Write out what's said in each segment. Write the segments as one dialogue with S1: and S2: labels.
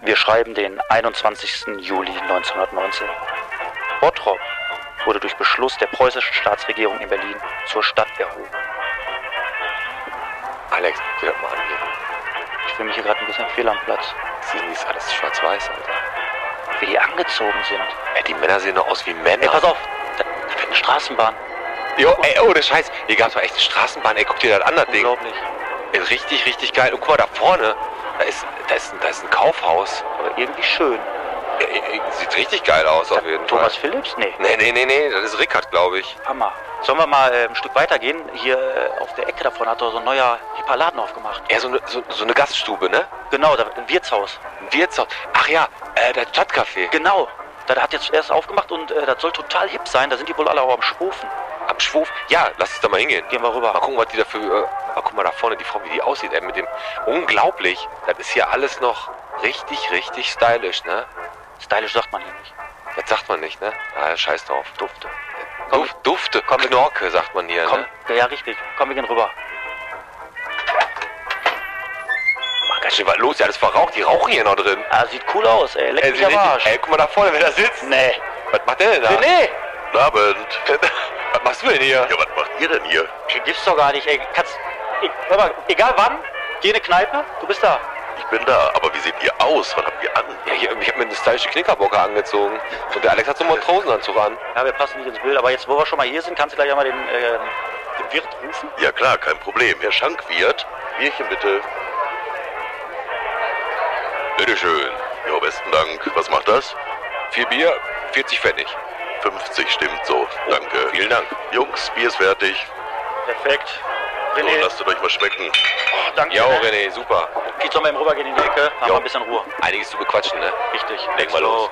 S1: Wir schreiben den 21. Juli 1919. Bottrop wurde durch Beschluss der preußischen Staatsregierung in Berlin zur Stadt erhoben.
S2: Alex, guck dir das mal an hier.
S1: Ich fühle mich hier gerade ein bisschen fehl am Platz.
S2: Siegen ist alles schwarz-weiß, Alter.
S1: Wie die angezogen sind.
S2: Ey, die Männer sehen doch aus wie Männer.
S1: Ey, pass auf, da, da fährt eine Straßenbahn.
S2: Jo, ey, oh, der Scheiß. Hier gab's mal echt eine Straßenbahn. Ey, guck dir das an, das Ding.
S1: Unglaublich.
S2: Ey, richtig, richtig geil. Und guck mal, da vorne, da ist, da ist, da ist ein Kaufhaus.
S1: Aber irgendwie schön.
S2: Ey, ey, Sieht richtig geil aus, auf jeden
S1: Thomas
S2: Fall.
S1: Phillips? Nee,
S2: Nee, nee, nee, nee, das ist Rickard, glaube ich.
S1: Hammer. Sollen wir mal äh, ein Stück weitergehen? Hier äh, auf der Ecke davon hat doch so ein neuer hipper Laden aufgemacht.
S2: Ja, so eine, so, so eine Gaststube, ne?
S1: Genau, da, ein Wirtshaus.
S2: Ein Wirtshaus. Ach ja, äh, das Stadtcafé.
S1: Genau. Da, da hat jetzt erst aufgemacht und äh, das soll total hip sein. Da sind die wohl alle auch am Schrufen.
S2: Am Schwuf. Ja, lass uns da mal hingehen.
S1: Gehen wir
S2: Mal
S1: rüber.
S2: gucken, was die dafür. Äh, ah, guck mal da vorne, die Frau, wie die aussieht, ey, mit dem. Unglaublich. Das ist hier alles noch richtig, richtig stylisch, ne?
S1: Stylisch sagt man hier nicht.
S2: Das sagt man nicht, ne? Ah, scheiß drauf.
S1: Dufte. Komm,
S2: Duft, Dufte, Knorke, sagt man hier,
S1: komm.
S2: ne?
S1: Ja, ja, richtig. Komm, wir gehen rüber.
S2: Mann, ganz schön was los, ja, das verraucht, die rauchen hier noch drin.
S1: Ah, sieht cool aus, ey. Leck
S2: Ey,
S1: mich am Arsch.
S2: ey, guck mal da vorne, wer da sitzt.
S1: Nee.
S2: Was macht der denn da?
S1: Nee.
S2: Guten Abend. was machst du denn hier? Ja, was macht ihr denn hier?
S1: Die gibt's doch gar nicht, ey. Kannst, e- hör mal, egal wann, geh in eine Kneipe, du bist da.
S2: Ich bin da, aber wie seht ihr aus? Was habt ihr an? Ja, hier, ich hab mir eine stylische Knickerbocker angezogen. Und der Alex hat so einen Matrosenanzug an.
S1: Ja, wir passen nicht ins Bild, aber jetzt, wo wir schon mal hier sind, kannst du gleich einmal den, äh, den Wirt rufen.
S3: Ja klar, kein Problem. Herr Schankwirt, Bierchen bitte. Bitteschön. Ja, besten Dank. Was macht das?
S2: Vier Bier, 40 Pfennig.
S3: 50 stimmt so. Danke.
S2: Vielen Dank.
S3: Jungs, Bier ist fertig.
S1: Perfekt.
S3: So,
S1: René,
S3: lasst es euch mal schmecken.
S1: oh, danke.
S2: Ja,
S1: ne?
S2: René, super.
S1: Geht sollen wir eben rübergehen in die Ecke, haben
S2: Jo.
S1: wir ein bisschen Ruhe.
S2: Einiges zu bequatschen, ne?
S1: Richtig.
S2: Leg mal
S1: So.
S2: los.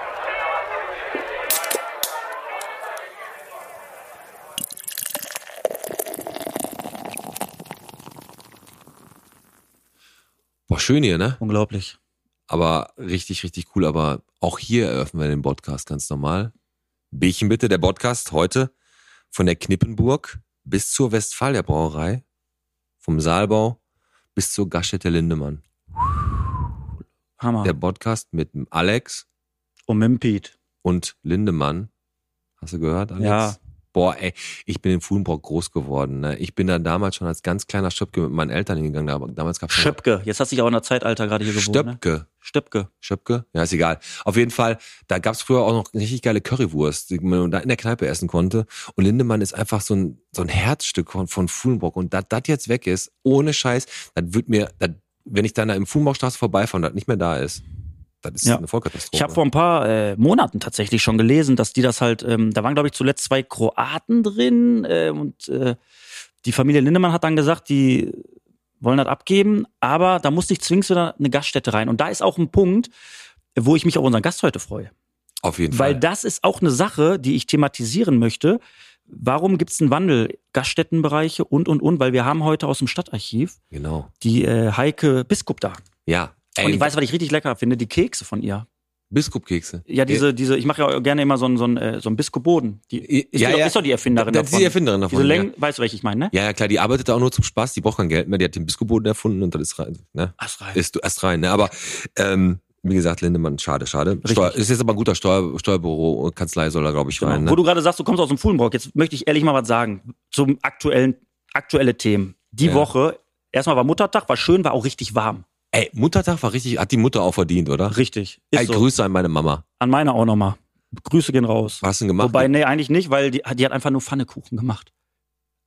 S4: Boah, schön hier, ne?
S5: Unglaublich.
S4: Aber richtig, richtig cool. Aber auch hier eröffnen wir den Podcast ganz normal. Bierchen bitte, der Podcast heute von der Knippenburg bis zur Westfalia Brauerei, vom Saalbau bis zur Gaststätte Lindemann.
S5: Hammer.
S4: Der Podcast mit dem Alex
S5: Und mit dem Pete.
S4: und Lindemann. Hast du gehört, Alex?
S5: Ja.
S4: Boah, ey, ich bin in Fulenbrock groß geworden. Ne? Ich bin da damals schon als ganz kleiner Schöpke mit meinen Eltern hingegangen. Da- Damals gab es
S5: Schöpke. Jetzt hast du dich auch in der Zeitalter gerade hier gewohnt. Ne?
S4: Stöpke.
S5: Stöpke.
S4: Schöpke? Ja, ist egal. Auf jeden Fall, da gab's früher auch noch richtig geile Currywurst, die man da in der Kneipe essen konnte. Und Lindemann ist einfach so ein, so ein Herzstück von, von Fulenbrock. Und da das jetzt weg ist, ohne Scheiß, das wird mir, dat, wenn ich dann da im Fulenbrockstraße vorbeifahre und das nicht mehr da ist, das ist
S5: Ja.
S4: eine Vollkatastrophe.
S5: Ich habe vor ein paar äh, Monaten tatsächlich schon gelesen, dass die das halt, ähm, da waren glaube ich zuletzt zwei Kroaten drin äh, und äh, die Familie Lindemann hat dann gesagt, die wollen das abgeben, aber da musste ich zwingend wieder eine Gaststätte rein. Und da ist auch ein Punkt, wo ich mich auf unseren Gast heute freue.
S4: Auf jeden
S5: Weil
S4: Fall.
S5: das ist auch eine Sache, die ich thematisieren möchte. Warum gibt es einen Wandel? Gaststättenbereiche und, und, und. Weil wir haben heute aus dem Stadtarchiv
S4: genau.
S5: die äh, Heike Biskup da.
S4: Ja.
S5: und
S4: Ey,
S5: ich weiß, was ich richtig lecker finde, die Kekse von ihr.
S4: Biskupkekse.
S5: Ja, diese, diese, ich mache ja auch gerne immer so einen, so einen, äh, so einen Biscoboden. Die,
S4: Ja,
S5: ist, die,
S4: ja.
S5: ist doch die Erfinderin
S4: Das
S5: davon.
S4: ist die Erfinderin davon.
S5: Diese
S4: ja.
S5: Längen, weißt du, welche ich meine, ne?
S4: ja, ja, klar, die arbeitet da auch nur zum Spaß, die braucht kein Geld mehr, die hat den Biskoboden erfunden und das ist rein, ne?
S5: Ach, rein.
S4: ist du erst rein. Ne? Aber ähm, wie gesagt, Lindemann, schade, schade.
S5: Richtig.
S4: Steuer, ist jetzt aber ein guter Steuer, Steuerbüro und Kanzlei soll da, glaube ich,
S5: Genau.
S4: rein.
S5: Wo
S4: Ne?
S5: du gerade sagst, du kommst aus dem Fuhlenbrock. Jetzt möchte ich ehrlich mal was sagen zum aktuellen, aktuelle Themen. Die
S4: Ja.
S5: Woche, erstmal war Muttertag, war schön, war auch richtig warm.
S4: Ey, Muttertag war richtig, hat die Mutter auch verdient, oder?
S5: Richtig. Ist
S4: Ey,
S5: so.
S4: Grüße an meine Mama.
S5: An meiner auch nochmal. Grüße gehen raus.
S4: Was hast du denn gemacht?
S5: Wobei, nee, eigentlich nicht, weil die, die hat einfach nur Pfannekuchen gemacht.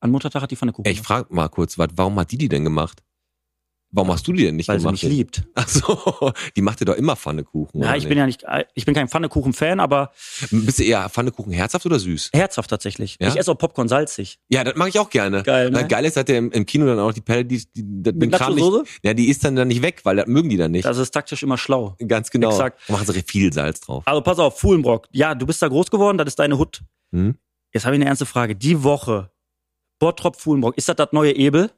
S5: An Muttertag hat die Pfannekuchen
S4: Ey, ich
S5: gemacht.
S4: frag mal kurz, was, warum hat die die denn gemacht? Warum hast du die denn nicht
S5: Weil sie
S4: gemacht?
S5: mich liebt.
S4: Ach so, die macht dir doch immer Pfannekuchen.
S5: Ja,
S4: oder
S5: ich bin ja nicht, ich bin kein Pfannekuchen-Fan, aber
S4: nicht? Bist du eher Pfannekuchen herzhaft oder süß?
S5: herzhaft tatsächlich.
S4: Ja?
S5: Ich esse auch Popcorn salzig.
S4: Ja, das mag ich auch gerne.
S5: Geil, ne?
S4: Weil Geil ist, hat der im, im Kino dann auch die Pelle, die, die, den
S5: Mit
S4: Kram nicht,
S5: Nacho-Soße?
S4: ja, die ist dann, dann nicht weg, weil das mögen die dann nicht.
S5: Das ist taktisch immer schlau.
S4: Ganz genau.
S5: Exakt.
S4: Machen sie viel Salz drauf.
S5: Also pass auf, Fuhlenbrock. Ja, du bist da groß geworden, das ist deine Hut.
S4: Hm?
S5: Jetzt habe ich eine ernste Frage. Die Woche, Bottrop, Fuhlenbrock, ist das das neue Ebel?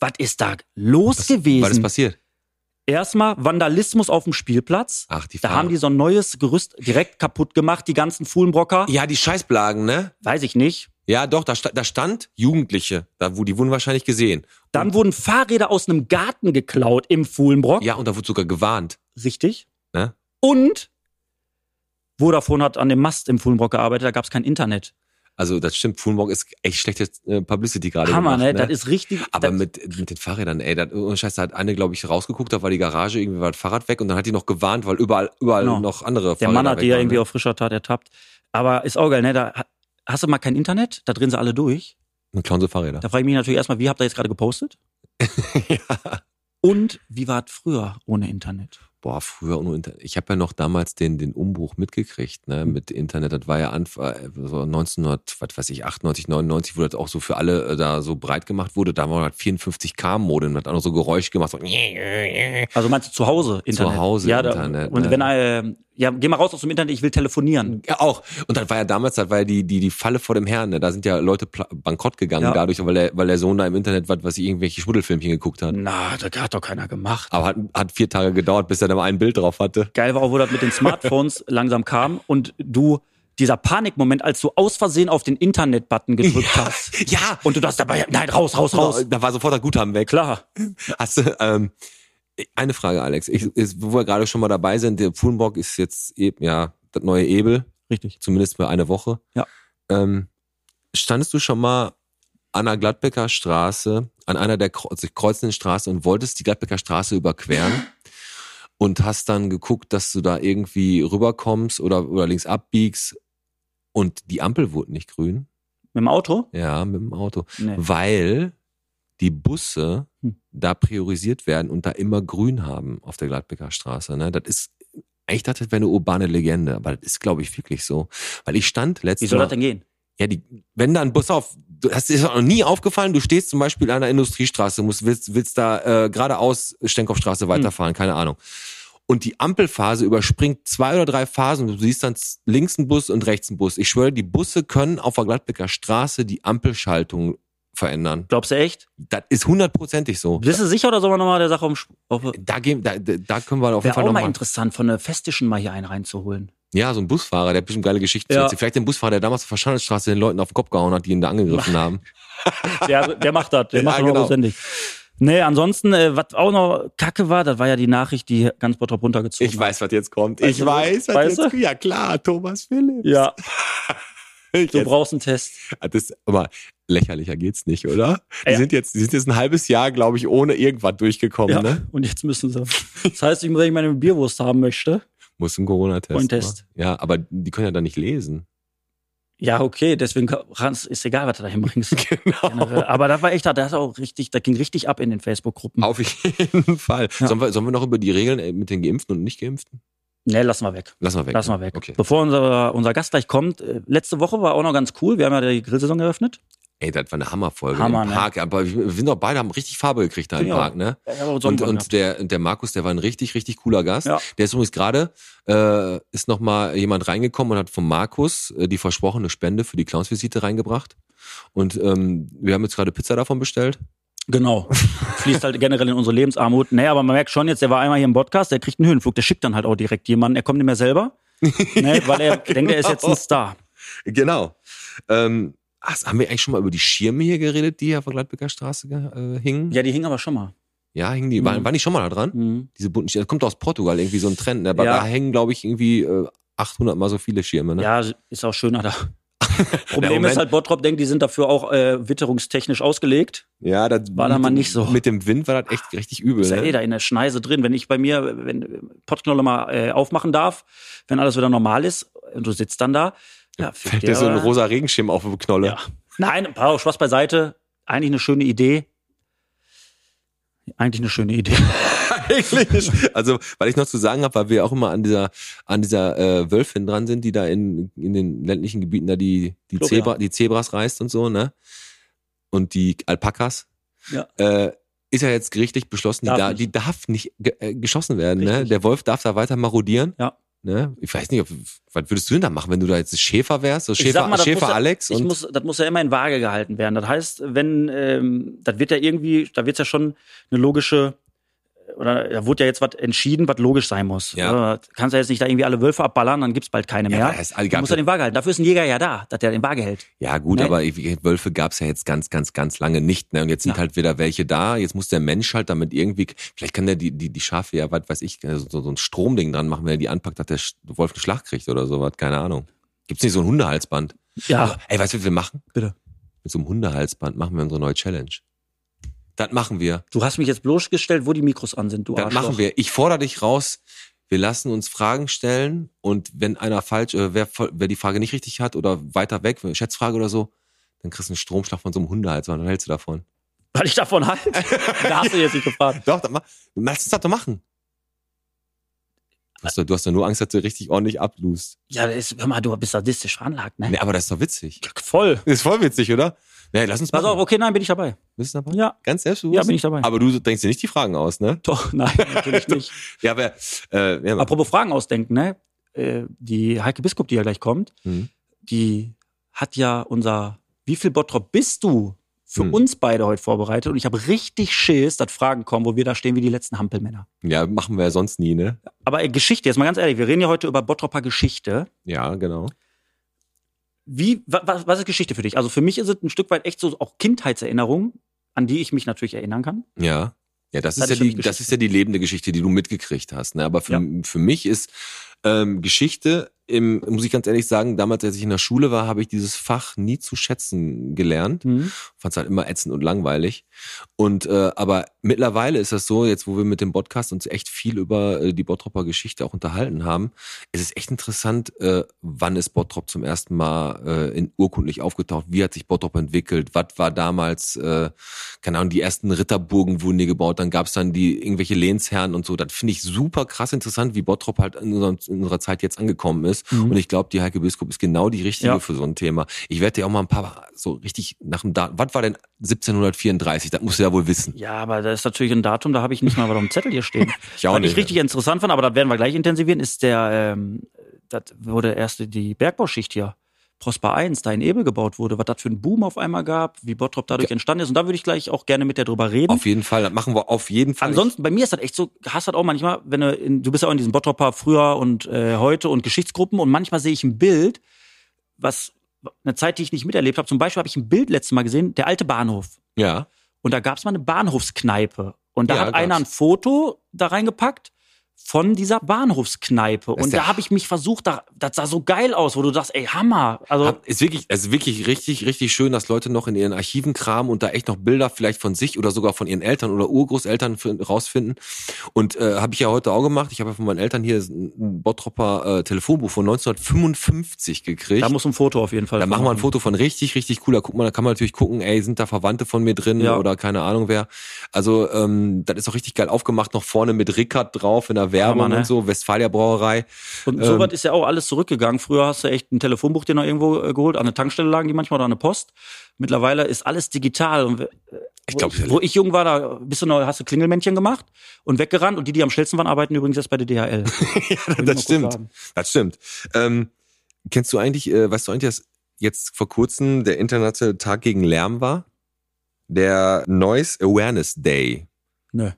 S5: Was ist da los
S4: Was ist
S5: gewesen?
S4: passiert?
S5: Erstmal Vandalismus auf dem Spielplatz.
S4: Ach, die
S5: da
S4: Fahne.
S5: haben die so ein neues Gerüst direkt kaputt gemacht, die ganzen Fuhlenbrocker.
S4: Ja, die Scheißblagen, ne?
S5: Weiß ich nicht.
S4: Ja, doch, da, sta- da stand Jugendliche. Da, wo, die wurden wahrscheinlich gesehen.
S5: Dann wurden Fahrräder aus einem Garten geklaut im Fuhlenbrock.
S4: Ja, und da wurde sogar gewarnt.
S5: Richtig.
S4: Ne?
S5: Und Vodafone hat an dem Mast im Fulenbrock gearbeitet, da gab es kein Internet.
S4: Also das stimmt, Fulmborg ist echt schlechte äh, Publicity gerade
S5: Hammer, ne?
S4: gemacht.
S5: Das ist richtig.
S4: aber
S5: das,
S4: mit, mit den Fahrrädern, ey, das, ohne Scheiß, da hat eine, glaube ich, rausgeguckt, da war die Garage, irgendwie war das Fahrrad weg und dann hat die noch gewarnt, weil überall, überall
S5: Genau.
S4: noch andere
S5: der
S4: Fahrräder
S5: Mann hat die
S4: weg
S5: ja
S4: waren,
S5: irgendwie
S4: ne?
S5: auf frischer Tat ertappt. Aber ist auch geil, ne? Da ha- hast du mal kein Internet, da drehen sie alle durch.
S4: Und klauen sie Fahrräder.
S5: Da frage ich mich natürlich erstmal, wie habt ihr jetzt gerade gepostet?
S4: ja.
S5: Und wie war es früher ohne Internet?
S4: Boah, früher ohne Internet. Ich habe ja noch damals den, den Umbruch mitgekriegt,
S5: Hm.
S4: ne, mit Internet. Das war ja Anfang, so 1900, was weiß ich, 98, 99, wo das auch so für alle äh, da so breit gemacht wurde. Da war halt 54K-Modem, hat auch noch so Geräusche gemacht. So,
S5: Also meinst du zu Hause Internet?
S4: Hause
S5: ja, da,
S4: Internet,
S5: Und
S4: ne?
S5: wenn äh, ja, geh mal raus aus dem Internet, ich will telefonieren.
S4: Ja, auch. Und dann war ja damals, das war ja die, die, die Falle vor dem Herrn. Ne? Da sind ja Leute pla- bankrott gegangen
S5: Ja.
S4: dadurch, weil der, weil der Sohn da im Internet was, was sie irgendwelche Schmuddelfilmchen geguckt hat.
S5: Na, da hat doch keiner gemacht.
S4: Aber hat, hat vier Tage gedauert, bis er da mal ein Bild drauf hatte.
S5: Geil war auch, wo das mit den Smartphones langsam kam und du dieser Panikmoment, als du aus Versehen auf den Internet-Button gedrückt hast.
S4: ja. Genau,
S5: Und du das dabei, nein, raus, raus, raus.
S4: Da war sofort das Guthaben weg.
S5: Klar.
S4: Hast du, ähm, eine Frage, Alex.
S5: Mhm.
S4: Ich, ist, wo wir gerade schon mal dabei sind, der Pfulenbock ist jetzt eben, ja, das neue Ebel,
S5: Richtig.
S4: zumindest für eine Woche.
S5: Ja.
S4: Ähm, standest du schon mal an der Gladbecker Straße, an einer der kreu- sich kreuzenden Straßen und wolltest die Gladbecker Straße überqueren und hast dann geguckt, dass du da irgendwie rüberkommst oder, oder links abbiegst und die Ampel wurde nicht grün?
S5: Mit dem Auto?
S4: Ja, mit dem Auto
S5: Nee.
S4: weil die Busse
S5: Hm.
S4: da priorisiert werden und da immer grün haben auf der Gladbecker Straße. Ne? Das ist, ich dachte, das wäre eine urbane Legende, aber das ist, glaube ich, wirklich so. Weil ich stand
S5: Wie
S4: letztes
S5: soll
S4: Mal,
S5: das denn gehen?
S4: ja, die, wenn da ein Bus auf, du- das ist auch noch nie aufgefallen, du stehst zum Beispiel an der Industriestraße, musst, willst, willst da äh, geradeaus Stenkopfstraße weiterfahren,
S5: Hm.
S4: keine Ahnung. Und die Ampelphase überspringt zwei oder drei Phasen. Du siehst dann z- links einen Bus und rechts einen Bus. Ich schwöre, die Busse können auf der Gladbecker Straße die Ampelschaltung verändern.
S5: Glaubst du echt?
S4: Das ist hundertprozentig so.
S5: Bist du sicher oder soll man nochmal der Sache um... Auf,
S4: Da, gehen, da, da können wir auf jeden
S5: Wäre
S4: Fall
S5: auch mal
S4: nochmal.
S5: interessant, von der Festischen mal hier einen reinzuholen.
S4: Ja, so ein Busfahrer, der hat bestimmt geile Geschichten
S5: Ja.
S4: ja. erzählt. Vielleicht den Busfahrer, der damals auf der Schandelstraße den Leuten auf den Kopf gehauen hat, die ihn da angegriffen haben.
S5: Der, der macht das, der
S4: Ja,
S5: macht das
S4: genau.
S5: hundertprozentig. Nee, ansonsten, äh, was auch noch kacke war, das war ja die Nachricht, die ganz Bottrop runtergezogen
S4: Ich weiß, was jetzt kommt.
S5: Weißt
S4: ich
S5: du,
S4: weiß, was
S5: weißt
S4: jetzt kommt. Ja, klar, Thomas Philipp.
S5: Ja,
S4: Ich
S5: du
S4: jetzt,
S5: brauchst einen Test.
S4: das, aber lächerlicher geht's nicht, oder? Die,
S5: Ja.
S4: sind jetzt, die sind jetzt ein halbes Jahr, glaube ich, ohne irgendwas durchgekommen.
S5: Ja.
S4: Ne?
S5: Und jetzt müssen sie. Das heißt, ich muss, wenn ich meine Bierwurst haben möchte.
S4: Muss ein Corona-Test.
S5: Und einen Test.
S4: machen. Ja, aber die können ja dann nicht lesen.
S5: Ja, okay, deswegen kannst- ist egal, was du da hinbringst.
S4: Genau.
S5: Generell. Aber da war echt, da ist auch richtig, da ging richtig ab in den Facebook-Gruppen.
S4: Auf jeden Fall.
S5: Ja.
S4: Sollen, wir, sollen wir noch über die Regeln äh, mit den Geimpften und Nicht-Geimpften?
S5: Nee, lass mal weg.
S4: Lass mal weg.
S5: Lass
S4: ne?
S5: mal weg.
S4: Okay.
S5: Bevor unser, unser Gast gleich kommt, äh, letzte Woche war auch noch ganz cool. Wir haben ja die Grillsaison eröffnet.
S4: Ey, das war eine Hammerfolge
S5: Hammer,
S4: im
S5: ne? Genau.
S4: Park. Aber wir sind doch beide haben richtig Farbe gekriegt da im
S5: Ja.
S4: Park, ne?
S5: Ja, aber
S4: Und,
S5: Sonnenbrand
S4: und der, und der Markus, der war ein richtig, richtig cooler Gast.
S5: Ja.
S4: Der ist übrigens gerade, äh, ist nochmal jemand reingekommen und hat von Markus äh, die versprochene Spende für die Clownsvisite reingebracht. Und ähm, wir haben jetzt gerade Pizza davon bestellt.
S5: Genau. Fließt halt generell in unsere Lebensarmut. Nee, aber man merkt schon jetzt, der war einmal hier im Podcast, der kriegt einen Höhenflug, der schickt dann halt auch direkt jemanden, er kommt nicht mehr selber. Nee, weil er denkt, er ist jetzt ein Star.
S4: Genau. Ähm, ach, haben wir eigentlich schon mal über die Schirme hier geredet, die hier auf der Gladbecker Straße ge- äh, hingen?
S5: Ja, die hing aber schon mal.
S4: ja hingen die. Waren,
S5: Mhm.
S4: waren die schon mal da dran?
S5: Mhm.
S4: Diese bunten Schirme. Das kommt aus Portugal, irgendwie so ein Trend. Ne? Aber
S5: Ja.
S4: da hängen, glaube ich, irgendwie äh, 800 mal so viele Schirme. Ne?
S5: Ja, ist auch schöner da. Problem
S4: Moment.
S5: ist halt, Bottrop denkt, die sind dafür auch äh, witterungstechnisch ausgelegt.
S4: Ja, das
S5: War da
S4: mit
S5: mal
S4: dem-
S5: nicht so.
S4: Mit dem Wind war das echt richtig übel.
S5: Ist ja eh
S4: Ne?
S5: da in der Schneise drin. Wenn ich bei mir, wenn Pottknolle mal äh, aufmachen darf, wenn alles wieder normal ist und du sitzt dann da, ja, fick
S4: Fällt dir so ein
S5: aber.
S4: rosa Regenschirm auf die Knolle.
S5: Ja. Nein, Paul, Spaß beiseite. Eigentlich eine schöne Idee. Eigentlich eine schöne Idee.
S4: Eigentlich. Also, weil ich noch zu sagen habe, weil wir auch immer an dieser, an dieser äh, Wölfin dran sind, die da in, in den ländlichen Gebieten da die, die,
S5: Gloria.
S4: Zebra, die Zebras reißt und so, ne? Und die Alpakas.
S5: Ja.
S4: Äh, ist ja jetzt gerichtlich beschlossen, die
S5: Darf
S4: darf,
S5: nicht.
S4: die darf nicht ge äh, geschossen werden. Ne?
S5: Richtig.
S4: Der Wolf darf da weiter marodieren.
S5: Ja.
S4: Ne? Ich weiß nicht, ob, was würdest du denn da machen, wenn du da jetzt Schäfer wärst? So
S5: sag
S4: Schäfer,
S5: mal, das muss
S4: Schäfer
S5: ja-
S4: Alex?
S5: Ich
S4: und
S5: muss, das muss ja immer in Waage gehalten werden. Das heißt, wenn, ähm, das wird ja irgendwie, da wird ja schon eine logische äh, oder da wurde ja jetzt was entschieden, was logisch sein muss.
S4: Ja.
S5: Äh, Kannst ja jetzt nicht da irgendwie alle Wölfe abballern, dann gibt's bald keine
S4: Ja,
S5: mehr.
S4: das heißt, alle
S5: du musst ja
S4: gab's-
S5: den Waage halten. Dafür ist ein Jäger ja da, dass der den Waage hält.
S4: Ja, gut,
S5: Ne?
S4: aber ich- Wölfe gab's ja jetzt ganz, ganz, ganz lange nicht. Ne? Und jetzt sind
S5: Ja.
S4: halt wieder welche da. Jetzt muss der Mensch halt damit irgendwie, vielleicht kann der die, die, die Schafe ja, was weiß ich, also so, so ein Stromding dran machen, wenn er die anpackt, dass der Sch- Wolf einen Schlag kriegt oder sowas. Keine Ahnung. Gibt's nicht so ein Hundehalsband? Also,
S5: Ja,
S4: Ey, weißt du, was wir machen?
S5: Bitte.
S4: Mit so einem Hundehalsband machen wir unsere neue Challenge. Das machen wir.
S5: du hast mich jetzt bloßgestellt, wo die Mikros an sind, du
S4: Das
S5: Arschloch.
S4: machen wir. Ich fordere dich raus. Wir lassen uns Fragen stellen und wenn einer falsch, äh, wer, voll- wer die Frage nicht richtig hat oder weiter weg, Schätzfrage oder so, dann kriegst du einen Stromschlag von so einem Hundehals. Was hältst du davon?
S5: Weil ich davon halte. da hast du jetzt nicht gefragt.
S4: Doch, dann mach, lass uns das doch machen. Du hast, doch, du hast doch nur Angst, dass du richtig ordentlich ablust.
S5: Ja, das ist, hör mal, du bist sadistisch veranlagt, ne?
S4: Nee, aber das ist doch witzig.
S5: Voll.
S4: Das ist voll witzig, oder? Nee, lass uns
S5: Pass auf,
S4: machen.
S5: okay, nein, bin ich dabei.
S4: Bist du dabei?
S5: Ja,
S4: Ganz selbstbewusst?
S5: ja, bin ich dabei.
S4: Aber du denkst dir nicht die Fragen aus, ne?
S5: Doch, nein, natürlich nicht.
S4: Ja, aber, äh, ja,
S5: Apropos Fragen ausdenken, ne? Äh, Die Heike Biskup, die ja gleich kommt,
S4: Mhm.
S5: die hat ja unser Wie viel Bottrop bist du für
S4: Mhm.
S5: uns beide heute vorbereitet und ich habe richtig Schiss, dass Fragen kommen, wo wir da stehen wie die letzten Hampelmänner.
S4: ja, machen wir ja sonst nie, ne?
S5: Aber äh, Geschichte, jetzt mal ganz ehrlich, wir reden ja heute über Bottroper Geschichte.
S4: Ja, genau.
S5: Wie, wa, wa, was ist Geschichte für dich? Also für mich ist es ein Stück weit echt so auch Kindheitserinnerungen, an die ich mich natürlich erinnern kann.
S4: Ja. Ja, das,
S5: Das ist
S4: ist, ja
S5: schon
S4: die,
S5: die
S4: das
S5: Geschichte.
S4: ist ja die lebende Geschichte, die du mitgekriegt hast. Ne? Aber für,
S5: Ja.
S4: für mich ist ähm, Geschichte, im, muss ich ganz ehrlich sagen, damals, als ich in der Schule war, habe ich dieses Fach nie zu schätzen gelernt.
S5: Mhm.
S4: fand es halt immer ätzend und langweilig. Und äh, aber mittlerweile ist das so, jetzt wo wir mit dem Podcast uns echt viel über äh, die Bottropper Geschichte auch unterhalten haben, es ist echt interessant, äh, wann ist Bottrop zum ersten Mal äh, in urkundlich aufgetaucht, wie hat sich Bottrop entwickelt, was war damals, äh, keine Ahnung, die ersten Ritterburgen wurden hier gebaut, dann gab es dann die irgendwelche Lehnsherren und so. Das finde ich super krass interessant, wie Bottrop halt in, unserem, in unserer Zeit jetzt angekommen ist.
S5: Mhm.
S4: Und ich glaube, die Heike Biskup ist genau die richtige
S5: Ja.
S4: für so ein Thema. Ich werde dir auch mal ein paar so richtig nach dem Datum. Was war denn 1734? Das musst du ja wohl wissen.
S5: Ja, aber da ist natürlich ein Datum, da habe ich nicht mal was auf dem Zettel hier stehen.
S4: Ich auch
S5: Was
S4: nicht.
S5: ich richtig interessant fand, aber das werden wir gleich intensivieren, ist der, ähm, das wurde erst die Bergbauschicht hier. Prosper 1, da in Ebel gebaut wurde, was das für einen Boom auf einmal gab, wie Bottrop dadurch entstanden ist. Und da würde ich gleich auch gerne mit dir drüber reden.
S4: Auf jeden Fall, das machen wir auf jeden Fall.
S5: Ansonsten, bei mir ist das echt so, hast das auch manchmal, wenn du, in, du bist ja auch in diesen Bottropper früher und äh, heute und Geschichtsgruppen und manchmal sehe ich ein Bild, was eine Zeit, die ich nicht miterlebt habe. Zum Beispiel habe ich ein Bild letztes Mal gesehen, der alte Bahnhof.
S4: ja,
S5: Und da gab's mal eine Bahnhofskneipe. Und da
S4: Ja,
S5: hat
S4: gab's.
S5: einer ein Foto da reingepackt von dieser Bahnhofskneipe.
S4: Das ist
S5: Und
S4: der-
S5: da habe ich mich versucht, da, das sah so geil aus, wo du sagst, ey, Hammer. Also,
S4: Hab- ist wirklich, es ist wirklich richtig, richtig schön, dass Leute noch in ihren Archiven kramen und da echt noch Bilder vielleicht von sich oder sogar von ihren Eltern oder Urgroßeltern für, rausfinden. Und äh, habe ich ja heute auch gemacht. Ich habe ja von meinen Eltern hier ein Bottropper äh, Telefonbuch von 1955 gekriegt.
S5: da muss ein Foto auf jeden Fall.
S4: Da
S5: von
S4: machen wir ein Foto von richtig, richtig cool. Da guckt man, da kann man natürlich gucken, ey, sind da Verwandte von mir drin
S5: Ja.
S4: oder keine Ahnung wer. Also, ähm, das ist auch richtig geil aufgemacht, noch vorne mit Rickard drauf in der Werbung
S5: Hammer, ne?
S4: und so, Westfalia Brauerei.
S5: Und
S4: Ähm,
S5: sowas ist ja auch alles zurückgegangen. Früher hast du echt ein Telefonbuch dir noch irgendwo äh, geholt, an eine Tankstelle lagen die manchmal oder an eine Post. Mittlerweile ist alles digital. Und, äh,
S4: Ich glaub,
S5: wo, wo ich jung war, da bist du noch, hast du Klingelmännchen gemacht und weggerannt. Und die, die am schnellsten waren, arbeiten übrigens jetzt bei der DHL. Will ich mal kurz
S4: das stimmt.
S5: sagen.
S4: Das stimmt. Ähm, kennst du eigentlich, äh, weißt du eigentlich, dass jetzt vor kurzem der internationale Tag gegen Lärm war? Der Noise Awareness Day.
S5: Nö.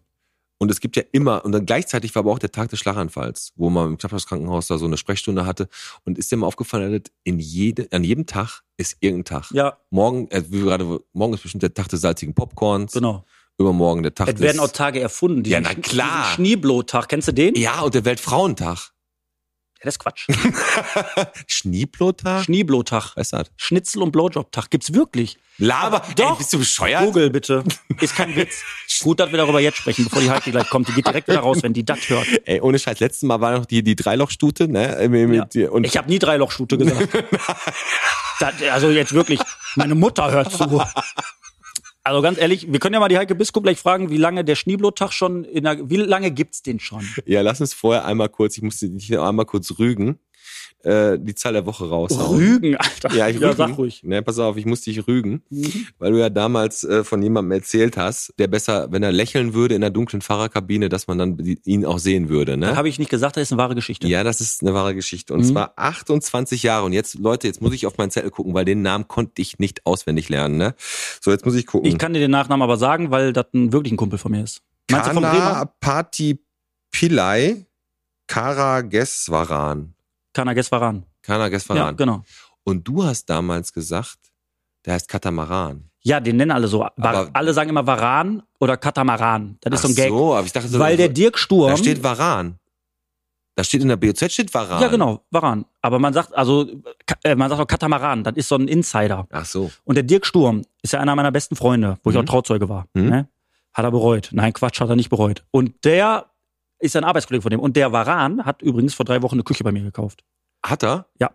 S4: Und es gibt ja immer, und dann gleichzeitig war aber auch der Tag des Schlaganfalls, wo man im Knapphauskrankenhaus da so eine Sprechstunde hatte. Und ist dir mal aufgefallen, dass in jede, an jedem Tag ist irgendein Tag.
S5: Ja,
S4: Morgen, äh, wie wir gerade, morgen ist bestimmt der Tag des salzigen Popcorns.
S5: genau.
S4: Übermorgen der Tag
S5: Es
S4: des.
S5: werden auch Tage erfunden.
S4: Ja,
S5: diesen
S4: na
S5: Schn-
S4: klar.
S5: diesen Schneeblotag, kennst du den?
S4: ja, und der Weltfrauentag.
S5: Ja, das ist Quatsch.
S4: Schneeblotag?
S5: Schneeblotag.
S4: Was ist das?
S5: Schnitzel- und Blowjob-Tag gibt's wirklich.
S4: Laber.
S5: Doch.
S4: Ey, bist du bescheuert?
S5: Google bitte. Ist kein Witz. Gut, dass wir darüber jetzt sprechen, bevor die Heike gleich kommt. Die geht direkt wieder raus, wenn die das hört.
S4: Ey, ohne Scheiß. Letztes Mal war noch die, die Dreilochstute, ne? Äh, Mit, mit,
S5: Ja.
S4: Und
S5: Ich habe nie Dreilochstute gesagt. das, also jetzt wirklich, meine Mutter hört zu. Also ganz ehrlich, wir können ja mal die Heike Biskup gleich fragen, wie lange der Schneeblotag schon in der, wie lange gibt's den schon?
S4: ja, lass uns vorher einmal kurz, ich musste dich noch einmal kurz rügen, äh, die Zahl der Woche raus.
S5: Rügen, Alter.
S4: Ja, ich
S5: ja
S4: rügen.
S5: sag ruhig. Mhm.
S4: Ne, pass auf, ich muss dich rügen, weil du ja damals äh, von jemandem erzählt hast, der besser, wenn er lächeln würde in der dunklen Fahrerkabine, dass man dann die, ihn auch sehen würde, ne?
S5: Das habe ich nicht gesagt, das ist eine wahre Geschichte.
S4: Ja, das ist eine wahre Geschichte. Und
S5: Mhm.
S4: zwar 28 Jahre. Und jetzt, Leute, jetzt muss ich auf meinen Zettel gucken, weil den Namen konnte ich nicht auswendig lernen. Ne? So, jetzt muss ich gucken.
S5: Ich kann dir den Nachnamen aber sagen, weil das ein, wirklich ein Kumpel von mir ist. Meinst du vom
S4: Kana
S5: Bremer?
S4: Pati Pillai Kara Geswaran.
S5: Kana Geswaran.
S4: Kana
S5: Ja,
S4: Geswaran.
S5: genau.
S4: Und du hast damals gesagt, der heißt Katamaran.
S5: Ja, den nennen alle so. War,
S4: Aber-
S5: alle sagen immer Varan oder Katamaran. Das ist so ein
S4: Ach
S5: Gag.
S4: so, aber ich dachte so,
S5: Weil der Dirk Sturm.
S4: da steht Waran. Da steht in der BOZ steht Waran.
S5: ja, genau, Varan. Aber man sagt, also, Ka- äh, man sagt auch Katamaran, das ist so ein Insider.
S4: Ach so.
S5: Und der Dirk Sturm ist ja einer meiner besten Freunde, wo ich auch
S4: Mhm.
S5: Trauzeuge war.
S4: Mhm.
S5: Ne? Hat er bereut. Nein, Quatsch, hat er nicht bereut. Und der ist ein Arbeitskollege von dem. Und der Varan hat übrigens vor drei Wochen eine Küche bei mir gekauft.
S4: Hat er?
S5: Ja.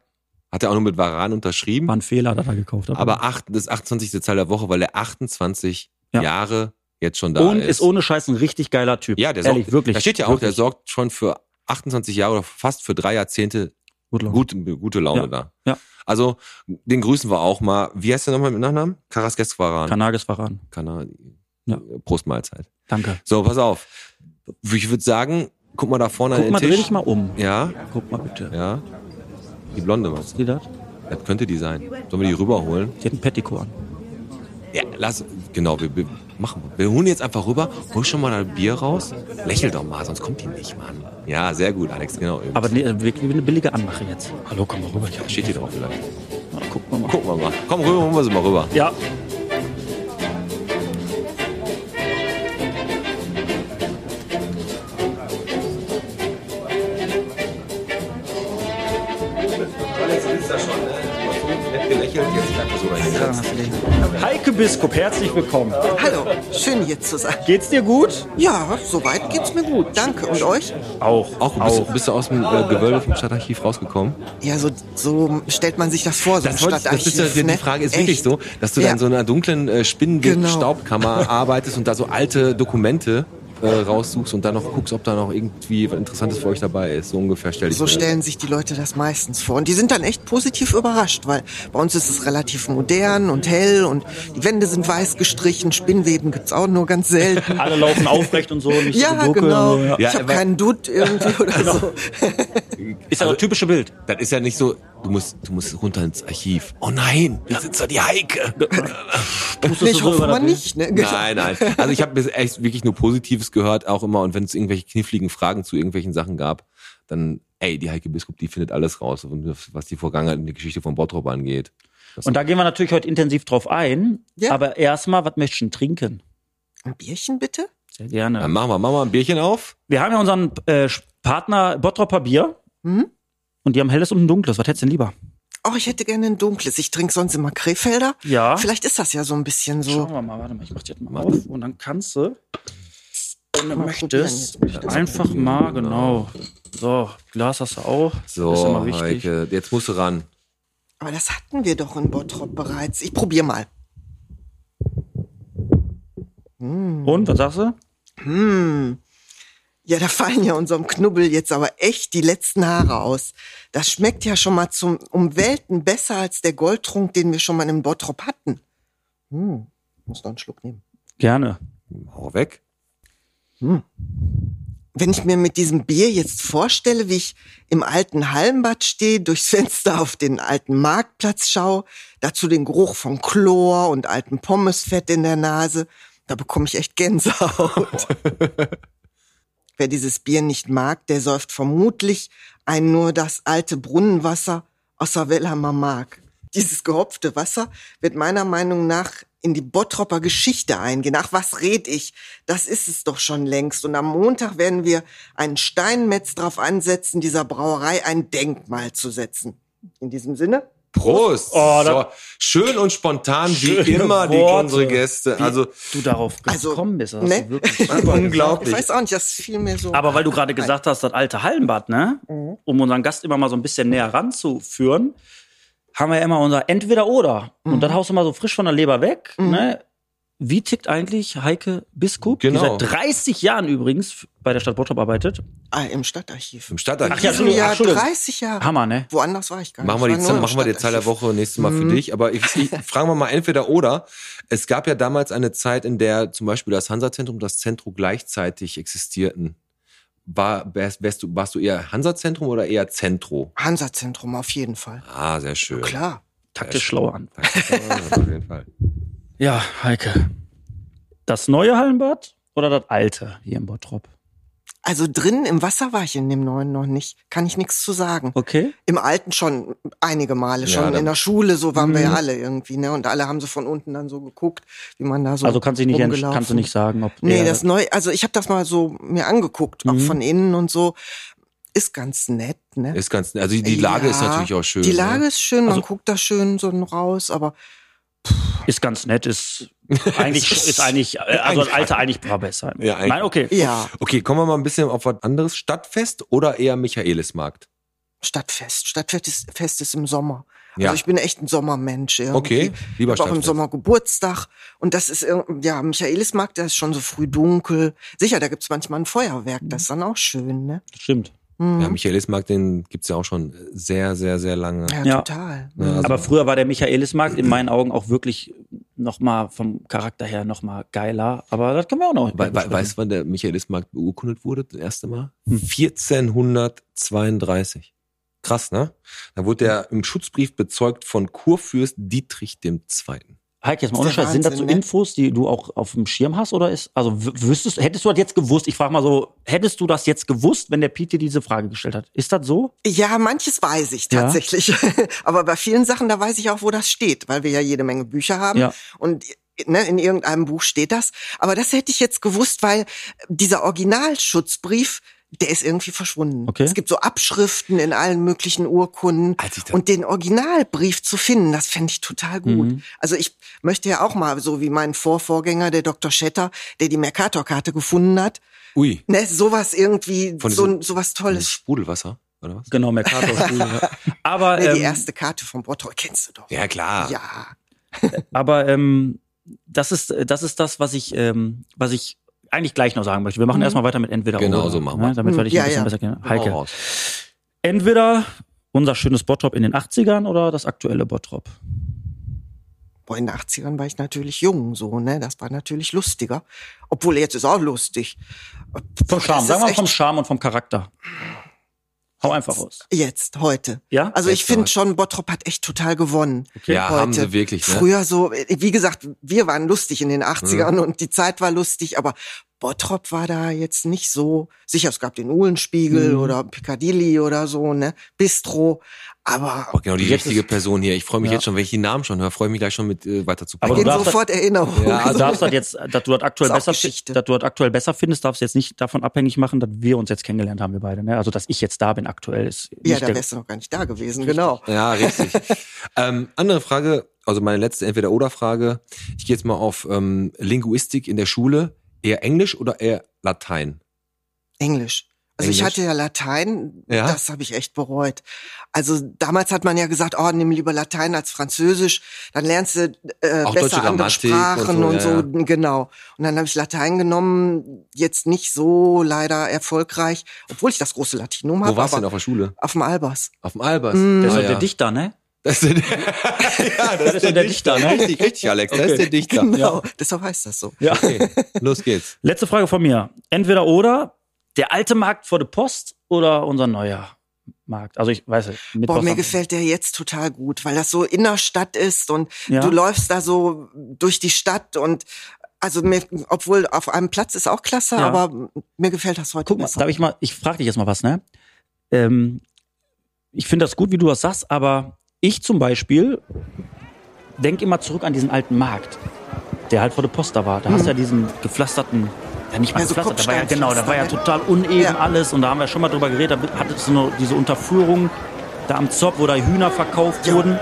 S4: Hat er auch nur mit Waran unterschrieben?
S5: War ein Fehler, dass er gekauft hat.
S4: Aber acht, das ist 28. Zahl der Woche, weil er 28
S5: Ja.
S4: Jahre jetzt schon da
S5: und
S4: ist.
S5: ist ohne Scheiß ein richtig geiler Typ.
S4: ja, der
S5: Ehrlich,
S4: sorgt,
S5: wirklich.
S4: Da steht ja auch, der
S5: wirklich.
S4: sorgt schon für 28 Jahre oder fast für drei Jahrzehnte
S5: Gut, Laune.
S4: gute, gute Laune
S5: Ja.
S4: da.
S5: Ja.
S4: Also, den grüßen wir auch mal. Wie heißt der nochmal mit Nachnamen? Karas Gesquaran.
S5: Kanages Varan.
S4: Kana.
S5: Ja.
S4: Prost-Mahlzeit.
S5: Danke.
S4: So, pass auf. Ich würde sagen, guck mal da vorne
S5: Guck
S4: an den
S5: mal, dreh
S4: Äh, Tisch.
S5: dich mal um.
S4: Ja,
S5: Guck mal bitte.
S4: ja. Die Blonde, meinst
S5: Ist
S4: du?
S5: die das?
S4: Das könnte die sein. Sollen wir die rüberholen?
S5: Die hat einen Petticoat an.
S4: Ja, lass, genau, wir, wir machen. Wir holen jetzt einfach rüber, hol schon mal ein Bier raus. Lächel doch mal, sonst kommt die nicht, Mann. Ja, sehr gut, Alex, genau.
S5: Aber nee, äh, wirklich wie eine billige Anmache jetzt. Hallo, komm mal rüber. Ich hab
S4: steht hier drauf vielleicht.
S5: Na, guck mal. mal.
S4: Gucken wir mal. Komm rüber, holen wir sie mal rüber.
S5: Ja.
S4: Alex ist da schon, ne? Nett gelächelt, jetzt einfach so dahin.
S5: Heike Biskup, herzlich willkommen.
S6: Hallo, schön hier zu sein.
S5: Geht's dir gut?
S6: Ja, soweit geht's mir gut. Danke. Und euch?
S5: Auch.
S4: Auch, bist, bist du aus dem äh, Gewölbe vom Stadtarchiv rausgekommen?
S6: Ja, so, so stellt man sich das vor, so ein
S4: Das, wollte ich- das
S6: Stadtarchiv.
S4: ist ja die,
S6: ne?
S4: die Frage ist
S6: Echt.
S4: wirklich so, dass du
S6: Ja. Genau.
S4: dann in so einer dunklen äh, Spinnenstaubkammer arbeitest und da so alte Dokumente äh, raussuchst und dann noch guckst, ob da noch irgendwie was Interessantes für euch dabei ist. So ungefähr stell ich
S6: So
S4: mir das
S6: stellen sich die Leute das meistens vor. Und die sind dann echt positiv überrascht, weil bei uns ist es relativ modern und hell und die Wände sind weiß gestrichen, Spinnweben gibt's auch nur ganz selten.
S5: Alle laufen aufrecht und so. Nicht so
S6: ja,
S5: dunkel
S6: genau.
S5: und so, ja.
S4: Ja,
S6: ich habe
S4: aber- Genau.
S6: keinen Dutt irgendwie oder so.
S5: Ist ja das
S6: Also-
S5: typische Bild.
S4: Das ist ja nicht so, du musst, du musst runter ins Archiv. Oh nein, da sitzt doch die Heike.
S5: Pustest
S6: ich hoffe
S5: über das
S6: mal
S5: Bild?
S6: nicht. Ne?
S5: Genau.
S4: Nein, nein. Also ich habe bis echt wirklich nur Positives gehört, auch immer. Und wenn es irgendwelche kniffligen Fragen zu irgendwelchen Sachen gab, dann, ey, die Heike Biskup, die findet alles raus, was die Vergangenheit und die Geschichte von Bottrop angeht.
S5: Und da gehen wir natürlich heute intensiv drauf ein.
S6: Ja.
S5: Aber erstmal, was möchtest du denn trinken?
S6: Ein Bierchen bitte?
S5: Sehr gerne.
S4: Dann machen wir, machen wir ein Bierchen auf.
S5: Wir haben ja unseren äh, Partner Bottropper Bier.
S6: Mhm.
S5: Und die haben helles und ein dunkles. Was hättest du denn lieber?
S6: Oh, ich hätte gerne ein dunkles. Ich trinke sonst immer Krefelder.
S5: Ja.
S6: Vielleicht ist das ja so ein bisschen so.
S5: Schauen wir mal. Warte mal, ich mach die jetzt mal
S4: Mal.
S5: auf. Und dann kannst du, wenn du
S6: Mal
S5: möchtest,
S6: probieren jetzt.
S5: einfach mal, genau. So, Glas hast du auch.
S4: So,
S5: Das ist immer wichtig.
S4: Heike, jetzt musst du ran.
S6: Aber das hatten wir doch in Bottrop bereits. Ich probier mal.
S5: Und, was sagst du?
S6: Ja, da fallen ja unserem Knubbel jetzt aber echt die letzten Haare aus. Das schmeckt ja schon mal zum um Welten besser als der Goldtrunk, den wir schon mal im Bottrop hatten. Hm, muss noch einen Schluck nehmen.
S5: Gerne.
S4: Hau weg.
S6: Wenn ich mir mit diesem Bier jetzt vorstelle, wie ich im alten Hallenbad stehe, durchs Fenster auf den alten Marktplatz schaue, dazu den Geruch von Chlor und altem Pommesfett in der Nase, da bekomme ich echt Gänsehaut. Wer dieses Bier nicht mag, der säuft vermutlich ein nur das alte Brunnenwasser aus der Wellheimer Mark. Dieses gehopfte Wasser wird meiner Meinung nach in die Bottropper Geschichte eingehen. Ach, was red ich? Das ist es doch schon längst. Und am Montag werden wir einen Steinmetz drauf ansetzen, dieser Brauerei ein Denkmal zu setzen. In diesem Sinne?
S4: Prost!
S5: Oh,
S4: so,
S5: da-
S4: schön und spontan, wie
S5: Schöne
S4: immer, die,
S5: Worte.
S4: unsere Gäste. Also,
S5: Du darauf
S6: Also,
S5: gekommen bist, das hast
S6: ne?
S5: du wirklich super
S4: Unglaublich.
S6: Ich weiß auch nicht, das fiel mir so.
S5: Aber weil du gerade gesagt hast, das alte Hallenbad, ne?
S4: Mhm.
S5: Um unseren Gast immer mal so ein bisschen näher ranzuführen, haben wir ja immer unser Entweder-Oder.
S4: Mhm.
S5: Und dann haust du mal so frisch von der Leber weg, ne? Wie tickt eigentlich Heike Biskup, die
S4: Genau.
S5: seit 30 Jahren übrigens bei der Stadt Bottrop arbeitet?
S6: ah, im Stadtarchiv.
S4: im Stadtarchiv.
S5: Ach ja,
S6: Im
S5: Entschuldigung,
S6: Jahr
S5: Entschuldigung.
S6: 30 Jahre.
S5: Hammer, ne?
S6: Woanders war ich gar nicht.
S4: Machen wir die,
S6: Ich war nur Mhm. im
S4: machen wir die Zahl der
S6: Stadtarchiv.
S4: Woche nächstes Mal für dich. Aber ich, ich frage mal mal entweder oder. Es gab ja damals eine Zeit, in der zum Beispiel das Hansa-Zentrum und das Zentrum gleichzeitig existierten. War, wärst, wärst du, warst du eher Hansa-Zentrum oder eher Zentro?
S6: Hansa-Zentrum auf jeden Fall.
S4: Ah, sehr schön.
S6: Klar.
S5: Taktisch schlau an.
S4: Danke. Auf jeden Fall.
S5: Ja, Heike. Das neue Hallenbad oder das alte hier in Bottrop?
S6: Also drin im Wasser war ich in dem neuen noch nicht. Kann ich nichts zu sagen.
S5: Okay.
S6: Im alten schon einige Male,
S4: Ja,
S6: schon
S4: dann-
S6: in der Schule, so waren wir ja
S5: Mhm.
S6: alle irgendwie, ne? Und alle haben so von unten dann so geguckt, wie man da so.
S5: Also kannst du nicht, entsch-
S6: rumgelaufen
S5: kannst du nicht sagen, ob
S6: Nee,
S5: der-
S6: das neu, also ich habe das mal so mir angeguckt, auch
S5: Mhm.
S6: von innen und so. Ist ganz nett, ne?
S4: Ist ganz, also die Lage ist
S6: Ja,
S4: natürlich auch schön.
S6: Die Lage
S4: ne?
S6: ist schön, man
S5: Also-
S6: guckt da schön so raus, aber
S5: ist ganz nett, ist eigentlich ist eigentlich äh, also das alte eigentlich war besser.
S4: Ja, eigentlich.
S5: Nein, okay.
S6: ja,
S4: Okay, kommen wir mal ein bisschen auf was anderes. Stadtfest oder eher Michaelismarkt?
S6: Stadtfest. Stadtfest ist, Fest ist im Sommer. Also
S4: Ja,
S6: ich bin echt ein Sommermensch. Irgendwie.
S4: okay, lieber
S6: Ich habe auch im
S4: Stadtfest.
S6: Sommer Geburtstag und das ist irg- ja Michaelismarkt, der ist schon so früh dunkel. Sicher, da gibt's manchmal ein Feuerwerk, das ist dann auch schön, ne?
S5: Stimmt.
S6: Mhm.
S4: Ja, Michaelismarkt, den gibt's ja auch schon sehr, sehr, sehr lange.
S6: ja,
S5: Ja.
S6: total. Hm.
S4: Ja, also-
S5: Aber früher war der Michaelismarkt in meinen Augen auch wirklich noch mal vom Charakter her noch mal geiler, aber das können wir auch noch.
S4: We we weißt du, wann der Michaelismarkt beurkundet wurde, das erste Mal? 1432. Krass, ne? Da wurde der im Schutzbrief bezeugt von Kurfürst Dietrich II.
S5: Heike, jetzt mal ohne
S6: Ist der
S5: Scheiß, sind dazu
S6: Wahnsinn, ne?
S5: Infos, die du auch auf dem Schirm hast oder ist also w- wüsstest hättest du das jetzt gewusst? Ich frage mal so, hättest du das jetzt gewusst, wenn der Pete dir diese Frage gestellt hat? Ist das so?
S6: Ja, manches weiß ich
S5: Ja.
S6: tatsächlich. Aber bei vielen Sachen, da weiß ich auch, wo das steht, weil wir ja jede Menge Bücher haben.
S5: Ja.
S6: Und ne, in irgendeinem Buch steht das. Aber das hätte ich jetzt gewusst, weil dieser Originalschutzbrief, der ist irgendwie verschwunden.
S5: Okay.
S6: Es gibt so Abschriften in allen möglichen Urkunden.
S4: Als ich das-
S6: Und den Originalbrief zu finden, das fände ich total gut.
S5: Mhm.
S6: Also ich möchte ja auch mal, so wie mein Vorvorgänger, der Dr. Schetter, der die Mercator-Karte gefunden hat,
S4: Ui.
S6: ne, sowas irgendwie,
S4: Von
S6: so,
S4: diesem-
S6: ein- sowas
S4: Das
S6: Tolles
S4: Sprudelwasser, oder was?
S5: Genau, Mercator. ist cool, ja. aber
S6: Nee, Ne, die
S5: ähm,
S6: erste Karte von Bottrop kennst du doch.
S4: Ja, klar.
S6: Ja.
S5: Aber ähm, das ist äh, das ist das, was ich ähm, was ich eigentlich gleich noch sagen möchte. Wir machen
S6: Mhm.
S5: erstmal weiter mit entweder
S4: Genau
S5: oder,
S4: so machen
S5: ne?
S4: wir. Genau.
S5: Damit werde ich
S6: Ja,
S5: ein bisschen
S6: ja.
S5: besser kennen.
S4: Hau
S5: Heike.
S4: raus.
S5: Entweder unser schönes Bottrop in den 80ern oder das aktuelle Bottrop.
S6: Boah, in den 80ern war ich natürlich jung, so, ne? Das war natürlich lustiger. Obwohl, jetzt ist auch lustig.
S5: Vom
S6: Das
S5: Charme,
S6: ist
S5: sagen wir mal vom
S6: echt-
S5: Charme und vom Charakter. Hau einfach raus.
S6: Jetzt, heute.
S5: Ja?
S6: Also ich
S4: Jetzt
S6: finde
S4: heute.
S6: schon, Bottrop hat echt total gewonnen.
S5: Okay.
S4: Ja,
S6: heute.
S4: haben sie wirklich, ne?
S6: Früher so, wie gesagt, wir waren lustig in den 80ern
S4: Mhm.
S6: und die Zeit war lustig, aber Bottrop war da jetzt nicht so. Sicher, es gab den Uhlenspiegel
S4: Mhm.
S6: oder Piccadilly oder so, ne? Bistro. Aber
S4: Boah, genau, die
S5: Jetzt
S4: richtige
S5: ist-
S4: Person hier. Ich freue mich
S5: Ja.
S4: jetzt schon, wenn ich die Namen schon höre, freue ich mich gleich schon mit äh, weiter zu
S5: Aber
S6: gehen
S5: darfst-
S6: sofort Erinnerungen.
S4: Ja,
S5: Du
S4: also-
S5: darfst das jetzt, dass du das aktuell
S6: Ist auch
S5: besser,
S6: Geschichte.
S5: dass du das aktuell besser findest, darfst du jetzt nicht davon abhängig machen, dass wir uns jetzt kennengelernt haben, wir beide. Ne? Also dass ich jetzt da bin aktuell ist nicht
S6: ja, da
S5: der-
S6: wärst du noch gar nicht da gewesen, genau.
S4: Ja, richtig. ähm, andere Frage, also meine letzte Entweder-Oder-Frage. Ich gehe jetzt mal auf ähm, Linguistik in der Schule. Eher Englisch oder eher Latein?
S6: Englisch. Also ich
S4: Englisch.
S6: hatte ja Latein,
S4: Ja.
S6: das habe ich echt bereut. Also damals hat man ja gesagt, oh, nimm lieber Latein als Französisch, dann lernst du äh,
S4: Auch deutsche
S6: besser andere
S4: Grammatik und
S6: Sprachen
S4: so,
S6: und
S4: ja,
S6: so,
S4: ja.
S6: genau. Und dann habe ich Latein genommen, jetzt nicht so leider erfolgreich, obwohl ich das große Latinum habe.
S4: Wo warst du
S6: aber
S4: denn auf der Schule?
S6: Auf dem Albers.
S4: Auf dem Albers.
S5: Der ist
S4: Ah,
S5: doch
S4: ja.
S5: der Dichter, ne?
S4: Das ist der, ja,
S5: Das ist doch der Dichter, ne?
S4: Richtig, richtig, Alex. Das ist der Dichter.
S6: Genau, deshalb heißt das so.
S5: Ja.
S4: Okay, los geht's.
S5: Letzte Frage von mir. Entweder oder der alte Markt vor der Post oder unser neuer Markt. Also ich weiß nicht. Mit
S6: Boah,
S5: was
S6: mir
S5: haben-
S6: gefällt der jetzt total gut, weil das so Innerstadt ist und
S5: Ja.
S6: du läufst da so durch die Stadt und also mir, obwohl auf einem Platz ist auch klasse,
S5: Ja.
S6: aber mir gefällt das heute
S5: Guck mal,
S6: besser.
S5: darf ich mal, ich frage dich jetzt mal was, ne? Ähm, ich finde das gut, wie du das sagst, aber ich zum Beispiel denk immer zurück an diesen alten Markt, der halt vor der Post da war. Da hast du ja diesen gepflasterten, ja nicht mal
S6: Hm. Ja, so
S5: gepflastert, da war ja, genau, da war ja
S6: Kopfsteinpflaster, ne?
S5: total uneben
S6: Ja.
S5: alles und da haben wir schon mal drüber geredet, da hattest du nur diese Unterführung da am Zopf, wo da Hühner verkauft
S6: Ja.
S5: wurden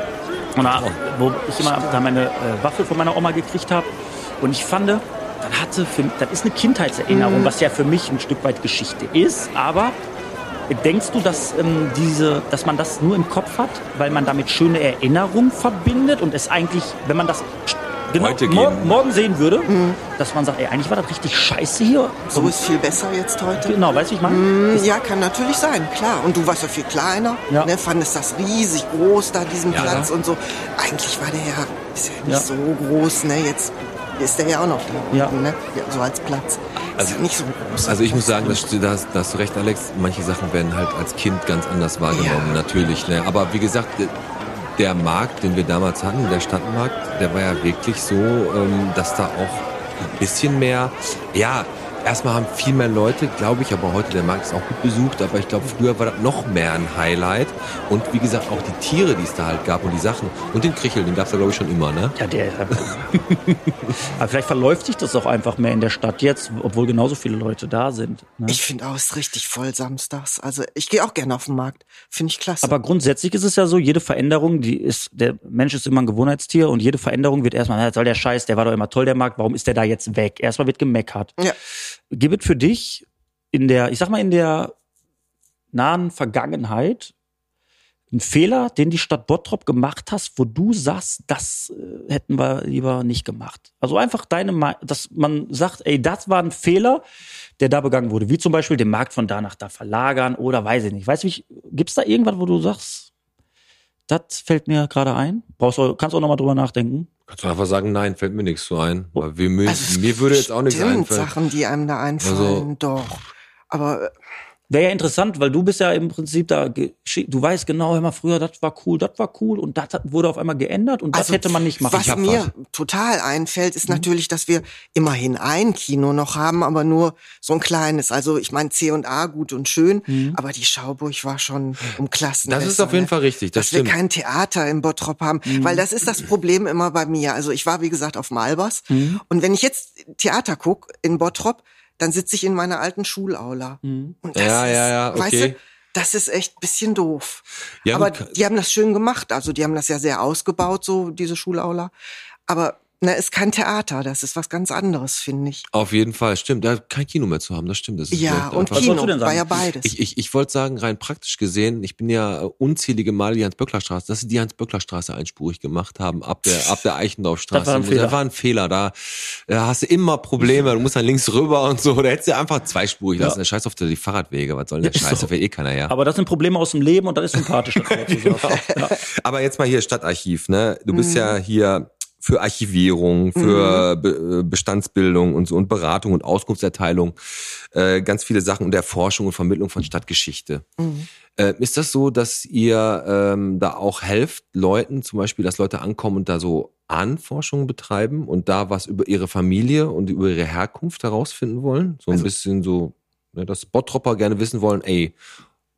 S5: und da, wo ich immer da meine äh, Waffel von meiner Oma gekriegt habe und ich fand, das hatte für, das ist eine
S6: Hm.
S5: Kindheitserinnerung, was ja für mich ein Stück weit Geschichte ist, aber Denkst du, dass, ähm, diese, dass man das nur im Kopf hat, weil man damit schöne Erinnerungen verbindet und es eigentlich, wenn man das genau
S4: Heute
S5: morgen,
S4: gehen.
S5: morgen sehen würde, dass man sagt, ey, eigentlich war das richtig scheiße hier.
S6: So ist viel besser jetzt heute.
S5: genau, weißt du, wie ich meine?
S6: Hm, Ja, kann natürlich sein, klar. Und du warst ja viel kleiner,
S5: Ja.
S6: ne, fandest das riesig groß da, diesen
S4: Ja.
S6: Platz und so. Eigentlich war der ja, ist ja nicht
S5: Ja.
S6: so groß, ne, jetzt ist der ja auch noch da,
S5: Ja.
S6: ne, ja, so als Platz.
S4: Also-
S6: ist ja nicht so groß.
S4: Also ich muss sagen, das, das, da hast du recht, Alex. Manche Sachen werden halt als Kind ganz anders wahrgenommen,
S6: Ja.
S4: natürlich. Ne? Aber wie gesagt, der Markt, den wir damals hatten, der Stadtmarkt, der war ja wirklich so, ähm, dass da auch ein bisschen mehr, ja, Erstmal haben viel mehr Leute, glaube ich, aber heute der Markt ist auch gut besucht, aber ich glaube, früher war das noch mehr ein Highlight. Und wie gesagt, auch die Tiere, die es da halt gab und die Sachen. Und den Krichel, den gab es da, glaube ich, schon immer, ne?
S5: Ja, der. äh, Aber vielleicht verläuft sich das auch einfach mehr in der Stadt jetzt, obwohl genauso viele Leute da sind. Ne?
S6: Ich finde auch, es ist richtig voll samstags. Also ich gehe auch gerne auf den Markt. Finde ich klasse.
S5: Aber grundsätzlich ist es ja so, jede Veränderung, die ist, der Mensch ist immer ein Gewohnheitstier und jede Veränderung wird erstmal, "Na, soll der Scheiß, der war doch immer toll, der Markt, warum ist der da jetzt weg? Erstmal wird gemeckert.
S6: Ja.
S5: Gibt es für dich in der, ich sag mal, in der nahen Vergangenheit einen Fehler, den die Stadt Bottrop gemacht hast, wo du sagst, das äh, hätten wir lieber nicht gemacht? Also einfach deine, Me- dass man sagt, ey, das war ein Fehler, der da begangen wurde. Wie zum Beispiel den Markt von da nach da verlagern oder weiß ich nicht. Weißt du, gibt es da irgendwas, wo du sagst, das fällt mir gerade ein? Brauchst du, kannst auch nochmal drüber nachdenken.
S4: Kannst du einfach sagen, nein, fällt mir nichts so ein. Weil wir, mir, mir würde jetzt auch nichts
S6: Also, stimmt,
S4: einfallen.
S6: Sachen, die einem da einfallen,
S4: Also-
S6: doch. Aber
S5: Wäre ja interessant, weil du bist ja im Prinzip da, geschi- du weißt genau immer früher, das war cool, das war cool und das hat- wurde auf einmal geändert und das
S6: Also,
S5: hätte man nicht machen.
S6: Was
S5: Ich hab
S6: mir total einfällt,
S4: Mhm.
S6: ist natürlich, dass wir immerhin ein Kino noch haben, aber nur so ein kleines. Also ich meine C&A gut und schön, aber die Schauburg war schon um Klassen.
S4: Mhm. Das ist
S6: besser,
S4: auf jeden
S6: ne?
S4: Fall richtig, das
S6: dass
S4: stimmt. Mhm.
S6: wir kein Theater in Bottrop haben, weil das ist das Problem immer bei mir. Also ich war wie gesagt auf Malbers
S4: Mhm.
S6: und wenn ich jetzt Theater guck in Bottrop, dann sitze ich in meiner alten Schulaula. Und das
S4: Mhm. Ja,
S6: ist,
S4: ja, ja,
S6: weißt
S4: okay.
S6: du, das ist echt ein bisschen doof.
S4: Ja,
S6: Aber
S4: gut.
S6: die haben das schön gemacht. Also die haben das ja sehr ausgebaut, so diese Schulaula. Aber na, ist kein Theater, das ist was ganz anderes, finde ich.
S4: Auf jeden Fall, stimmt. Da kein Kino mehr zu haben, das stimmt. Das ist
S6: Ja,
S4: vielleicht
S6: und
S4: einfach-
S5: Was
S6: Kino
S5: wolltest du denn sagen?
S6: war ja beides.
S4: Ich, ich, ich wollte sagen, rein praktisch gesehen, ich bin ja äh, unzählige Male die Hans-Böckler-Straße, dass sie die Hans-Böckler-Straße einspurig gemacht haben, ab der, ab der Eichendorf-Straße.
S5: Das war ein Fehler.
S4: Das war ein Fehler. Da, da hast du immer Probleme, du musst dann links rüber und so. Da hättest du einfach zweispurig lassen. Der Scheiß auf die Fahrradwege, was soll denn der
S5: Ist
S4: Scheiß?
S5: so.
S4: Da fährt eh keiner, ja.
S5: Aber das sind Probleme aus dem Leben und das ist sympathisch. dass man dazu sagt.
S6: Genau.
S5: ja.
S4: Aber jetzt mal hier Stadtarchiv, ne? Du bist ja hier für Archivierung, für Be äh, Bestandsbildung und so und Beratung und Auskunftserteilung, äh, ganz viele Sachen und Erforschung und Vermittlung von Stadtgeschichte. Äh, ist das so, dass ihr ähm, da auch helft, Leuten zum Beispiel, dass Leute ankommen und da so Anforschungen betreiben und da was über ihre Familie und über ihre Herkunft herausfinden wollen? So ein bisschen so, ne, dass Bottropper gerne wissen wollen, ey,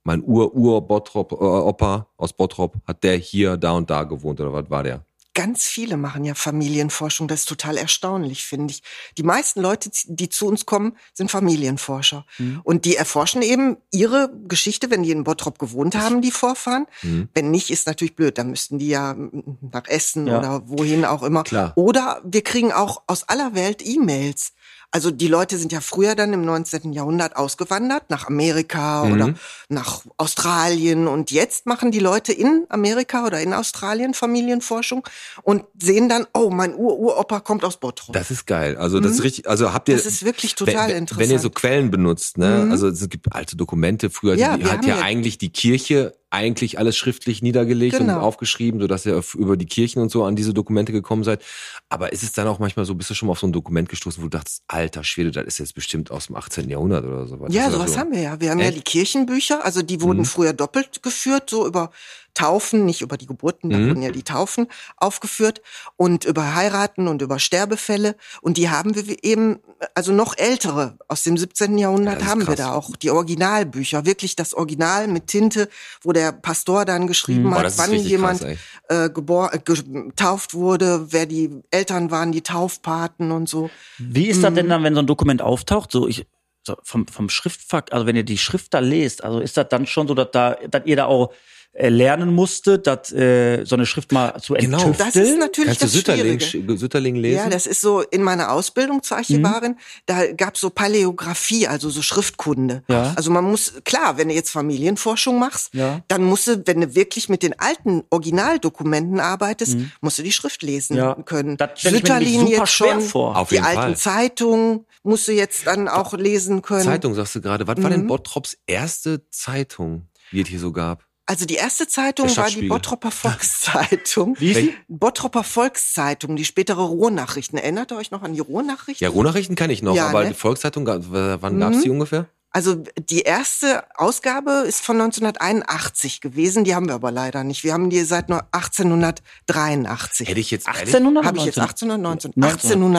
S4: mein Ur-Ur-Bottrop-Opa aus Bottrop, hat der hier, da und da gewohnt oder was war der?
S6: Ganz viele machen ja Familienforschung, das ist total erstaunlich, finde ich. Die meisten Leute, die zu uns kommen, sind Familienforscher. Und die erforschen eben ihre Geschichte, wenn die in Bottrop gewohnt haben, die Vorfahren.
S4: Mhm.
S6: Wenn nicht, ist natürlich blöd, dann müssten die ja mm, nach Essen
S5: Ja.
S6: oder wohin auch immer.
S4: Klar.
S6: Oder wir kriegen auch aus aller Welt E-Mails. Also die Leute sind ja früher dann im 19. Jahrhundert ausgewandert nach Amerika oder nach Australien und jetzt machen die Leute in Amerika oder in Australien Familienforschung und sehen dann, oh, mein Ur-Uropa kommt aus Bottrop.
S4: Das ist geil. Also das ist richtig, also habt ihr.
S6: Mhm. Das ist wirklich total
S4: wenn,
S6: interessant. Mhm.
S4: Wenn ihr so Quellen benutzt, ne? Also es gibt alte Dokumente früher,
S6: Ja,
S4: die
S6: wir
S4: hat
S6: haben
S4: ja
S6: ja-
S4: eigentlich die Kirche eigentlich alles schriftlich niedergelegt und
S6: Genau.
S4: aufgeschrieben, sodass ihr auf, über die Kirchen und so an diese Dokumente gekommen seid. Aber ist es dann auch manchmal so, bist du schon mal auf so ein Dokument gestoßen, wo du dachtest, alter Schwede, das ist jetzt bestimmt aus dem 18. Jahrhundert oder sowas.
S6: Ja,
S4: Das ist
S6: sowas
S4: so.
S6: haben wir ja. Wir haben ja
S4: Echt? Mhm.
S6: die Kirchenbücher, also die wurden früher doppelt geführt, so über Taufen, nicht über die Geburten,
S4: Mhm.
S6: da wurden ja die Taufen aufgeführt und über Heiraten und über Sterbefälle. Und die haben wir wie eben, also noch ältere aus dem 17.
S4: Ja,
S6: Jahrhundert
S4: das ist
S6: haben wir
S4: krass.
S6: da auch. Die Originalbücher, wirklich das Original mit Tinte, wo der Pastor dann geschrieben
S4: Mhm. Boah, das
S6: hat,
S4: ist
S6: wann
S4: richtig
S6: jemand
S4: krass, ey.
S6: äh, gebor äh, getauft wurde, wer die Eltern waren, die Taufpaten und so.
S5: Wie ist das denn dann, wenn so ein Dokument auftaucht? So, ich, so vom, vom Schriftfakt, also wenn ihr die Schrift da lest, also ist das dann schon so, dass, da, dass ihr da auch äh, lernen musstet, dass äh, so eine Schrift mal zu
S4: Genau.
S5: enttüfteln?
S6: Das ist natürlich
S4: Kannst du
S6: das
S4: Sütterling,
S6: Schwierige.
S4: sch- Sütterling lesen?
S6: Ja, das ist so in meiner Ausbildung
S5: Mhm.
S6: zur Archivarin, da gab's so Paläographie, also so Schriftkunde.
S5: Ja.
S6: Also man muss, klar, wenn du jetzt Familienforschung machst,
S5: Ja.
S6: dann musst du, wenn du wirklich mit den alten Originaldokumenten arbeitest, musst du die Schrift lesen
S5: Mhm. Ja.
S6: können.
S5: Das stell ich mir nämlich super schwer vor.
S4: Auf
S6: die
S4: jeden
S6: alten
S4: Fall.
S6: Zeitungen musst du jetzt dann auch lesen können.
S4: Zeitung sagst du gerade. Was war
S6: Mhm.
S4: denn Bottrops erste Zeitung, die es hier so gab?
S6: Also die erste
S4: Der
S6: Zeitung war die
S4: Stadtspiegel.
S6: Bottroper Volkszeitung.
S5: Wie ist die?
S6: Bottroper Volkszeitung, die spätere Ruhrnachrichten. Erinnert ihr euch noch an die Ruhrnachrichten?
S4: Ja, Rohnachrichten kann ich noch,
S6: Ja,
S4: aber
S6: ne? Mhm.
S4: die Volkszeitung, gab- w- wann gab's die ungefähr?
S6: Also die erste Ausgabe ist von 1981 gewesen, die haben wir aber leider nicht. Wir haben die seit nur 1883.
S4: Hätte ich jetzt ehrlich-
S5: 1800?
S6: Habe ich jetzt 1819?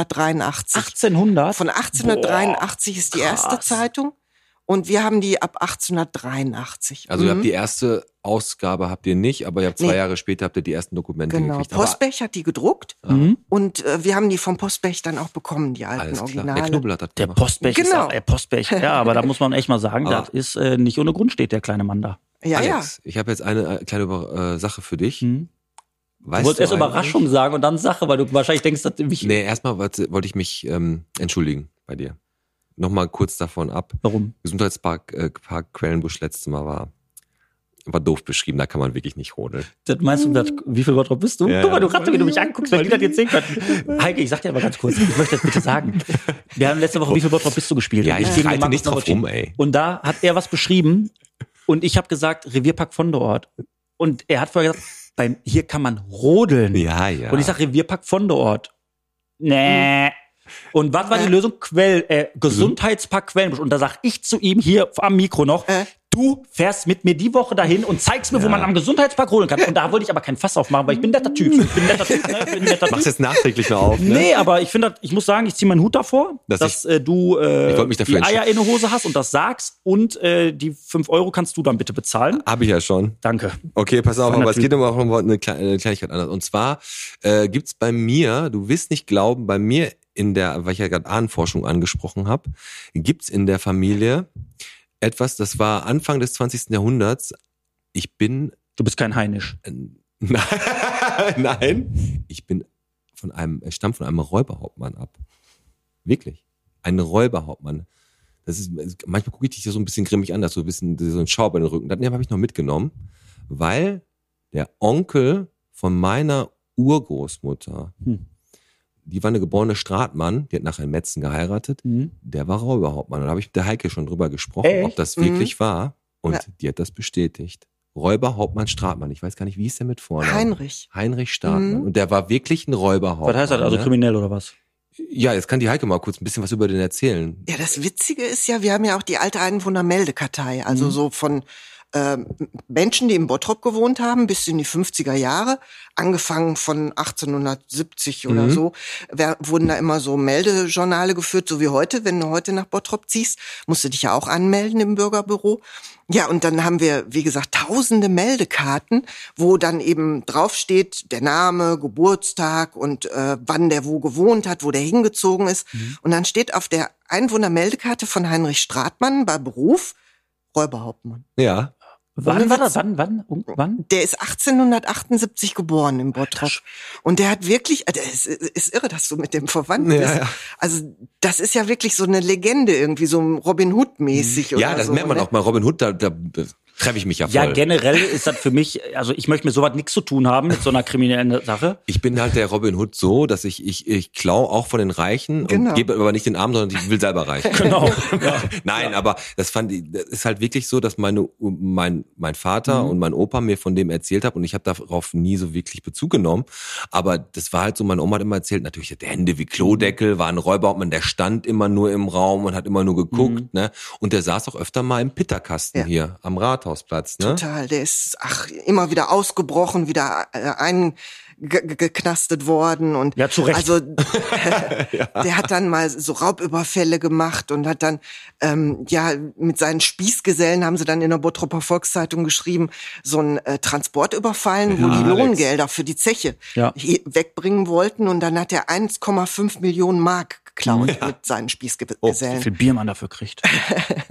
S6: 1883.
S5: 1800?
S6: Von 1883 ist die erste
S5: krass.
S6: Zeitung und wir haben die ab 1883.
S4: Also ihr habt
S6: Mhm.
S4: die erste Ausgabe habt ihr nicht, aber ihr habt zwei
S6: Nee.
S4: Jahre später habt ihr die ersten Dokumente
S6: genau.
S4: gekriegt. Aber
S6: Postbech hat die gedruckt
S5: Mhm.
S6: und äh, wir haben die vom Postbech dann auch bekommen, die alten
S4: alles klar. Der
S6: Originale.
S4: Knubbel hat das
S5: Der
S4: gemacht.
S5: Postbech ist
S6: Genau.
S5: auch, der Postbech. Ja, aber da muss man echt mal sagen,
S4: Aber-
S5: das ist äh, nicht ohne Grund steht der kleine Mann da.
S6: Ja, ja.
S4: Alex, ich habe Ah, jetzt eine äh, kleine Über- äh, Sache für dich.
S5: Hm?
S4: Weißt
S5: du wolltest erst
S4: eigentlich-
S5: Überraschung sagen und dann Sache, weil du wahrscheinlich denkst, dass mich
S4: Nee, erstmal wollte wollte ich mich ähm, entschuldigen bei dir. Nochmal kurz davon ab.
S5: warum.
S4: Gesundheitspark äh, Park Quellenbusch letztes Mal war, war doof beschrieben, da kann man wirklich nicht rodeln.
S5: Das meinst du, das, wie viel Gottrop bist du?
S4: Ja,
S5: Guck mal, du
S4: das
S5: Ratte, wie du mich anguckst, weil die das jetzt sehen können. Heike, ich sag dir aber ganz kurz, ich möchte das bitte sagen. Wir haben letzte Woche, wie viel Gottrop bist du gespielt?
S4: Ja, ich
S5: Gegen den
S4: reite
S5: Markus
S4: nicht drauf
S5: Nowotny.
S4: rum, ey.
S5: Und da hat er was beschrieben und ich habe gesagt, Revierpark von Ort. Und er hat vorher gesagt, beim, hier kann man rodeln.
S4: Ja, ja.
S5: Und ich sag Revierpark von Ort. Nee. Und was war die
S6: Äh.
S5: Lösung? Quell, äh, Gesundheitspark Quellenbusch. Und da sag ich zu ihm hier am Mikro noch,
S6: Äh.
S5: du fährst mit mir die Woche dahin und zeigst mir, wo man am Gesundheitspark holen kann. Und da wollte ich aber kein Fass aufmachen, weil ich bin netter Typ. Ich bin netter Typ, ne? Ich bin netter
S4: mach's
S5: typ.
S4: jetzt nachträglich noch auf. Ne?
S5: Nee, aber ich finde, das- ich muss sagen, ich ziehe meinen Hut davor,
S4: Dass
S5: dass, äh, du
S4: Ich
S5: äh,
S4: wollte mich dafür
S5: die Eier in der Hose hast und das sagst und äh, die 5 Euro kannst du dann bitte bezahlen.
S4: Hab ich ja schon.
S5: Danke.
S4: Okay, pass auf,
S5: Feiner
S4: aber es
S5: Typ.
S4: geht immer auch um eine Kle- eine Kleinigkeit anders. Und zwar äh, gibt's bei mir, du wirst nicht glauben, bei mir in der, weil ich ja gerade Ahnenforschung angesprochen habe, gibt's in der Familie etwas, das war Anfang des 20. Jahrhunderts. Ich bin,
S5: Du bist kein Heinisch.
S4: äh, nein, ich bin von einem, ich stamm von einem Räuberhauptmann ab. Wirklich. Ein Räuberhauptmann. Das ist, also, manchmal gucke ich dich ja so ein bisschen grimmig an, dass du ein bisschen so einen Schaub in den Rücken. Das habe ich noch mitgenommen, weil der Onkel von meiner Urgroßmutter,
S5: Hm.
S4: die war eine geborene Stratmann, die hat nachher in Metzen geheiratet,
S5: Hm?
S4: der war Räuberhauptmann. Und Da habe ich mit der Heike schon drüber gesprochen,
S5: Echt?
S4: ob das
S6: Mhm.
S4: wirklich war. Und
S6: Ja.
S4: die hat das bestätigt. Räuberhauptmann Stratmann. Ich weiß gar nicht, wie ist der mit vorne?
S6: Heinrich.
S4: Heinrich Stratmann.
S6: Mhm.
S4: Und der war wirklich ein Räuberhauptmann.
S5: Was heißt das? Also
S4: ne?
S5: kriminell oder was?
S4: Ja, jetzt kann die Heike mal kurz ein bisschen was über den erzählen.
S6: Ja, das Witzige ist ja, wir haben ja auch die alte Einwohnermeldekartei,
S4: Mhm.
S6: also so von ähm, Menschen, die in Bottrop gewohnt haben, bis in die 50er Jahre, angefangen von 1870 oder
S4: Mhm.
S6: so, wer, wurden da immer so Meldejournale geführt, so wie heute. Wenn du heute nach Bottrop ziehst, musst du dich ja auch anmelden im Bürgerbüro. Ja, und dann haben wir, wie gesagt, tausende Meldekarten, wo dann eben draufsteht der Name, Geburtstag und äh, wann der wo gewohnt hat, wo der hingezogen ist. Und dann steht auf der Einwohnermeldekarte von Heinrich Stratmann bei Beruf Räuberhauptmann.
S4: Ja.
S5: Wann
S6: Ohne
S5: war das?
S6: Witz.
S5: Wann, wann, um- wann?
S6: Der ist 1878 geboren in Bottrop. Und der hat wirklich, also es ist irre, dass du mit dem verwandt
S4: Ja,
S6: bist.
S4: ja.
S6: Also das ist ja wirklich so eine Legende irgendwie, so ein Robin Hood-mäßig.
S4: Mhm. Ja,
S6: oder
S4: das
S6: so,
S4: merkt man
S6: ne?
S4: auch. Bei Robin Hood, da, da treffe ich mich ja voll.
S5: Ja, generell ist das für mich, also ich möchte mit sowas nichts zu tun haben, mit so einer kriminellen Sache.
S4: Ich bin halt der Robin Hood so, dass ich, ich, ich klau auch von den Reichen
S6: Genau.
S4: und gebe aber nicht den Armen, sondern ich will selber reich.
S5: Genau. Ja.
S4: Nein, aber das fand ich, das ist halt wirklich so, dass meine, mein, mein Vater und mein Opa mir von dem erzählt haben und ich habe darauf nie so wirklich Bezug genommen. Aber das war halt so, meine Oma hat immer erzählt, natürlich hatte Hände wie Klodeckel, war ein Räuberhauptmann, der stand immer nur im Raum und hat immer nur geguckt, ne? Und der saß auch öfter mal im Pitterkasten
S6: Ja.
S4: hier am Rathausplatz, ne?
S6: Total, der ist ach, immer wieder ausgebrochen, wieder äh, eingeknastet worden und
S5: Ja, zu Recht.
S6: also der hat dann mal so Raubüberfälle gemacht und hat dann ähm, ja mit seinen Spießgesellen haben sie dann in der Bottroper Volkszeitung geschrieben so einen äh, Transport überfallen, wo
S4: Ja,
S6: die
S4: Alex.
S6: Lohngelder für die Zeche
S5: Ja.
S6: he- wegbringen wollten und dann hat er 1,5 Millionen Mark geklaut mit seinen
S5: Wie
S6: Spießgesellen.
S5: viel Bier man dafür kriegt.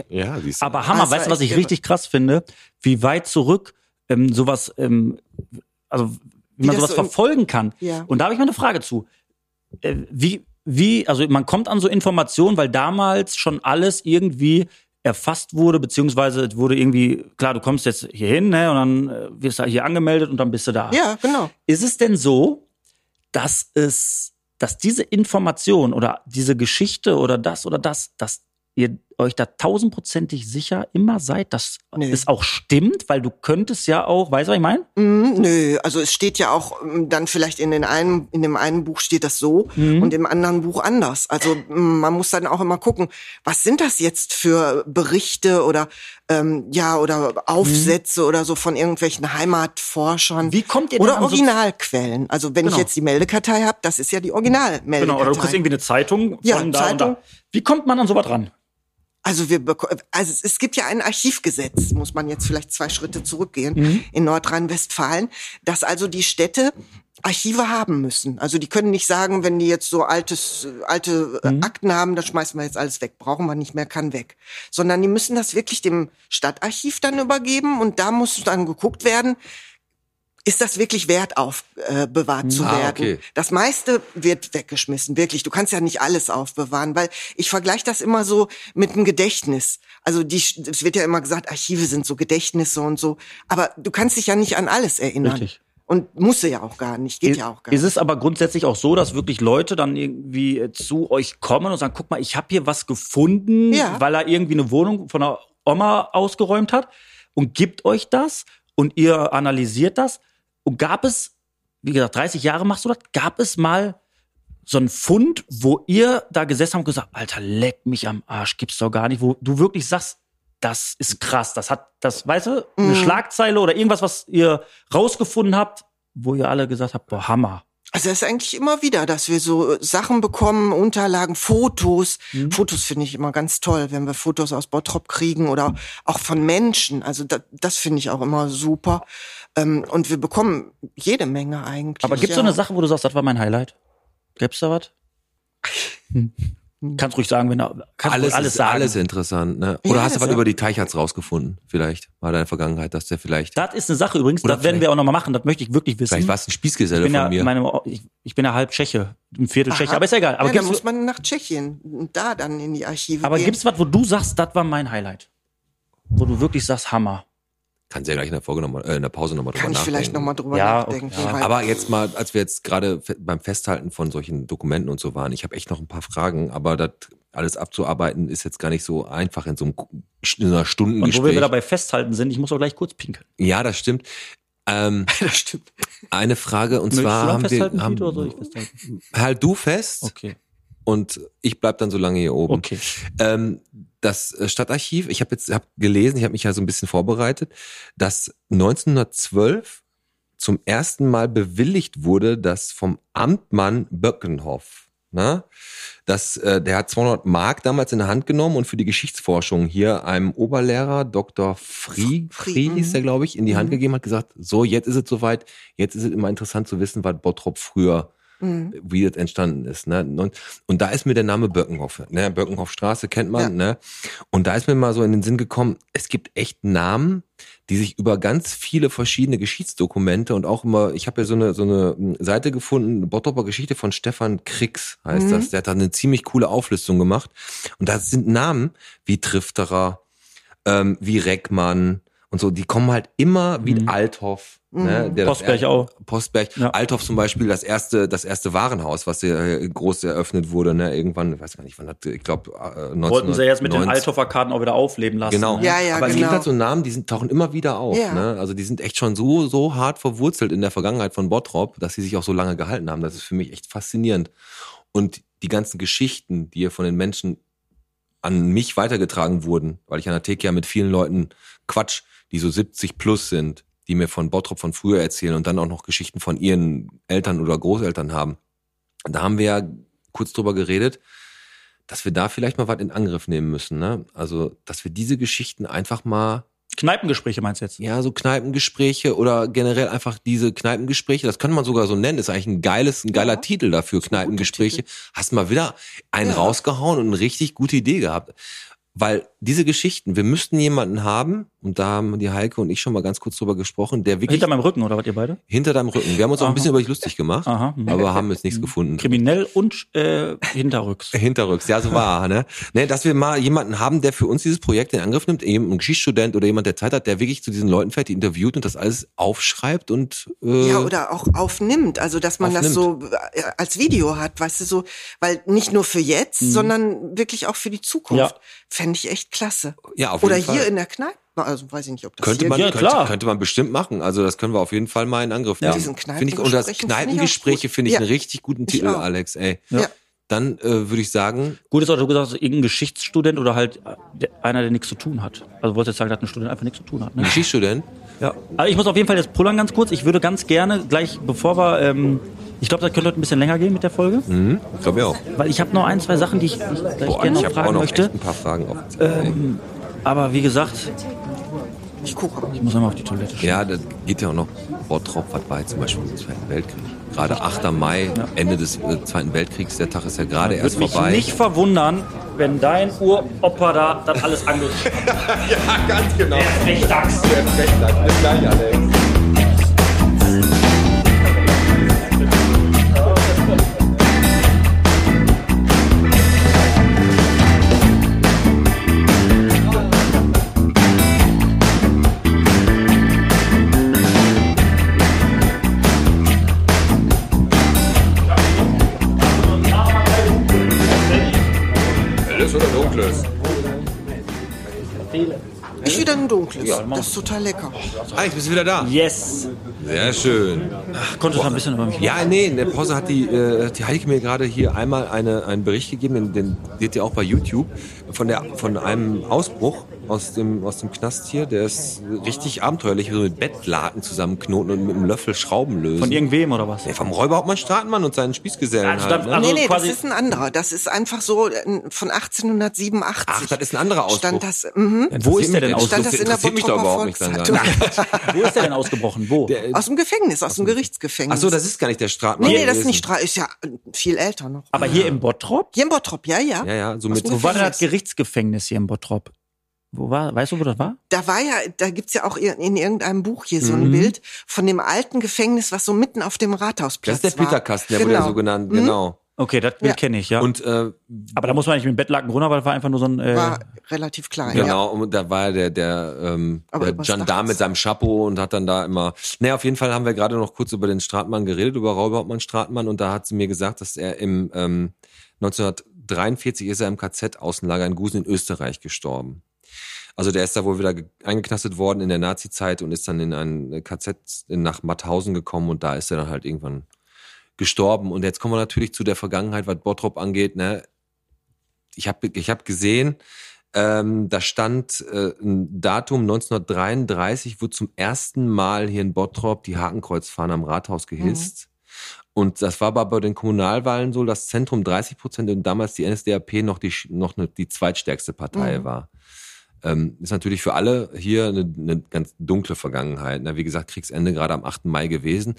S4: Ja, siehst du.
S5: Aber Hammer,
S6: Ah, es war
S5: weißt du, was
S6: echt
S5: ich
S6: irre.
S5: richtig krass finde? Wie weit zurück ähm, sowas, ähm, also wie, man
S6: das
S5: sowas
S6: so im-
S5: verfolgen kann.
S6: Ja.
S5: Und da habe ich mal eine Frage zu. Äh, wie, wie, also man kommt an so Informationen, weil damals schon alles irgendwie erfasst wurde, beziehungsweise es wurde irgendwie, klar, du kommst jetzt hier hin, ne, und dann äh, wirst du hier angemeldet und dann bist du da.
S6: Ja, genau.
S5: Ist es denn so, dass es, dass diese Information oder diese Geschichte oder das oder das, dass ihr euch da tausendprozentig sicher immer seid, dass
S6: Nee.
S5: es auch stimmt? Weil du könntest ja auch, weißt du, was ich meine?
S6: Mm, nö, also es steht ja auch mm, dann vielleicht in, den einen, in dem einen Buch steht das so
S5: Mhm.
S6: und im anderen Buch anders. Also mm, man muss dann auch immer gucken, was sind das jetzt für Berichte oder ähm, ja oder Aufsätze oder so von irgendwelchen Heimatforschern.
S5: Mhm. Wie kommt ihr denn
S6: oder
S5: an so-
S6: Originalquellen? Also wenn
S5: Genau.
S6: ich jetzt die Meldekartei habe, das ist ja die Originalmeldekartei.
S5: Genau, oder du kriegst irgendwie eine Zeitung von
S6: Ja,
S5: da und
S6: Zeitung.
S5: da. Wie kommt man an sowas ran?
S6: Also wir beko- also es- es gibt ja ein Archivgesetz, muss man jetzt vielleicht zwei Schritte zurückgehen
S4: Mhm.
S6: in Nordrhein-Westfalen, dass also die Städte Archive haben müssen. Also die können nicht sagen, wenn die jetzt so altes äh, alte äh,
S4: Mhm.
S6: Akten haben, dann schmeißen wir jetzt alles weg, brauchen wir nicht mehr, kann weg. Sondern die müssen das wirklich dem Stadtarchiv dann übergeben und da muss dann geguckt werden, ist das wirklich wert aufbewahrt äh, bewahrt zu
S4: Ah,
S6: werden?
S4: okay.
S6: Das meiste wird weggeschmissen, wirklich. Du kannst ja nicht alles aufbewahren, weil ich vergleiche das immer so mit dem Gedächtnis. Also die, es wird ja immer gesagt, Archive sind so Gedächtnisse und so, aber du kannst dich ja nicht an alles erinnern.
S5: Richtig.
S6: Und musst du ja auch gar nicht, geht ja auch gar
S5: Ist
S6: nicht.
S5: es aber grundsätzlich auch so, dass wirklich Leute dann irgendwie äh, zu euch kommen und sagen, guck mal, ich habe hier was gefunden,
S6: Ja.
S5: weil er irgendwie eine Wohnung von einer Oma ausgeräumt hat und gibt euch das und ihr analysiert das. Und gab es, wie gesagt, 30 Jahre machst du das, gab es mal so einen Fund, wo ihr da gesessen habt und gesagt, Alter, leck mich am Arsch, gibt's doch gar nicht, wo du wirklich sagst, das ist krass, das hat, das, weißt du, eine
S6: Mhm.
S5: Schlagzeile oder irgendwas, was ihr rausgefunden habt, wo ihr alle gesagt habt, boah, Hammer.
S6: Also das ist eigentlich immer wieder, dass wir so äh, Sachen bekommen, Unterlagen, Fotos.
S5: Mhm.
S6: Fotos finde ich immer ganz toll, wenn wir Fotos aus Bottrop kriegen oder auch von Menschen. Also da, das finde ich auch immer super. Ähm, und wir bekommen jede Menge eigentlich.
S5: Aber gibt's so
S6: ja.
S5: eine Sache, wo du sagst, das war mein Highlight? Gibt's da was? Hm. Kannst ruhig sagen, wenn du, kannst
S4: Alles,
S5: ruhig alles
S4: ist,
S5: sagen.
S4: alles interessant, ne?
S6: Ja,
S4: Oder hast du
S6: das
S4: was
S6: ist-
S4: über die Teichharz rausgefunden? Vielleicht mal in der Vergangenheit, dass der vielleicht,
S5: Das ist eine Sache übrigens,
S4: Oder
S5: das werden wir auch nochmal machen, das möchte ich wirklich wissen.
S4: vielleicht war es ein Spießgeselle
S5: ich bin
S4: von
S5: ja,
S4: mir.
S5: meine, ich, ich bin ja halb Tscheche, ein Viertel
S6: Aha.
S5: Tscheche, aber ist ja egal. Aber
S6: ja, dann
S5: gibt's,
S6: muss man nach Tschechien, und da dann in die Archive
S5: aber
S6: gehen.
S5: gibt's was, wo du sagst, das war mein Highlight? Wo du wirklich sagst, Hammer.
S4: Kann sehr gleich in der Folge nochmal, äh, in der Pause nochmal drüber
S6: Kann ich
S4: nachdenken.
S6: vielleicht nochmal drüber
S5: Ja,
S6: nachdenken.
S5: okay. Ja.
S6: weil-
S4: Aber jetzt mal, als wir jetzt gerade fe- beim Festhalten von solchen Dokumenten und so waren, ich habe echt noch ein paar Fragen, aber das alles abzuarbeiten ist jetzt gar nicht so einfach in so einem Ku- in so
S5: Und
S4: einer
S5: wo wir
S4: Stundengespräch.
S5: wieder bei Festhalten sind, ich muss auch gleich kurz pinkeln.
S4: ja, das stimmt. Ähm,
S6: das stimmt.
S4: eine Frage und
S5: Möchtest du
S4: zwar
S5: lang
S4: haben wir
S5: festhalten,
S4: haben,
S5: Piet, oder soll ich festhalten?
S4: halt du fest
S5: Okay.
S4: und ich bleib dann so lange hier oben.
S5: Okay.
S4: Ähm, das äh, Stadtarchiv, ich habe jetzt hab gelesen, ich habe mich ja so ein bisschen vorbereitet, dass 1912 zum ersten Mal bewilligt wurde, dass vom Amtmann Böckenhoff, ne, dass äh, der hat 200 Mark damals in der Hand genommen und für die Geschichtsforschung hier einem Oberlehrer Dr. Frie,
S6: Frie,
S4: Frie hieß
S6: mhm.
S4: der, glaube ich, in die Hand
S6: Mhm.
S4: gegeben hat gesagt, so jetzt ist es soweit, jetzt ist es immer interessant zu wissen, was Bottrop früher
S6: Mhm.
S4: wie das entstanden ist. Ne? Und, und da ist mir der Name Birkenhoff, ne? Birkenhoffstraße kennt man,
S6: Ja.
S4: ne? Und da ist mir mal so in den Sinn gekommen, es gibt echt Namen, die sich über ganz viele verschiedene Geschichtsdokumente und auch immer, ich habe ja so eine, so eine mh, Seite gefunden, eine Bottroper Geschichte von Stefan Kriegs
S6: Mhm.
S4: heißt das. Der hat da eine ziemlich coole Auflistung gemacht. Und da sind Namen wie Trifterer, ähm, wie Reckmann und so, die kommen halt immer wie
S5: Mhm.
S4: Althoff. Ne,
S6: Mhm.
S4: der das
S5: Postberg
S4: er-
S5: auch.
S4: Postberg,
S5: Ja.
S4: Althoff zum Beispiel, das erste, das erste Warenhaus, was hier äh, groß eröffnet wurde, ne, irgendwann, ich weiß gar nicht, wann hat, ich äh, glaube,
S5: Wollten sie jetzt mit den
S4: 1990.
S5: Althofer Karten auch wieder aufleben lassen.
S4: Genau.
S5: ne?
S6: Ja, ja,
S4: Aber es
S6: genau.
S4: gibt halt so Namen, die sind, tauchen immer wieder auf.
S6: Ja.
S4: Ne? Also die sind echt schon so, so hart verwurzelt in der Vergangenheit von Bottrop, dass sie sich auch so lange gehalten haben. Das ist für mich echt faszinierend. Und die ganzen Geschichten, die hier von den Menschen an mich weitergetragen wurden, weil ich an der Theke ja mit vielen Leuten Quatsch, die so 70 plus sind, die mir von Bottrop von früher erzählen und dann auch noch Geschichten von ihren Eltern oder Großeltern haben. Und Da haben wir ja kurz drüber geredet, dass wir da vielleicht mal was in Angriff nehmen müssen. Ne? Also, dass wir diese Geschichten einfach mal,
S5: Kneipengespräche meinst du jetzt?
S4: ja, so Kneipengespräche oder generell einfach diese Kneipengespräche, das könnte man sogar so nennen, ist eigentlich ein geiles, ein geiler Titel dafür, Kneipengespräche. Hast mal wieder einen
S6: Ja.
S4: rausgehauen und eine richtig gute Idee gehabt. Weil diese Geschichten, wir müssten jemanden haben, und da haben die Heike und ich schon mal ganz kurz drüber gesprochen, der wirklich
S5: Hinter
S4: hinter,
S5: meinem Rücken, oder was ihr beide?
S4: deinem Rücken, wir haben uns auch
S5: Aha.
S4: ein bisschen über dich lustig gemacht,
S5: Aha. mhm.
S4: aber haben jetzt nichts gefunden.
S5: Kriminell und äh, hinterrücks.
S4: Hinterrücks, ja, so war er, ne? ne? Dass wir mal jemanden haben, der für uns dieses Projekt in Angriff nimmt, eben ein Geschichtsstudent oder jemand, der Zeit hat, der wirklich zu diesen Leuten fährt, die interviewt und das alles aufschreibt und äh,
S6: Ja, oder auch aufnimmt, also dass man das so äh, als Video hat, weißt du, so, weil nicht nur für jetzt, sondern wirklich auch für die Zukunft.
S5: Mhm. Ja.
S6: fände ich echt klasse.
S4: Ja, auf
S6: Oder
S4: jeden Fall.
S6: hier in der Kneipe. Also weiß ich nicht, ob das
S4: könnte
S6: hier
S4: man,
S5: Ja, klar.
S4: könnte, könnte man bestimmt machen. Also das können wir auf jeden Fall mal in Angriff nehmen.
S6: Diesen
S4: Finde ich, und das
S6: Kneipengesprächen
S4: Kneipengespräche finde
S6: finde ich
S4: ich
S6: auch gut.
S4: einen richtig guten Titel,
S6: auch.
S4: Alex. Ey.
S6: Ja.
S4: Dann äh, würde ich sagen,
S5: Gut ist auch, du gesagt hast, irgendein Geschichtsstudent oder halt äh, der- einer, der nichts zu tun hat. Also wollte jetzt sagen, dass ein Student einfach nichts zu tun hat. Ne?
S4: Geschichtsstudent.
S5: Ja. Aber ich muss auf jeden Fall jetzt pullern ganz kurz. Ich würde ganz gerne gleich, bevor wir, ähm, ich glaube, das könnte heute ein bisschen länger gehen mit der Folge,
S4: Ich glaube ja auch.
S5: weil ich habe noch ein, zwei Sachen, die ich, die ich gleich
S4: Mhm. Boah,
S5: gerne
S4: ich
S5: noch
S4: habe auch
S5: fragen
S4: noch
S5: möchte.
S4: echt ein paar Fragen auf. Ähm,
S5: Aber wie gesagt,
S6: Ich gucke
S5: ich muss einmal auf die Toilette schauen.
S4: ja, das geht ja auch noch. Bottrop, was war jetzt zum Beispiel im Zweiten Weltkrieg? Gerade 8. Mai, Ende des äh, Zweiten Weltkriegs, der Tag ist ja gerade erst
S5: Würde mich
S4: vorbei.
S5: nicht verwundern, wenn dein Uropa da das alles angeschaut hat. ja, ganz genau.
S3: Helles oder dunkles?
S6: Ich wieder ein dunkles. das ist total lecker.
S4: Ah, ich bin wieder da.
S5: Yes.
S4: Sehr schön.
S5: Ach, konntest du ein bisschen über mich
S4: Ja, nee, in der Pause hat die, äh, die Heike mir gerade hier einmal eine, einen Bericht gegeben, den, den seht ihr auch bei YouTube, von, der, von einem Ausbruch aus dem, aus dem Knast hier, der ist richtig abenteuerlich, so mit Bettlaken zusammenknoten und mit einem Löffel Schrauben lösen.
S5: Von irgendwem oder was?
S4: Ja, vom Räuberhauptmann Stratenmann und seinen Spießgesellen
S5: Also
S4: halt,
S5: da-
S4: ne?
S5: also-
S6: nee, nee, das
S5: quasi-
S6: ist ein anderer. Das ist einfach so äh, von 1887.
S4: Ach, das ist ein anderer Ausbruch.
S6: Stand das, mhm.
S5: Wo ist der denn aus?
S6: Stand das in der
S4: interessiert mich doch
S6: Bottroper
S4: überhaupt nicht. Dann
S6: Volkszeitung.
S4: sagen.
S5: Wo ist der denn ausgebrochen? Wo?
S4: Der-
S6: Aus dem Gefängnis, aus dem Gerichtsgefängnis.
S4: Ach so, das ist gar nicht der Stratenmann
S6: Nee, nee, das ist
S4: gewesen.
S6: nicht Stra ist ja äh, viel älter noch.
S5: Aber hier im Bottrop?
S6: Hier in Bottrop, ja, ja.
S4: Ja, ja, so
S6: Aus
S4: mit...
S6: dem
S5: Wo war denn das
S6: Gefängnis.
S5: Gerichtsgefängnis hier im Bottrop? Wo war, weißt du, wo das war?
S6: Da war ja, da gibt's ja auch ir- in irgendeinem Buch hier so ein
S4: Mhm.
S6: Bild von dem alten Gefängnis, was so mitten auf dem
S4: Das
S6: Rathausplatz
S4: ist der
S6: war.
S4: Peterkasten, der wurde ja so genannt,
S6: Mhm.
S4: genau.
S5: Okay, das Bild
S6: Ja.
S5: kenne ich, ja.
S4: Und äh,
S5: Aber da muss man nicht mit dem Bettlaken runter, weil das war einfach nur so ein. Äh,
S6: War relativ klein, ja.
S4: Genau, und da war der, der, ähm,
S6: Aber
S4: der
S6: übers Dach
S4: Gendarm mit
S6: jetzt.
S4: seinem Chapeau und hat dann da immer. Naja, auf jeden Fall haben wir gerade noch kurz über den Stratmann geredet, über Räuberhauptmann Stratmann, und da hat sie mir gesagt, dass er im ähm, 1943 ist er im KZ-Außenlager in Gusen in Österreich gestorben. Also der ist da wohl wieder ge- eingeknastet worden in der Nazi-Zeit und ist dann in ein äh, KZ nach Matthausen gekommen und da ist er dann halt irgendwann gestorben. Und jetzt kommen wir natürlich zu der Vergangenheit, was Bottrop angeht. Ne? Ich habe ich hab gesehen, ähm, da stand äh, ein Datum 1933, wurde zum ersten Mal hier in Bottrop die Hakenkreuzfahne am Rathaus gehisst. Und das war aber bei den Kommunalwahlen so, dass Zentrum 30 Prozent und damals die NSDAP noch die, sch- noch ne, die zweitstärkste Partei
S6: Mhm.
S4: war. Ähm, ist natürlich für alle hier eine, eine ganz dunkle Vergangenheit. Na, wie gesagt, Kriegsende gerade am 8. Mai gewesen.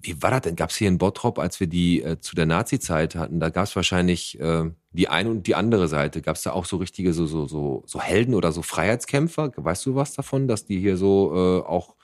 S4: Wie war das denn? Gab es hier in Bottrop, als wir die äh, zu der Nazi-Zeit hatten, da gab es wahrscheinlich äh, die eine und die andere Seite. Gab es da auch so richtige so, so, so, so Helden oder so Freiheitskämpfer? Weißt du was davon, dass die hier so äh, auch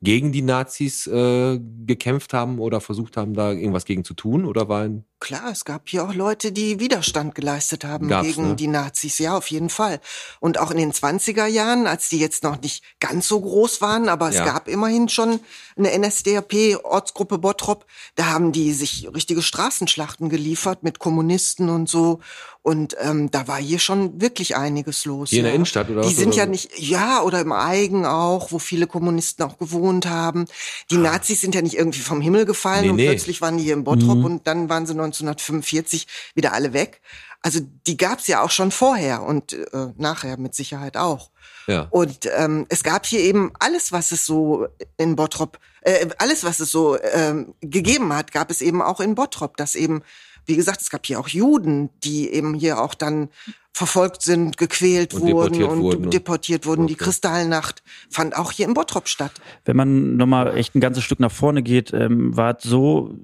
S4: gegen die Nazis äh, gekämpft haben oder versucht haben, da irgendwas gegen zu tun? Oder war ein
S6: Klar, es gab hier auch Leute, die Widerstand geleistet haben
S4: Gab's,
S6: gegen
S4: ne?
S6: die Nazis, ja, auf jeden Fall. Und auch in den 20er Jahren, als die jetzt noch nicht ganz so groß waren, aber
S4: Ja.
S6: es gab immerhin schon eine NSDAP, Ortsgruppe Bottrop, da haben die sich richtige Straßenschlachten geliefert mit Kommunisten und so. Und ähm, da war hier schon wirklich einiges los.
S4: Hier in der
S6: ja.
S4: Innenstadt oder
S6: Die
S4: was?
S6: sind ja
S4: Oder-
S6: nicht, ja, oder im Eigen auch, wo viele Kommunisten auch gewohnt haben. Die Nazis sind ja nicht irgendwie vom Himmel gefallen
S4: Ah. Nee,
S6: und
S4: nee.
S6: plötzlich plötzlich waren die hier in Bottrop
S4: Mhm.
S6: und dann waren sie 1945 wieder alle weg. Also die gab es ja auch schon vorher und äh, nachher mit Sicherheit auch.
S4: Ja.
S6: Und ähm, es gab hier eben alles, was es so in Bottrop, äh, alles, was es so ähm, gegeben hat, gab es eben auch in Bottrop, dass eben, wie gesagt, es gab hier auch Juden, die eben hier auch dann verfolgt sind, gequält
S4: Und
S6: wurden
S4: deportiert
S6: und
S4: wurden und-
S6: deportiert wurden. Die
S4: Okay.
S6: Kristallnacht fand auch hier in Bottrop statt.
S5: wenn man nochmal echt ein ganzes Stück nach vorne geht, ähm, war es so,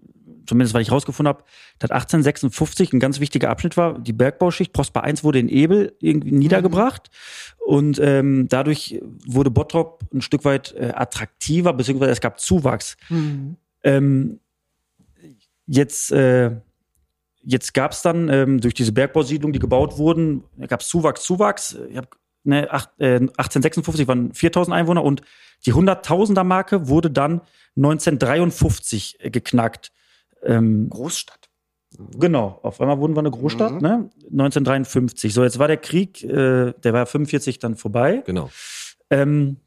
S5: zumindest weil ich rausgefunden habe, dass 1856 ein ganz wichtiger Abschnitt war. Die Bergbauschicht Prosper I wurde in Ebel irgendwie niedergebracht. Und ähm, dadurch wurde Bottrop ein Stück weit äh, attraktiver, beziehungsweise es gab Zuwachs. Ähm, jetzt äh, jetzt gab es dann ähm, durch diese Bergbausiedlungen, die gebaut wurden, gab es Zuwachs, Zuwachs. Ich hab, ne, acht, äh, 1856 waren 4000 Einwohner und die 100.000er-Marke wurde dann 1953 äh, geknackt. Ähm,
S6: Großstadt.
S5: Genau, auf einmal wurden wir eine Großstadt,
S6: Mhm.
S5: ne? 1953. So, jetzt war der Krieg, äh, der war 45 dann vorbei.
S4: Genau.
S5: Ähm,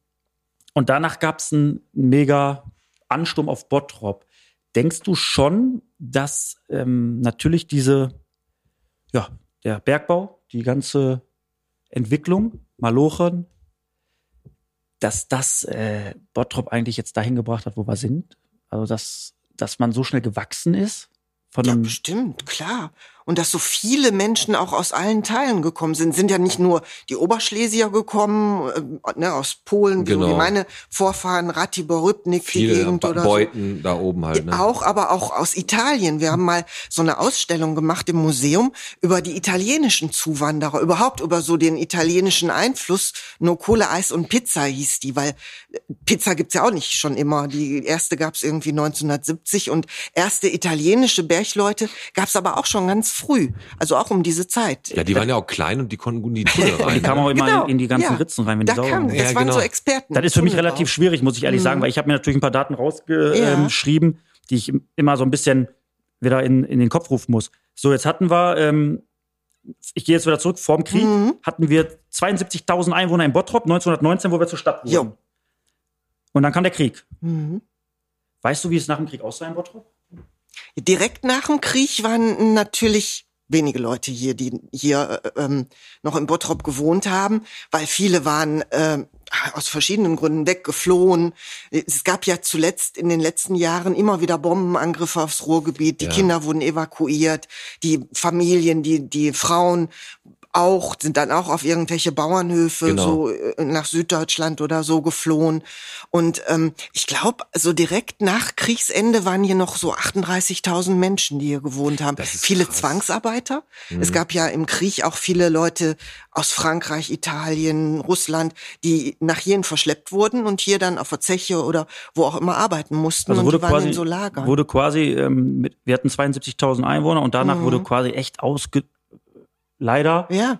S5: und danach gab es einen mega Ansturm auf Bottrop. Denkst du schon, dass ähm, natürlich diese, ja, der Bergbau, die ganze Entwicklung, Malochen, dass das äh, Bottrop eigentlich jetzt dahin gebracht hat, wo wir sind? Also, dass, dass man so schnell gewachsen ist? Von
S6: Ja,
S5: einem,
S6: bestimmt, klar. Und dass so viele Menschen auch aus allen Teilen gekommen sind, sind ja nicht nur die Oberschlesier gekommen, äh, ne, aus Polen, wie
S4: Genau.
S6: so wie meine Vorfahren, Ratibor Rybnik, die
S4: Viele
S6: Gegend
S4: Be
S6: oder so.
S4: Beuten da oben halt. Ne?
S6: Auch, aber auch aus Italien. Wir haben mal so eine Ausstellung gemacht im Museum über die italienischen Zuwanderer, überhaupt über so den italienischen Einfluss. Nur Kohle, Eis und Pizza hieß die, weil äh, Pizza gibt's ja auch nicht schon immer. Die erste gab's irgendwie 1970 und erste italienische Bergleute gab's aber auch schon ganz früh, also auch um diese Zeit.
S4: Ja, die waren ja auch klein und die konnten gut in die Tunnel rein. ne?
S5: die kamen auch immer
S6: Genau,
S5: in, in die ganzen
S6: ja.
S5: Ritzen rein, wenn
S6: da
S5: die sauer
S6: kam,
S5: waren.
S6: das
S4: Ja,
S6: waren
S4: genau.
S6: so Experten. Hm.
S5: Das ist für mich
S6: Tunnel
S5: relativ
S6: auch.
S5: schwierig, muss ich ehrlich sagen, weil ich habe mir natürlich ein paar Daten
S6: Mhm. Ja.
S5: rausgeschrieben, die ich immer so ein bisschen wieder in, in den Kopf rufen muss. So, jetzt hatten wir, ähm, ich gehe jetzt wieder zurück, vorm Krieg
S6: Mhm.
S5: hatten wir 72.000 Einwohner in Bottrop, 1919, wo wir zur Stadt wurden.
S6: Jo.
S5: Und dann kam der Krieg.
S6: Mhm.
S5: Weißt du, wie es nach dem Krieg aussah in Bottrop?
S6: Direkt nach dem Krieg waren natürlich wenige Leute hier, die hier äh, ähm, noch in Bottrop gewohnt haben, weil viele waren äh, aus verschiedenen Gründen weggeflohen. Es gab ja zuletzt in den letzten Jahren immer wieder Bombenangriffe aufs Ruhrgebiet. Die
S4: Ja.
S6: Kinder wurden evakuiert, die Familien, die die Frauen auch sind dann auch auf irgendwelche Bauernhöfe
S4: Genau.
S6: so äh, nach Süddeutschland oder so geflohen. Und ähm, ich glaube, so direkt nach Kriegsende waren hier noch so 38.000 Menschen, die hier gewohnt haben.
S4: Das ist
S6: Viele
S4: krass. Mhm.
S6: Zwangsarbeiter. Es gab ja im Krieg auch viele Leute aus Frankreich, Italien, Russland, die nach hierhin verschleppt wurden und hier dann auf der Zeche oder wo auch immer arbeiten mussten
S4: Also
S6: und die waren in so Lagern.
S5: wurde quasi ähm, mit, wir hatten 72.000 Einwohner und danach
S6: Mhm.
S5: wurde quasi echt ausge... Leider.
S6: ja,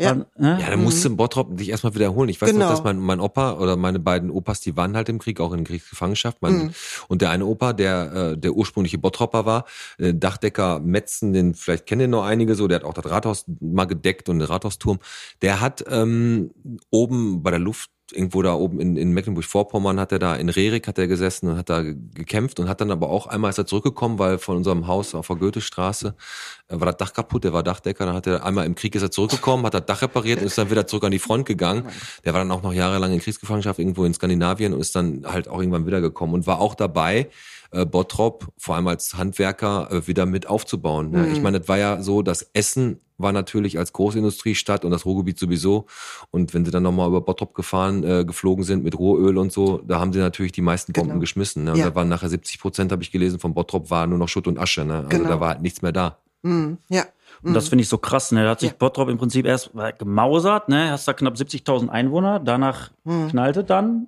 S6: ja.
S5: Dann, ne?
S4: Ja, da musst du in Bottrop dich erstmal wiederholen. Ich weiß
S6: Mhm. Genau.
S4: noch, dass mein, mein Opa oder meine beiden Opas, die waren halt im Krieg, auch in Kriegsgefangenschaft. Mein,
S6: Mhm.
S4: Und der eine Opa, der, äh, der ursprüngliche Bottropper war, äh, Dachdecker Metzen, den vielleicht kennen den noch einige so, der hat auch das Rathaus mal gedeckt und den Rathausturm. Der hat ähm, oben bei der Luft Irgendwo da oben in, in Mecklenburg-Vorpommern hat er da, in Rerik hat er gesessen und hat da ge- gekämpft und hat dann aber auch einmal ist er zurückgekommen, weil von unserem Haus auf der Goethestraße äh, war das Dach kaputt, der war Dachdecker, dann hat er einmal im Krieg ist er zurückgekommen, hat das Dach repariert und ist dann wieder zurück an die Front gegangen. Der war dann auch noch jahrelang in Kriegsgefangenschaft irgendwo in Skandinavien und ist dann halt auch irgendwann wiedergekommen und war auch dabei, äh, Bottrop, vor allem als Handwerker, äh, wieder mit aufzubauen. Ne?
S6: Mhm.
S4: Ich meine, das war ja so, dass Essen war natürlich als Großindustriestadt und das Ruhrgebiet sowieso. Und wenn sie dann nochmal über Bottrop gefahren, äh, geflogen sind mit Rohöl und so, da haben sie natürlich die meisten Bomben
S6: Genau.
S4: geschmissen. Ne? Und
S6: Ja.
S4: da waren nachher 70 Prozent, habe ich gelesen, von Bottrop war nur noch Schutt und Asche. Ne? Also
S6: Genau.
S4: da war halt nichts mehr da.
S6: Mhm. ja.
S5: Und das finde ich so krass, ne? Da hat sich
S6: Ja.
S5: Bottrop im Prinzip erst äh, gemausert, ne? Hast da knapp 70.000 Einwohner, danach
S6: mhm.
S5: knallte dann.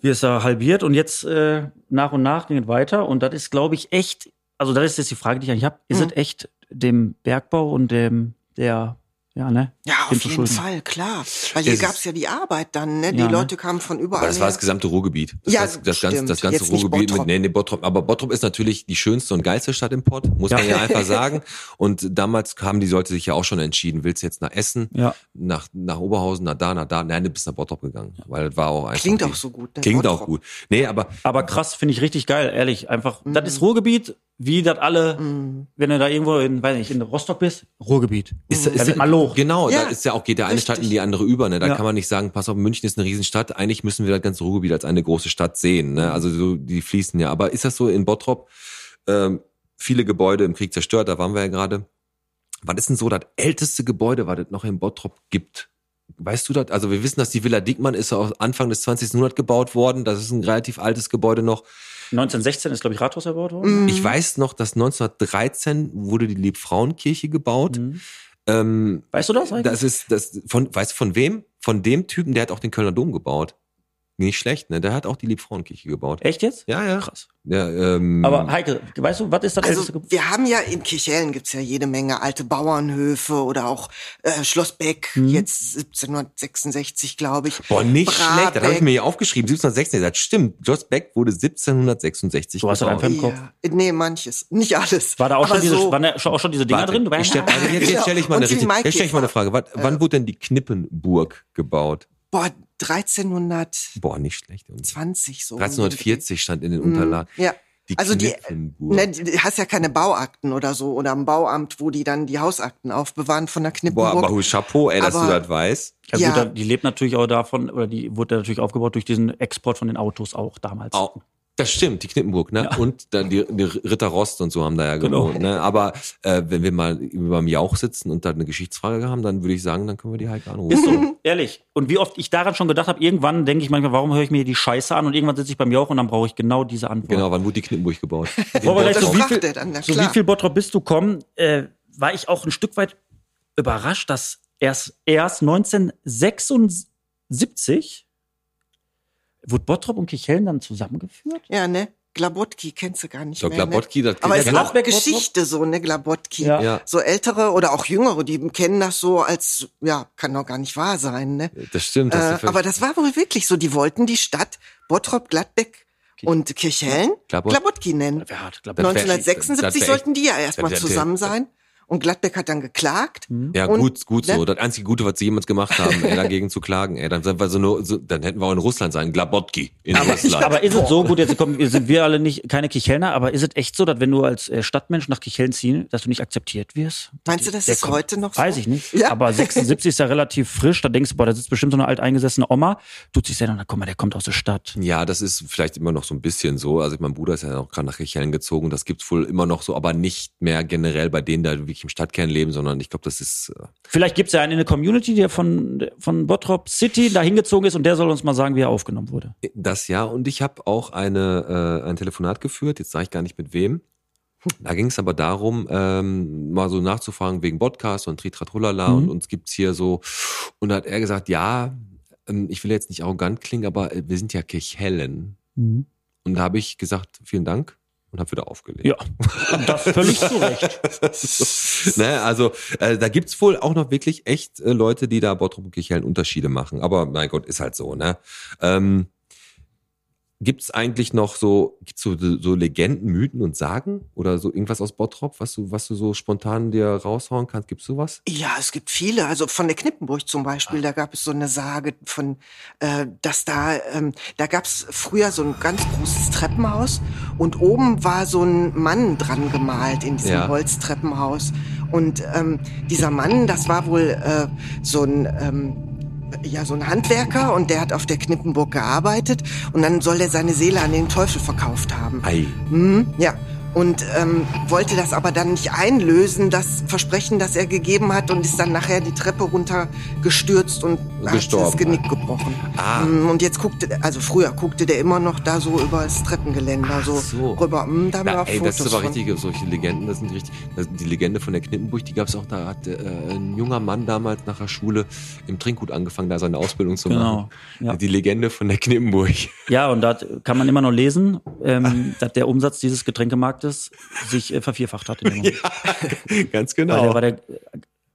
S5: Wie ist er halbiert und jetzt äh, nach und nach ging es weiter. Und das ist, glaube ich, echt, also das ist jetzt die Frage, die ich eigentlich habe. Ist
S6: Mhm.
S5: es echt dem Bergbau und dem, der, ja, ne?
S6: Ja, auf
S5: Dem
S6: jeden
S5: Verschulden.
S6: Fall, klar. Weil hier
S4: Es ist-
S6: gab's ja die Arbeit dann, ne? Die
S5: Ja, ne?
S6: Leute kamen von überall.
S4: Aber das war
S6: her.
S4: das gesamte Ruhrgebiet. Das,
S6: Ja,
S4: das, das, ganze, das
S6: stimmt.
S4: ganze
S6: Jetzt nicht
S4: Ruhrgebiet mit
S6: Bottrop.
S4: nee, nee, Bottrop. Aber Bottrop ist natürlich die schönste und geilste Stadt im Pott, muss
S5: Ja.
S4: man ja einfach sagen. Und damals haben die Leute sich ja auch schon entschieden, willst du jetzt nach Essen,
S5: Ja.
S4: nach, nach Oberhausen, nach da, nach da. Nein, du bist nach Bottrop gegangen. Weil das war auch einfach.
S6: Klingt
S4: die-
S6: auch so gut. Ne?
S4: Klingt auch
S6: Bottrop.
S4: gut. Nee, aber
S5: Aber krass, finde ich richtig geil, ehrlich. Einfach,
S6: Mhm.
S5: das ist Ruhrgebiet, wie das alle, wenn du da irgendwo in, weiß nicht, in Rostock bist, Ruhrgebiet.
S4: Ist, ist,
S5: da wird mal hoch.
S4: Genau,
S6: Mhm. Ja,
S4: da ist ja auch, geht der eine
S6: richtig.
S4: Stadt in die andere über. Ne? Da
S5: Ja.
S4: kann man nicht sagen, pass auf, München ist eine Riesenstadt. Eigentlich müssen wir das ganze Ruhrgebiet als eine große Stadt sehen.
S6: Mhm.
S4: Ne? Also so, die fließen ja. Aber ist das so in Bottrop? Ähm, viele Gebäude im Krieg zerstört, da waren wir ja gerade. Was ist denn so das älteste Gebäude, was es noch in Bottrop gibt? Weißt du das? Also wir wissen, dass die Villa Dickmann ist aus Anfang des 20. Jahrhunderts gebaut worden. Das ist ein relativ altes Gebäude noch.
S5: 1916 ist, glaube ich, Rathaus erbaut worden.
S6: Mhm.
S4: Ich weiß noch, dass 1913 wurde die Liebfrauenkirche gebaut.
S5: Mhm.
S4: Ähm,
S5: Weißt du das eigentlich?
S4: das ist das von weißt du von wem? Von dem Typen, der hat auch den Kölner Dom gebaut. Nicht schlecht, ne? Der hat auch die Liebfrauenkirche gebaut.
S5: Echt jetzt?
S4: Ja, ja.
S5: Krass.
S4: ja ähm,
S5: Aber Heike, weißt du, was ist das
S6: Also
S5: älteste Ge-
S6: wir haben ja in Kirchhellen gibt's ja jede Menge alte Bauernhöfe oder auch äh, Schloss Beck,
S5: Mhm.
S6: jetzt 1766, glaube ich.
S4: Boah, nicht
S6: Brabeck.
S4: schlecht. Das habe ich mir hier aufgeschrieben. 1766. Das stimmt. Schloss Beck wurde 1766
S5: Du hast das
S4: gebaut.
S5: einfach im Kopf.
S6: Ja. Äh, Nee, manches. Nicht alles.
S5: War da auch
S6: Aber
S5: schon diese,
S6: so,
S5: waren da schon- auch schon diese Dinger
S4: Warte,
S5: drin? Du
S4: ich stell,
S5: warst-
S4: warte, Also jetzt, jetzt stelle ich mal
S6: Und
S4: eine,
S6: die
S4: richtige, jetzt stell ich mal eine
S6: Maikäfer.
S4: Frage. Wann, wann wurde denn die Knippenburg gebaut?
S6: Boah, 1320
S4: Boah, nicht schlecht.
S6: so. um den Dreh.
S4: 1340 stand in den
S6: Mhm.
S4: Unterlagen.
S6: Ja.
S4: Die
S6: Also die-
S4: Knippenburg.
S6: Ne, du hast ja keine Bauakten oder so oder im Bauamt, wo die dann die Hausakten aufbewahren von der
S4: Boah,
S6: Knippenburg.
S4: aber hu- Chapeau, ey, dass
S6: Aber-
S4: du das weißt.
S5: Ja, gut,
S6: Ja.
S5: da- die lebt natürlich auch davon, oder die wurde natürlich aufgebaut durch diesen Export von den Autos auch damals.
S4: Au. Das stimmt, die Knippenburg, ne?
S5: Ja.
S4: Und dann die, die Ritter Rost und so haben da ja
S5: Genau.
S4: gewohnt, ne? Aber äh, wenn wir mal beim Jauch sitzen und da eine Geschichtsfrage haben, dann würde ich sagen, dann können wir die Heike anrufen.
S5: Ist so, ehrlich. Und wie oft ich daran schon gedacht habe, irgendwann denke ich manchmal, warum höre ich mir die Scheiße an und irgendwann sitze ich beim Jauch und dann brauche ich genau diese Antwort.
S4: Genau, wann wurde die Knippenburg gebaut?
S5: Wollen wir gleich
S6: das
S5: so wie viel,
S6: fragt er dann, na
S5: so wie
S6: klar.
S5: viel Bottrop bist du kommen, äh, war ich auch ein Stück weit überrascht, dass erst, erst 1976 wurde Bottrop und Kichellen dann zusammengeführt?
S6: ja, ne? Glabotki kennst du gar nicht
S4: so,
S6: mehr. Ne?
S4: Glabotki, das
S6: Aber
S4: das
S6: es ist
S4: kennt-
S6: auch
S5: Gladbeck-
S6: Geschichte so, ne, Glabotki.
S5: Ja.
S4: ja,
S6: So ältere oder auch jüngere, die kennen das so als, ja, kann doch gar nicht wahr sein, ne?
S4: das stimmt. hast du
S6: Äh,
S4: völlig-
S6: aber das war wohl wirklich so. Die wollten die Stadt Bottrop, Gladbeck und Kirchhellen
S4: Glabot-
S6: Glabotki nennen.
S5: Wer hat, glaub,
S4: Das wär-
S6: 1976
S4: das wär echt-
S6: sollten die ja erstmal
S4: das wär-
S6: zusammen sein. Und Gladbeck hat dann geklagt.
S4: ja,
S6: und-
S4: gut, gut so.
S6: ne?
S4: Das einzige Gute, was sie jemals gemacht haben, ey, dagegen zu klagen, ey, dann sind wir so nur, so, dann hätten wir auch in Russland sein, Glabotki in Russland.
S5: Aber ist es so gut, jetzt kommen, sind wir alle nicht keine Kichelner, aber ist es echt so, dass wenn du als äh, Stadtmensch nach Kichellen ziehst, dass du nicht akzeptiert wirst?
S6: Meinst du, das
S5: Der
S6: ist
S5: kommt-
S6: heute noch so?
S5: Weiß ich nicht.
S6: Ja.
S5: Aber 76 ist ja relativ frisch. Da denkst du, boah, da sitzt bestimmt so eine alteingesessene Oma. Tut sich selber, na guck mal, der kommt aus der Stadt.
S4: Ja, das ist vielleicht immer noch so ein bisschen so. Also mein Bruder ist ja auch gerade nach Kirchhellen gezogen. Das gibt's wohl immer noch so, aber nicht mehr generell bei denen, die wirklich im Stadtkern leben, sondern ich glaube, das ist äh,
S5: Vielleicht gibt's ja einen in der Community, der von, von Bottrop City da hingezogen ist und der soll uns mal sagen, wie er aufgenommen wurde.
S4: äh, das ja. Und ich habe auch eine, äh, ein Telefonat geführt, jetzt sage ich gar nicht mit wem. Da ging es aber darum, ähm, mal so nachzufragen wegen Podcast und Tritratrullala und
S5: Mhm.
S4: uns gibt's hier so. Und da hat er gesagt, ja, ähm, ich will jetzt nicht arrogant klingen, aber äh, wir sind ja Kirchhellen. Und da habe ich gesagt, vielen Dank und habe wieder aufgelegt.
S5: Ja, und das völlig zu Recht.
S4: ne, also äh, da gibt's wohl auch noch wirklich echt äh, Leute, die da Bottrop und Kirchhellen Unterschiede machen. Aber mein Gott, ist halt so. Ne? Ähm, gibt's eigentlich noch so, gibt's so, so Legenden, Mythen und Sagen oder so irgendwas aus Bottrop, was du, was du so spontan dir raushauen kannst? Gibt's sowas?
S6: Ja, es gibt viele. Also von der Knippenburg zum Beispiel, da gab es so eine Sage von, äh, dass da, ähm, da gab es früher so ein ganz großes Treppenhaus und oben war so ein Mann dran gemalt in diesem
S4: Ja.
S6: Holztreppenhaus. Und ähm, dieser Mann, das war wohl äh, so ein ähm, ja, so ein Handwerker und der hat auf der Knippenburg gearbeitet und dann soll er seine Seele an den Teufel verkauft haben.
S4: Ei.
S6: Hm, ja. Und ähm, wollte das aber dann nicht einlösen, das Versprechen, das er gegeben hat, und ist dann nachher die Treppe runtergestürzt und
S4: Gestorben,
S6: hat das Genick gebrochen.
S4: Ah.
S6: Hm, und jetzt guckte, also früher guckte der immer noch da so über das Treppengeländer
S4: Ach
S6: so,
S4: so.
S6: rüber. Hm, da haben wir
S4: Da,
S6: auch
S4: ey,
S6: Fotos
S4: das ist aber
S6: von.
S4: richtig, solche Legenden, das sind richtig. Das, die Legende von der Knippenburg, die gab's auch, da hat äh, ein junger Mann damals nach der Schule im Trinkgut angefangen, da seine Ausbildung zu
S5: Genau.
S4: machen.
S5: Ja.
S4: Die Legende von der Knippenburg.
S5: ja, und da kann man immer noch lesen, ähm, dass der Umsatz dieses Getränkemarktes sich äh, vervierfacht hat. In dem Moment.
S4: Ganz
S5: Weil
S4: genau.
S5: der, war der,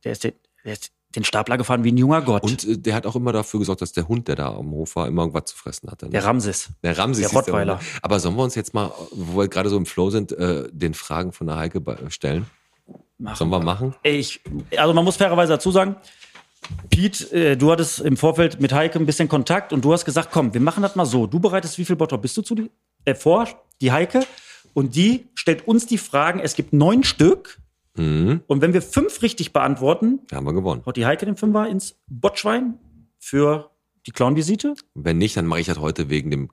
S5: der, ist den, der ist den Stapler gefahren wie ein junger Gott.
S4: Und äh, der hat auch immer dafür gesorgt, dass der Hund, der da am Hof war, immer was zu fressen hatte. Ne?
S5: der Ramses.
S4: der Ramses.
S5: der
S4: hieß Hund,
S5: Rottweiler.
S4: ne? Aber sollen wir uns jetzt mal, wo wir gerade so im Flow sind, äh, den Fragen von der Heike bei- stellen? Sollen wir machen?
S5: Ey, Ich, also man muss fairerweise dazu sagen, Pete, äh, du hattest im Vorfeld mit Heike ein bisschen Kontakt und du hast gesagt, komm, wir machen das mal so. Du bereitest wie viel Bottrop bist du zu die, äh, vor, die Heike, und die stellt uns die Fragen. Es gibt neun Stück
S4: Mhm.
S5: und wenn wir fünf richtig beantworten,
S4: Da haben wir gewonnen.
S5: haut die Heike den Fünfer ins Bottschwein für die Clownvisite.
S4: Und Wenn nicht, dann mache ich das heute wegen dem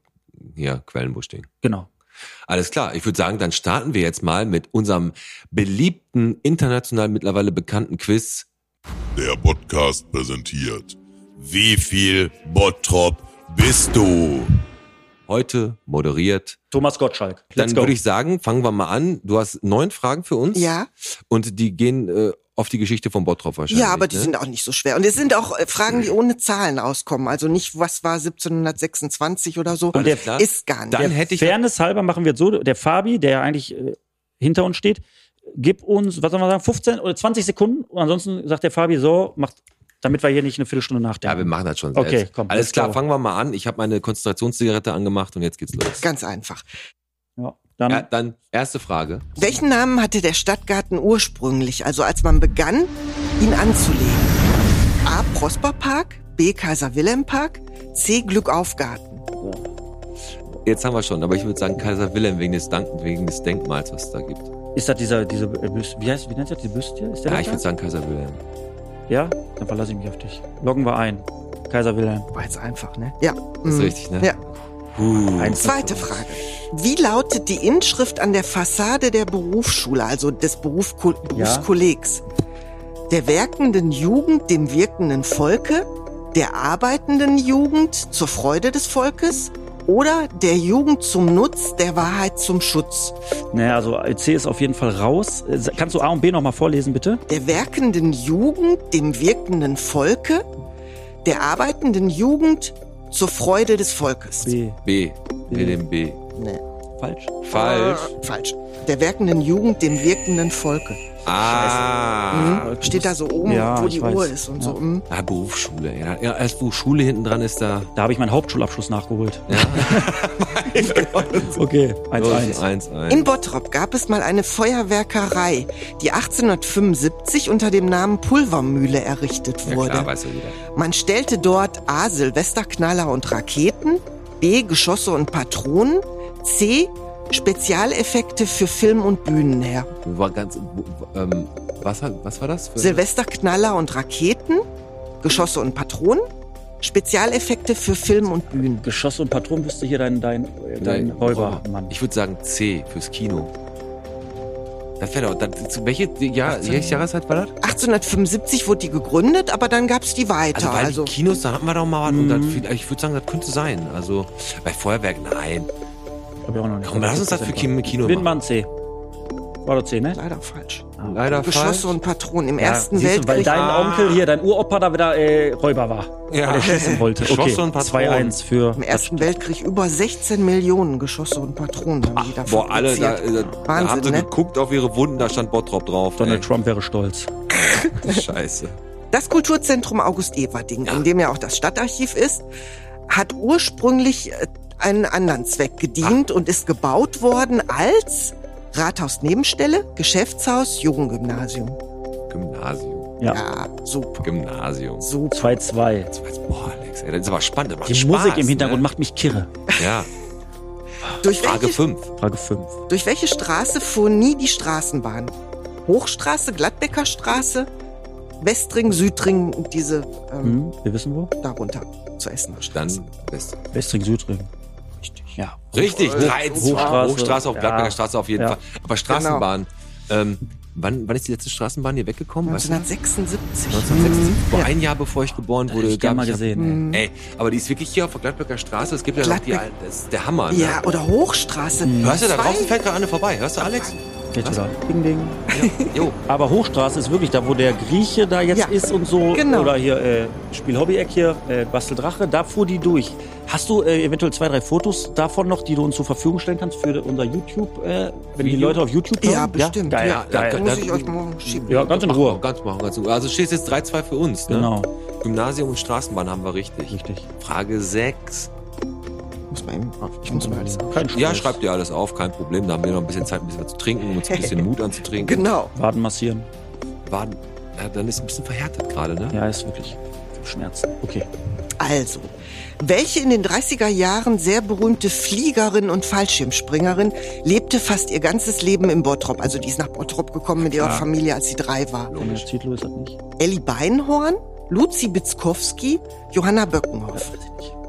S4: hier, Quellenbusch-Ding.
S5: Genau.
S4: Alles klar, ich würde sagen, dann starten wir jetzt mal mit unserem beliebten, international mittlerweile bekannten Quiz.
S3: Der Podcast präsentiert. Wie viel Bottrop bist du?
S4: Heute moderiert.
S5: Thomas Gottschalk.
S4: Dann würde ich sagen, fangen wir mal an. Du hast neun Fragen für uns.
S6: Ja,
S4: Und die gehen äh, auf die Geschichte von Bottrop wahrscheinlich.
S6: Ja, aber die
S4: ne?
S6: sind auch nicht so schwer. Und es sind auch äh, Fragen, die ohne Zahlen auskommen. Also nicht, was war 1726 oder so.
S4: Alles klar.
S6: ist gar nicht.
S4: Dann hätte ich
S5: Fairness halber machen wir es so, der Fabi, der ja eigentlich äh, hinter uns steht, gib uns, was soll man sagen, 15 oder 20 Sekunden und ansonsten sagt der Fabi so, macht, damit wir hier nicht eine Viertelstunde
S4: Ja, wir
S5: nachdenken.
S4: machen das schon
S5: Okay,
S4: selbst.
S5: komm,
S4: Alles
S5: let's
S4: klar,
S5: go.
S4: fangen wir mal an. Ich habe meine Konzentrationszigarette angemacht und jetzt geht's los.
S6: Ganz einfach.
S5: Ja, dann,
S4: Ja, dann erste Frage.
S6: Welchen Namen hatte der Stadtgarten ursprünglich, also als man begann, ihn anzulegen? A. Prosper Park, B. Kaiser Wilhelm Park, C. Glückaufgarten.
S4: Jetzt haben wir schon, aber ich würde sagen Kaiser Wilhelm wegen des, Dank wegen des Denkmals, was es da gibt.
S5: ist das dieser, diese äh, Büste, wie heißt, wie nennt das die Büste? Ist der
S4: Ja,
S5: das
S4: ich
S5: da?
S4: würde sagen Kaiser Wilhelm.
S5: Ja, dann verlasse ich mich auf dich. Loggen wir ein. Kaiser Wilhelm.
S6: War jetzt einfach, ne? Ja.
S4: Ist
S6: Mhm.
S4: richtig, ne?
S6: Ja.
S4: Huh.
S5: Eins
S6: Zweite Frage. Wie lautet die Inschrift an der Fassade der Berufsschule, also des Beruf Berufskollegs? Der werkenden Jugend, dem wirkenden Volke, der arbeitenden Jugend zur Freude des Volkes oder der Jugend zum Nutz, der Wahrheit zum Schutz?
S5: Naja, also C ist auf jeden Fall raus. Äh, Kannst du A und B nochmal vorlesen, bitte?
S6: Der werkenden Jugend, dem wirkenden Volke, der arbeitenden Jugend zur Freude des Volkes.
S5: B.
S4: B. Wilhelm B.
S6: Nee.
S5: Falsch.
S4: Falsch.
S6: Falsch. Der werkenden Jugend, dem wirkenden Volke.
S4: Ah.
S6: Mhm. Steht da so oben,
S5: Ja,
S6: wo
S5: ich
S6: die
S5: weiß.
S6: Uhr ist und so. Mhm.
S4: Ah, Berufsschule. Ja, ja als Berufsschule hinten dran ist da.
S5: Da habe ich meinen Hauptschulabschluss nachgeholt. okay, 1-1.
S4: 1-1.
S6: In Bottrop gab es mal eine Feuerwerkerei, die 1875 unter dem Namen Pulvermühle errichtet
S4: Ja,
S6: wurde.
S4: klar, weiß ja jeder.
S6: Man stellte dort A. Silvesterknaller und Raketen, B. Geschosse und Patronen, C. Spezialeffekte für Film und Bühnen her.
S4: War ganz, ähm, was, hat- was war das? Für
S6: Silvesterknaller und Raketen, Geschosse und Patronen, Spezialeffekte für Film und Bühnen.
S5: Geschoss und Patronen wüsste hier dein, dein, äh,
S4: Nein,
S5: dein Räubermann.
S4: Ich würde sagen C fürs Kino. Das wäre doch. Das, zu welche Jahr, welche Jahreszeit war das?
S6: 1875 wurde die gegründet, aber dann gab es die
S4: Also,
S6: weiter.
S4: weil
S6: Also,
S4: die Kinos, da hatten wir doch mal was. Und
S5: Mhm.
S4: dann, ich würde sagen, das könnte sein. Also, bei Feuerwerk, nein.
S5: Hab ich auch noch nicht.
S4: Komm, lass uns das für Kino, Kino machen.
S5: Windmann C. War doch C, ne?
S6: leider falsch.
S4: Leider
S6: Geschosse
S4: falsch.
S6: und Patronen im Ersten
S5: siehst du, weil
S6: Weltkrieg.
S5: dein
S4: Ah.
S5: Onkel hier, dein Uropa da wieder äh, Räuber war.
S4: Ja.
S5: Weil er schießen wollte.
S4: Geschosse
S5: Okay,
S4: und Patronen.
S5: 2-1 für.
S6: Im Ersten Weltkrieg über 16 Millionen Geschosse und Patronen haben die da
S4: Boah, alle, da, äh,
S6: fabriziert.
S4: da, da haben sie
S6: Wahnsinn, ne?
S4: geguckt auf ihre Wunden, da stand Bottrop drauf.
S5: Donald Trump wäre stolz.
S4: Trump. Scheiße.
S6: Das Kulturzentrum August-Everding, in dem ja auch das Stadtarchiv ist, hat ursprünglich äh, einen anderen Zweck
S4: Ah.
S6: gedient und ist gebaut worden als Rathausnebenstelle, Geschäftshaus, Jugendgymnasium.
S4: Gymnasium.
S6: Ja, super,
S4: Gymnasium.
S6: super.
S5: 2-2.
S4: Das war jetzt- Boah, Alex, ey, das ist aber spannend. Das macht
S5: Die
S4: Spaß,
S5: Musik im Hintergrund
S4: ne?
S5: macht mich kirre.
S4: Ja,
S6: Durch
S4: Frage
S6: welche,
S4: 5.
S5: Frage 5.
S6: durch welche Straße fuhr nie die Straßenbahn? Hochstraße, Gladbecker Straße, Westring, Südring und diese ähm,
S5: Hm, wir wissen wo?
S6: darunter zur Essener Straße.
S4: Mhm. Dann bist
S5: Westring Südring. Richtig. Ja.
S4: Richtig, 3
S5: Hochstraße.
S4: Hochstraße. Hochstraße auf
S5: Ja.
S4: Gladberger Straße auf jeden
S5: Ja.
S4: Fall. Aber Straßenbahn. Ähm, wann, wann ist die letzte Straßenbahn hier weggekommen? Weißt du das?
S6: 1976.
S4: 1976. Boah,
S6: Ja.
S4: ein Jahr bevor ich geboren
S5: Das
S4: wurde.
S5: hätte ich gerne
S4: gab
S5: mal
S4: es-
S5: gesehen.
S4: Ey, aber die ist wirklich hier auf der Gladbecker Straße. Es gibt ja noch die
S6: Gladbeck-
S4: alten. Das ist der Hammer. Ne?
S6: Ja, oder Hochstraße.
S4: Hörst du, da
S6: Zwei-
S4: draußen fällt gerade eine vorbei. Hörst du, Alex?
S5: ey. Geht sogar. Ding, ding.
S4: Ja. Jo.
S5: Aber Hochstraße ist wirklich da, wo der Grieche da jetzt
S6: Ja,
S5: ist und so.
S6: genau.
S5: Oder hier äh, Spiel Hobbyeck hier, äh, Basteldrache, da fuhr die durch. Hast du äh, eventuell zwei, drei Fotos davon noch, die du uns zur Verfügung stellen kannst für unser YouTube, äh, wenn die
S4: Video?
S5: Leute auf YouTube
S6: Ja, bestimmt.
S5: Geil,
S4: Ja,
S5: geil.
S4: da-
S6: Muss
S4: da-
S6: ich euch morgen schicken.
S5: ja, ganz in
S4: Machen wir
S5: Ruhe.
S4: Ganz machen, ganz gut. Also steht jetzt 3-2 für uns. Ne?
S5: Genau,
S4: Gymnasium und Straßenbahn haben wir richtig.
S5: richtig.
S4: Frage 6.
S6: Muss mal eben, ich muss mal alles.
S5: Kein Stress.
S4: Ja, schreibt dir alles auf, kein Problem. Da haben wir noch ein bisschen Zeit, ein bisschen was zu trinken, uns ein bisschen Mut anzutrinken.
S6: Genau.
S5: Waden massieren.
S4: Waden, ja, dann ist ein bisschen verhärtet gerade, ne?
S5: Ja, ist wirklich Schmerzen. Okay.
S6: Also, welche in den 30er Jahren sehr berühmte Fliegerin und Fallschirmspringerin lebte fast ihr ganzes Leben in Bottrop. Also die ist nach Bottrop gekommen mit ihrer Familie, als sie drei war.
S5: Wenn der Titel ist das nicht.
S6: Elli Beinhorn, Luzi Bitzkowski, Johanna Böckenhoff.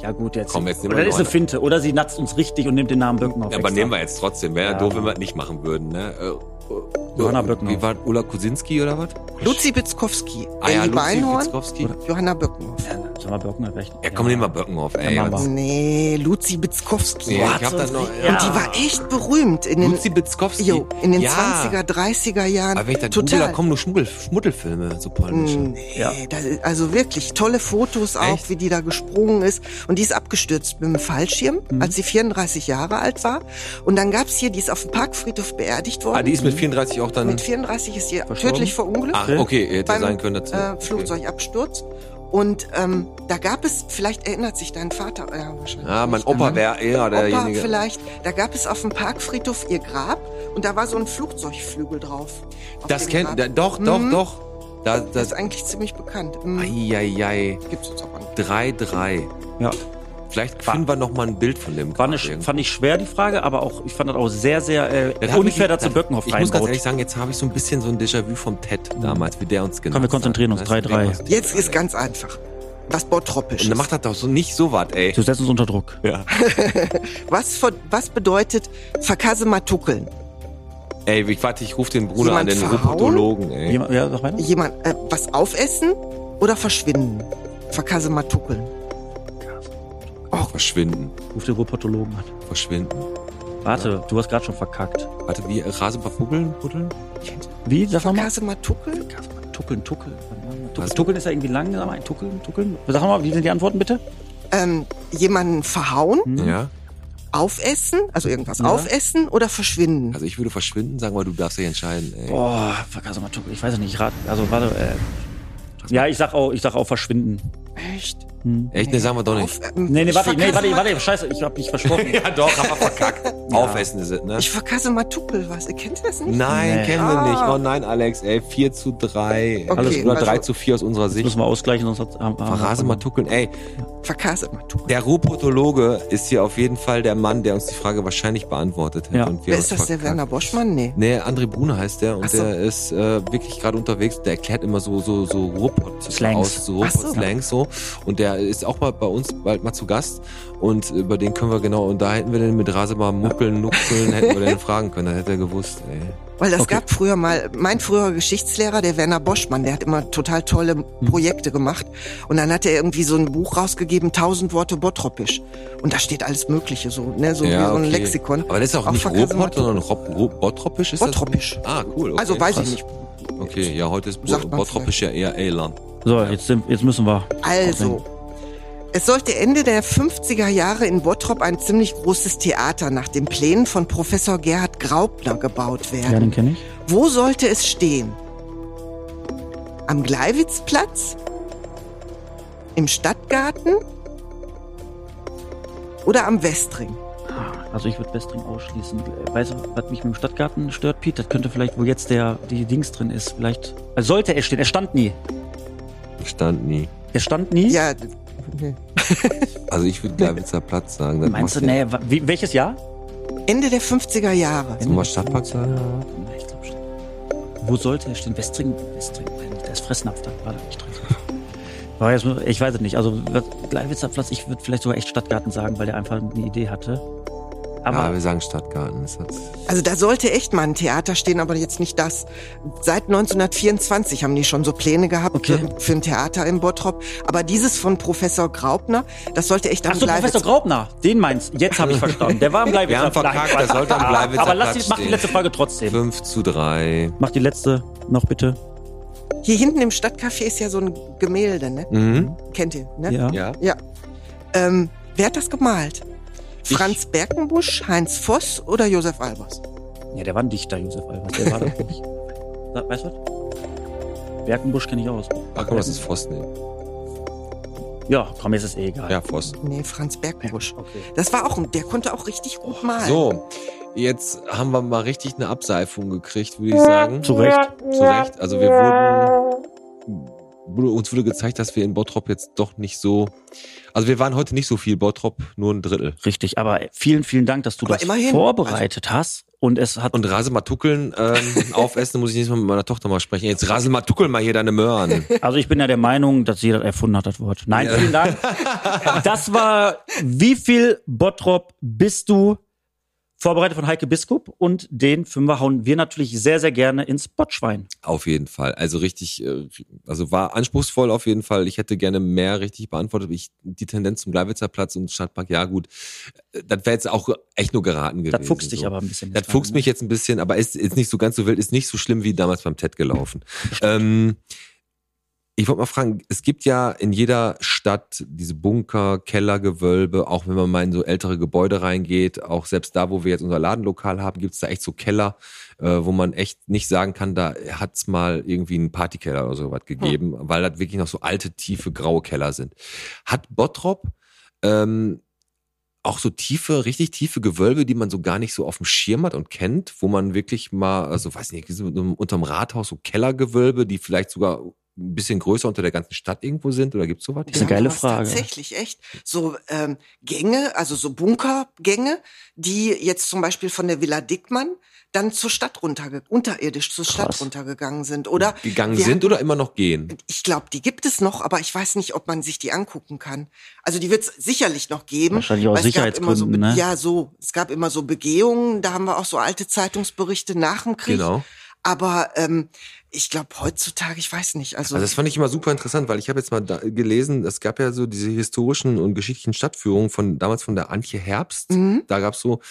S5: Ja gut, jetzt.
S4: Komm, jetzt nehmen wir
S5: oder das ist eine
S4: noch
S5: Finte. Oder sie natzt uns richtig und nimmt den Namen Birken auf.
S4: Ja, aber
S5: extra.
S4: nehmen wir jetzt trotzdem. Wäre ja.
S5: Ja.
S4: doof, wenn wir das nicht machen würden, ne? Äh, äh,
S5: Johanna
S4: äh,
S5: Böckner.
S4: Wie war Ulla Kusinski oder was?
S6: Luzi Bitzkowski,
S4: Ah ja,
S6: Elli
S4: Luzi
S6: Beinhorn,
S4: Witzkowski.
S6: Johanna Böckenhoff.
S5: Ja, Sollen wir Birkenhoff recht?
S4: Ja, komm, nehmen wir Birkenhoff, ey.
S5: Ja, machen
S6: Nee, Luzi Bitzkowski.
S4: Ja, ich hab das noch. Ja.
S6: Und die war echt berühmt in den,
S4: Luzi Bitzkowski.
S6: jo, in den
S4: ja.
S6: 20er, 30er Jahren.
S4: Aber wenn ich da google, da
S6: Total. Mm.
S4: kommen nur Schmuggel, Schmuddelfilme, so polnische.
S6: Nee,
S5: Ja.
S6: das ist, also wirklich tolle Fotos auch,
S4: Echt?
S6: wie die da gesprungen ist. Und die ist abgestürzt mit dem Fallschirm,
S4: Mhm.
S6: als sie 34 Jahre alt war. Und dann gab's hier, die ist auf dem Parkfriedhof beerdigt worden.
S4: Ah, die ist mit 34 auch dann.
S6: mit 34 ist sie
S5: Verstorben?
S6: tödlich verunglückt.
S4: Ach, okay, hätte
S6: beim,
S4: sein können dazu.
S6: äh, Flugzeugabsturz. Und ähm, da gab es, vielleicht erinnert sich dein Vater, ja, wahrscheinlich.
S4: Ja, Ah, mein
S6: nicht,
S4: Opa
S6: ne?
S4: wäre eher
S6: Opa
S4: derjenige.
S6: vielleicht, da gab es auf dem Parkfriedhof ihr Grab und da war so ein Flugzeugflügel drauf. Auf
S4: das
S6: dem
S4: kennt,
S6: Grab.
S4: da, doch, doch,
S6: Mhm.
S4: doch. Da,
S6: Das
S4: das,
S6: ist eigentlich ziemlich bekannt. Mhm.
S4: eieiei.
S6: Gibt's jetzt auch an.
S4: 3-3.
S5: Ja.
S4: Vielleicht finden wir noch mal ein Bild von dem.
S5: War eine,
S4: Grab irgendwie.
S5: fand ich schwer, die Frage, aber auch, ich fand das auch sehr, sehr
S4: Das
S5: äh,
S4: hat
S5: unfair,
S4: mich-
S5: dazu
S4: das-
S5: Birkenhoff
S4: Ich muss ganz
S5: reinbaut.
S4: ehrlich sagen, jetzt habe ich so ein bisschen so ein Déjà-vu vom Ted damals, wie der uns genannt
S5: Mhm. Komm, wir konzentrieren uns.
S4: hat.
S5: 3-3.
S4: Weißt du, wir
S6: Jetzt ist ganz einfach. Was Bottropisch.
S4: Und dann
S6: ist.
S4: macht das doch so nicht so was, ey.
S5: Du setzt uns unter Druck.
S4: Ja.
S6: Was, ver- was bedeutet verkasematuckeln?
S4: Ey, ich warte, ich rufe den Bruder
S6: Jemand
S4: an, den
S6: verhauen?
S4: Robotologen, ey.
S5: Jemand, ja, sag weiter.
S6: Jemand äh, was aufessen oder verschwinden? Verkasematuckeln.
S4: Och, verschwinden.
S5: Ruf den Ruhrpathologen an.
S4: Verschwinden.
S5: Warte, du hast gerade schon verkackt.
S4: Warte, wie Rasenverfuggeln? Buddeln?
S5: Wie? Sag nochmal.
S6: Verkasematuckeln?
S5: Tuckeln, tuckeln. Tuckeln,
S4: Was?
S5: tuckeln ist ja irgendwie lang. Sag mal, tuckeln, tuckeln. Sag nochmal, wie sind die Antworten bitte?
S6: Ähm, jemanden verhauen,
S5: Hm?
S4: Ja.
S6: aufessen, also irgendwas
S5: Ja.
S6: aufessen oder verschwinden?
S4: Also ich würde verschwinden sagen, weil du darfst ja entscheiden, ey.
S5: Boah, verkasse mal tuckeln. Ich weiß es nicht. Ich rate. Also, warte. Äh, ja, ich sag auch, ich sag auch verschwinden.
S4: Also-
S6: Echt?
S5: Hm.
S4: Echt, ne, sagen wir doch nicht.
S6: Auf, ähm,
S5: Nee, nee, warte,
S6: ich
S5: nee, warte,
S6: verkasse
S5: warte, scheiße, ich hab mich versprochen.
S4: Ja, doch, haben wir verkackt. Aufessen ist es, ne?
S6: Ich verkasematuckel was. Ihr kennt das nicht?
S4: Nein,
S5: Nee.
S4: kennen wir
S6: Ah.
S4: nicht. Oh nein, Alex, ey. 4 zu 3.
S6: Okay,
S4: Alles oder
S6: also-
S4: 3 zu 4 aus unserer
S5: Das
S4: Sicht.
S5: müssen wir ausgleichen, sonst hat, haben, haben
S4: Verrasen mal tuckeln. Ey,
S6: Verkasematuckeln.
S4: der Robotologe ist hier auf jeden Fall der Mann, der uns die Frage wahrscheinlich beantwortet hätte.
S5: Ja.
S4: Und wir
S6: Wer
S4: haben
S6: ist
S4: uns
S6: das, der
S4: verkackt.
S6: Werner Boschmann? Nee.
S4: Nee, André Brune heißt der und
S6: Ach so.
S4: der ist äh, wirklich gerade unterwegs. Der erklärt immer so so so Ruhrpott
S5: Slangs.
S4: aus, so
S6: Ach so.
S4: Ruhrpott-Slangs so. Und der ist auch mal bei uns bald mal zu Gast und über den können wir genau. Und da hätten wir den mit Rasebar muckeln, nuckeln, hätten wir den fragen können. Dann hätte er gewusst. Ey.
S6: Weil das
S5: Okay.
S6: gab früher mal, mein früherer Geschichtslehrer, der Werner Boschmann, der hat immer total tolle
S4: Hm.
S6: Projekte gemacht. Und dann hat er irgendwie so ein Buch rausgegeben, 1000 Worte Bottropisch. Und da steht alles Mögliche so, ne, so wie so ein
S4: okay.
S6: Lexikon.
S4: Aber das ist auch,
S6: Auch
S4: nicht
S6: verkacken
S4: Ruhrpott,
S6: wir-
S4: sondern Rob, Rob, Bottropisch ist
S6: Bottropisch.
S4: das? Ah, cool. Okay,
S6: Also weiß
S4: krass.
S6: ich nicht.
S4: Okay, ja, heute ist
S6: Sagt man
S4: Bottropisch ja eher Elern.
S5: So, jetzt, sind, jetzt müssen wir.
S6: Also, es sollte Ende der 50er Jahre in Bottrop ein ziemlich großes Theater nach den Plänen von Professor Gerhard Graupner gebaut
S5: Ja, den
S6: werden.
S5: kenne ich.
S6: Wo sollte es stehen? Am Gleiwitzplatz? Im Stadtgarten? Oder am Westring?
S5: Also ich würde Westring ausschließen. Weißt du, was mich mit dem Stadtgarten stört, Piet? Das könnte vielleicht, wo jetzt der die Dings drin ist, vielleicht. Also sollte er stehen. Er stand nie.
S4: Stand nie.
S5: Er stand nie.
S6: Ja,
S4: Also ich würde Gleiwitzer Platz sagen. Das
S5: Meinst du,
S4: macht ja-
S5: nee, wa- wie, welches Jahr?
S6: Ende der 50er Jahre.
S4: Sollen wir Stadtpark sagen?
S5: Nee, ich glaube schon. Wo sollte er stehen? Westring? Westring? Nein, Der ist Fressnapf da. Warte, ich drücke. Aber jetzt, muss- ich weiß es nicht. Also was- Gleiwitzer Platz, ich würde vielleicht sogar echt Stadtgarten sagen, weil der einfach eine Idee hatte. Aber
S4: ja, wir sagen Stadtgarten. Ist das
S6: Also da sollte echt mal ein Theater stehen, aber jetzt nicht das. Seit 1924 haben die schon so Pläne gehabt
S5: Okay.
S6: für, für ein Theater in Bottrop. Aber dieses von Professor Graupner, das sollte echt am
S5: Ach so,
S6: Gleiwitz-
S5: Professor Graubner, den meinst Jetzt habe ich verstanden. Der war am Gleiwitzer
S4: Wir haben
S5: Platz.
S4: verkackt, der sollte am Gleiwitzer
S5: Ah, Aber lass
S4: Platz
S5: die, mach die
S4: stehen.
S5: letzte Frage trotzdem.
S4: 5 zu 3.
S5: Mach die letzte noch bitte.
S6: Hier hinten im Stadtcafé ist ja so ein Gemälde, ne?
S4: Mhm.
S6: Kennt ihr, ne?
S5: Hm. Ja.
S4: Ja.
S6: Ähm, wer hat das gemalt? Franz Berkenbusch, Heinz Voss oder Josef Albers?
S5: ja, der war ein Dichter, Josef Albers. Der war doch nicht. Sag, Weißt du was? Berkenbusch kenne ich aus.
S4: Ach komm, das ist Voss, ne?
S5: Ja, komm, jetzt ist eh egal.
S4: Ja, Voss.
S6: Nee, Franz Berkenbusch.
S5: Okay.
S6: Das war auch, ein- der konnte auch richtig gut malen.
S4: So, jetzt haben wir mal richtig eine Abseifung gekriegt, würde ich sagen.
S5: Zu Recht.
S4: Zu Recht. Also wir wurden, wurde, uns wurde gezeigt, dass wir in Bottrop jetzt doch nicht so, also wir waren heute nicht so viel Bottrop, nur ein Drittel.
S5: Richtig, aber vielen, vielen Dank, dass du
S6: Aber
S5: das
S6: immerhin.
S5: vorbereitet hast. Und es hat.
S4: Und Rasematuckeln ähm, aufessen, muss ich nächstes Mal mit meiner Tochter mal sprechen. Jetzt rasematuckel mal hier deine Möhren.
S5: Also ich bin ja der Meinung, dass jeder erfunden hat das Wort. Nein, vielen Dank. Das war wie viel Bottrop bist du Vorbereitet von Heike Biskup und den Fünfer hauen wir natürlich sehr, sehr gerne ins Botschwein.
S4: Auf jeden Fall. Also richtig, äh, also war anspruchsvoll auf jeden Fall. Ich hätte gerne mehr richtig beantwortet. Ich, die Tendenz zum Gleiwitzer Platz und Stadtpark, ja gut. Äh, Das wäre jetzt auch echt nur geraten gewesen.
S5: Das fuchst dich
S4: so.
S5: aber ein bisschen. ne?
S4: Das fuchst mich jetzt ein bisschen, aber ist, ist nicht so ganz so wild, ist nicht so schlimm wie damals beim TED gelaufen. ähm, ich wollte mal fragen, es gibt ja in jeder Stadt diese Bunker, Kellergewölbe, auch wenn man mal in so ältere Gebäude reingeht, auch selbst da, wo wir jetzt unser Ladenlokal haben, gibt es da echt so Keller, äh, wo man echt nicht sagen kann, da hat's mal irgendwie einen Partykeller oder sowas gegeben, weil das wirklich noch so alte, tiefe, graue Keller sind. Hat Bottrop ähm, auch so tiefe, richtig tiefe Gewölbe, die man so gar nicht so auf dem Schirm hat und kennt, wo man wirklich mal, also weiß nicht, so unterm Rathaus so Kellergewölbe, die vielleicht sogar ein bisschen größer unter der ganzen Stadt irgendwo sind oder gibt's sowas?
S5: ist eine
S6: Ja,
S5: geile
S6: sowas
S5: Frage.
S6: Tatsächlich, echt. So ähm, Gänge, also so Bunkergänge, die jetzt zum Beispiel von der Villa Dickmann dann zur Stadt runterge unterirdisch zur Stadt
S5: Krass.
S6: runtergegangen sind. Oder
S4: Gegangen
S6: Wir
S4: sind oder immer noch gehen?
S6: ich glaube, die gibt es noch, aber ich weiß nicht, ob man sich die angucken kann. Also die wird es sicherlich noch geben.
S5: Wahrscheinlich aus
S6: weil es gab immer so,
S5: Sicherheitsgründen, ne?
S6: Be- Ja, so. Es gab immer so Begehungen, da haben wir auch so alte Zeitungsberichte nach dem Krieg.
S4: Genau.
S6: Aber ähm, ich glaube heutzutage, ich weiß nicht. Also,
S4: Also das fand ich immer super interessant, weil ich habe jetzt mal da gelesen, es gab ja so diese historischen und geschichtlichen Stadtführungen von damals von der Antje Herbst.
S6: Mhm.
S4: Da gab's so,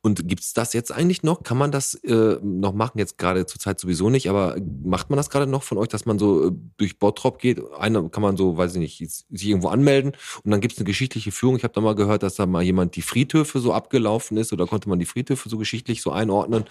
S4: und gibt's das jetzt eigentlich noch? Kann man das äh, noch machen? Jetzt gerade zur Zeit sowieso nicht, aber macht man das gerade noch von euch, dass man so äh, durch Bottrop geht? Einer kann man so, weiß ich nicht, jetzt sich irgendwo anmelden und dann gibt's eine geschichtliche Führung. Ich habe da mal gehört, dass da mal jemand die Friedhöfe so abgelaufen ist oder konnte man die Friedhöfe so geschichtlich so einordnen,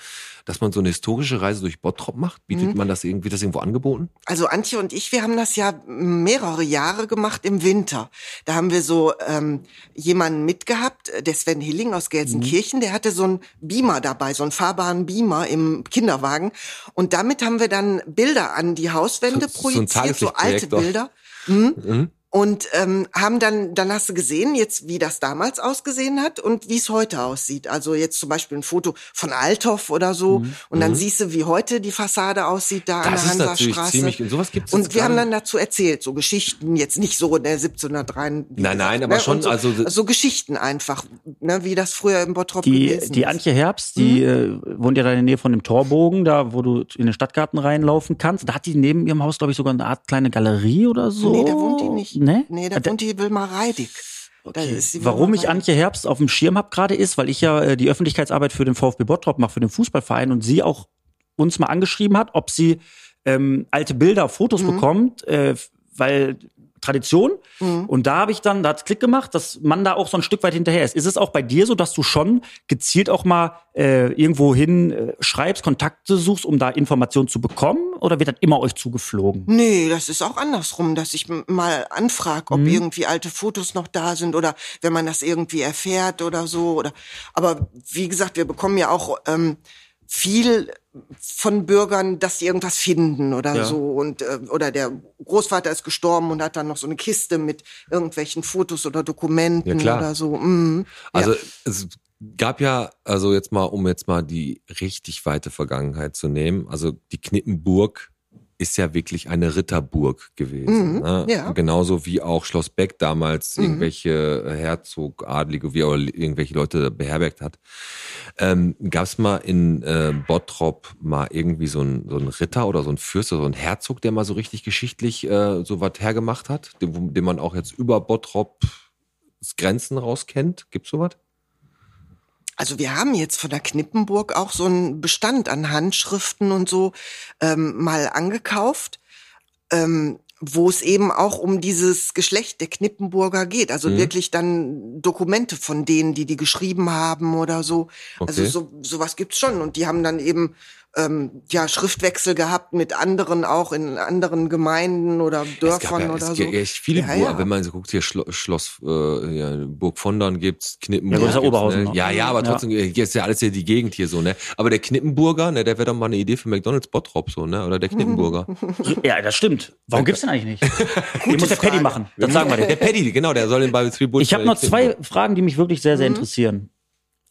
S4: dass man so eine historische Reise durch Bottrop macht?
S6: Mhm.
S4: Bietet man das irgendwie, wird das irgendwo angeboten?
S6: Also Antje und ich, wir haben das ja mehrere Jahre gemacht im Winter. Da haben wir so ähm, jemanden mitgehabt, äh, der Sven Hilling aus Gelsenkirchen,
S4: Mhm.
S6: der hatte so einen Beamer dabei, so einen fahrbaren Beamer im Kinderwagen. Und damit haben wir dann Bilder an die Hauswände
S4: So- so ein
S6: projiziert, so alte
S4: Tageslichtprojektor.
S6: Bilder. Mhm. Und ähm, haben dann, dann hast du gesehen, jetzt wie das damals ausgesehen hat und wie es heute aussieht. Also jetzt zum Beispiel ein Foto von Althoff oder so. Und dann siehst du, wie heute die Fassade aussieht da an
S4: Mhm. Das
S6: der
S4: ist natürlich
S6: Hansastraße.
S4: ziemlich- und sowas gibt's jetzt
S6: Und wir haben
S4: gerade-
S6: dann dazu erzählt, so Geschichten, jetzt nicht so ne, 1703. wie
S4: Nein, nein, aber schon,
S6: und so,
S4: also-
S6: so Geschichten einfach, ne, wie das früher im Bottrop
S5: Die,
S6: gewesen
S5: die
S6: ist.
S5: Antje Herbst, die äh, wohnt ja da in der Nähe von dem Torbogen, da wo du in den Stadtgarten reinlaufen kannst. Da hat die neben ihrem Haus, glaube ich, sogar eine Art kleine Galerie oder so.
S6: Nee, da wohnt die nicht.
S5: Nee,
S6: Nee,
S5: Ah,
S6: da wohnt die Wilma Reidig. Da ist die
S5: Warum
S6: Wilma
S5: ich
S6: Reidig.
S5: Antje Herbst auf dem Schirm habe gerade ist, weil ich ja äh, die Öffentlichkeitsarbeit für den VfB Bottrop mache, für den Fußballverein und sie auch uns mal angeschrieben hat, ob sie ähm, alte Bilder, Fotos
S6: Mhm.
S5: bekommt, äh, f- weil Tradition.
S6: Mhm.
S5: Und da habe ich dann, da hat Klick gemacht, dass man da auch so ein Stück weit hinterher ist. Ist es auch bei dir so, dass du schon gezielt auch mal äh, irgendwo hin äh, schreibst, Kontakte suchst, um da Informationen zu bekommen? Oder wird das immer euch zugeflogen?
S4: Hm.
S6: Nee, das ist auch andersrum, dass ich m- mal anfrage, ob
S4: Hm.
S6: irgendwie alte Fotos noch da sind oder wenn man das irgendwie erfährt oder so. Oder aber wie gesagt, wir bekommen ja auch ähm, viel von Bürgern, dass die irgendwas finden oder
S4: Ja.
S6: so und äh, oder der Großvater ist gestorben und hat dann noch so eine Kiste mit irgendwelchen Fotos oder Dokumenten
S4: Ja, klar.
S6: oder so. Mhm.
S4: Also
S6: ja.
S4: es gab ja, also jetzt mal, um jetzt mal die richtig weite Vergangenheit zu nehmen, also die Knippenburg ist ja wirklich eine Ritterburg gewesen.
S6: Mhm,
S4: ne?
S6: ja. Mhm.
S4: Genauso wie auch Schloss Beck damals irgendwelche Herzog, Adlige, wie auch irgendwelche Leute beherbergt hat. Ähm, Gab es mal in äh, Bottrop mal irgendwie so einen so einen Ritter oder so einen Fürst oder so einen Herzog, der mal so richtig geschichtlich äh, so was hergemacht hat, den, den man auch jetzt über Bottrop Grenzen rauskennt? Gibt's sowas?
S6: Also wir haben jetzt von der Knippenburg auch so einen Bestand an Handschriften und so ähm, mal angekauft, ähm, wo es eben auch um dieses Geschlecht der Knippenburger geht.
S4: Mhm.
S6: Also wirklich dann Dokumente von denen, die die geschrieben haben oder so. Also
S4: Okay.
S6: so, sowas gibt's schon. Und die haben dann eben ähm, ja Schriftwechsel gehabt mit anderen auch in anderen Gemeinden oder
S4: Es gab
S6: Dörfern
S4: ja,
S6: oder
S4: es
S6: so.
S4: gibt echt viele
S6: Ja,
S4: Burgen.
S6: ja.
S4: Wenn man so guckt, hier Schlo Schloss äh, ja, Burg Vondern gibt's,
S5: Ja,
S4: Knippenburg.
S5: gut, das ist ja
S4: gibt's,
S5: Oberhausen
S4: Ne?
S5: noch.
S4: Ja, ja, aber
S5: Ja.
S4: trotzdem äh, hier ist ja alles hier die Gegend hier so, ne? Aber der Knippenburger, ne, der wäre doch mal eine Idee für McDonalds Bottrop so, ne? Oder der Knippenburger.
S5: Ja, das stimmt. Warum gibt's denn eigentlich nicht? Den muss der Paddy
S6: Frage.
S5: machen. Dann sagen wir den.
S4: der Paddy, genau, der soll den bei Three Bulls
S5: Ich habe
S4: bei
S5: noch zwei
S4: Knippenburg.
S5: Fragen, die mich wirklich sehr, sehr interessieren.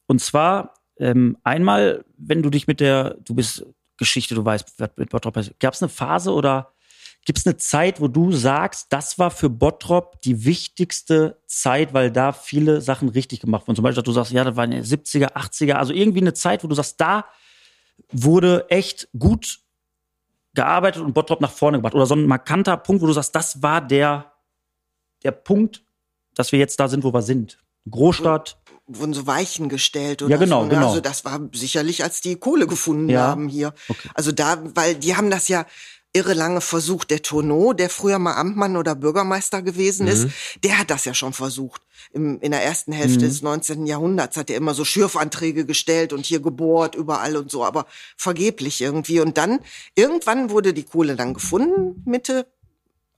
S5: Und zwar ähm, einmal, wenn du dich mit der, du bist Geschichte, du weißt, was mit Bottrop passiert. Gab es eine Phase oder Gibt es eine Zeit, wo du sagst, das war für Bottrop die wichtigste Zeit, weil da viele Sachen richtig gemacht wurden? Zum Beispiel, dass du sagst, ja, das waren die 70er, 80er, also irgendwie eine Zeit, wo du sagst, da wurde echt gut gearbeitet und Bottrop nach vorne gebracht. Oder so ein markanter Punkt, wo du sagst, das war der, der Punkt, dass wir jetzt da sind, wo wir sind. Großstadt,
S6: wurden so Weichen gestellt oder
S5: Ja, genau,
S6: so. ne?
S5: genau.
S6: Also das war sicherlich, als die Kohle gefunden
S5: Ja.
S6: haben hier. Also da, weil die haben das ja irre lange versucht. Der Tourneau, der früher mal Amtmann oder Bürgermeister gewesen
S5: Mhm.
S6: ist, der hat das ja schon versucht. Im, in der ersten Hälfte des 19. Jahrhunderts hat er immer so Schürfanträge gestellt und hier gebohrt überall und so, aber vergeblich irgendwie. Und dann, irgendwann wurde die Kohle dann gefunden, Mitte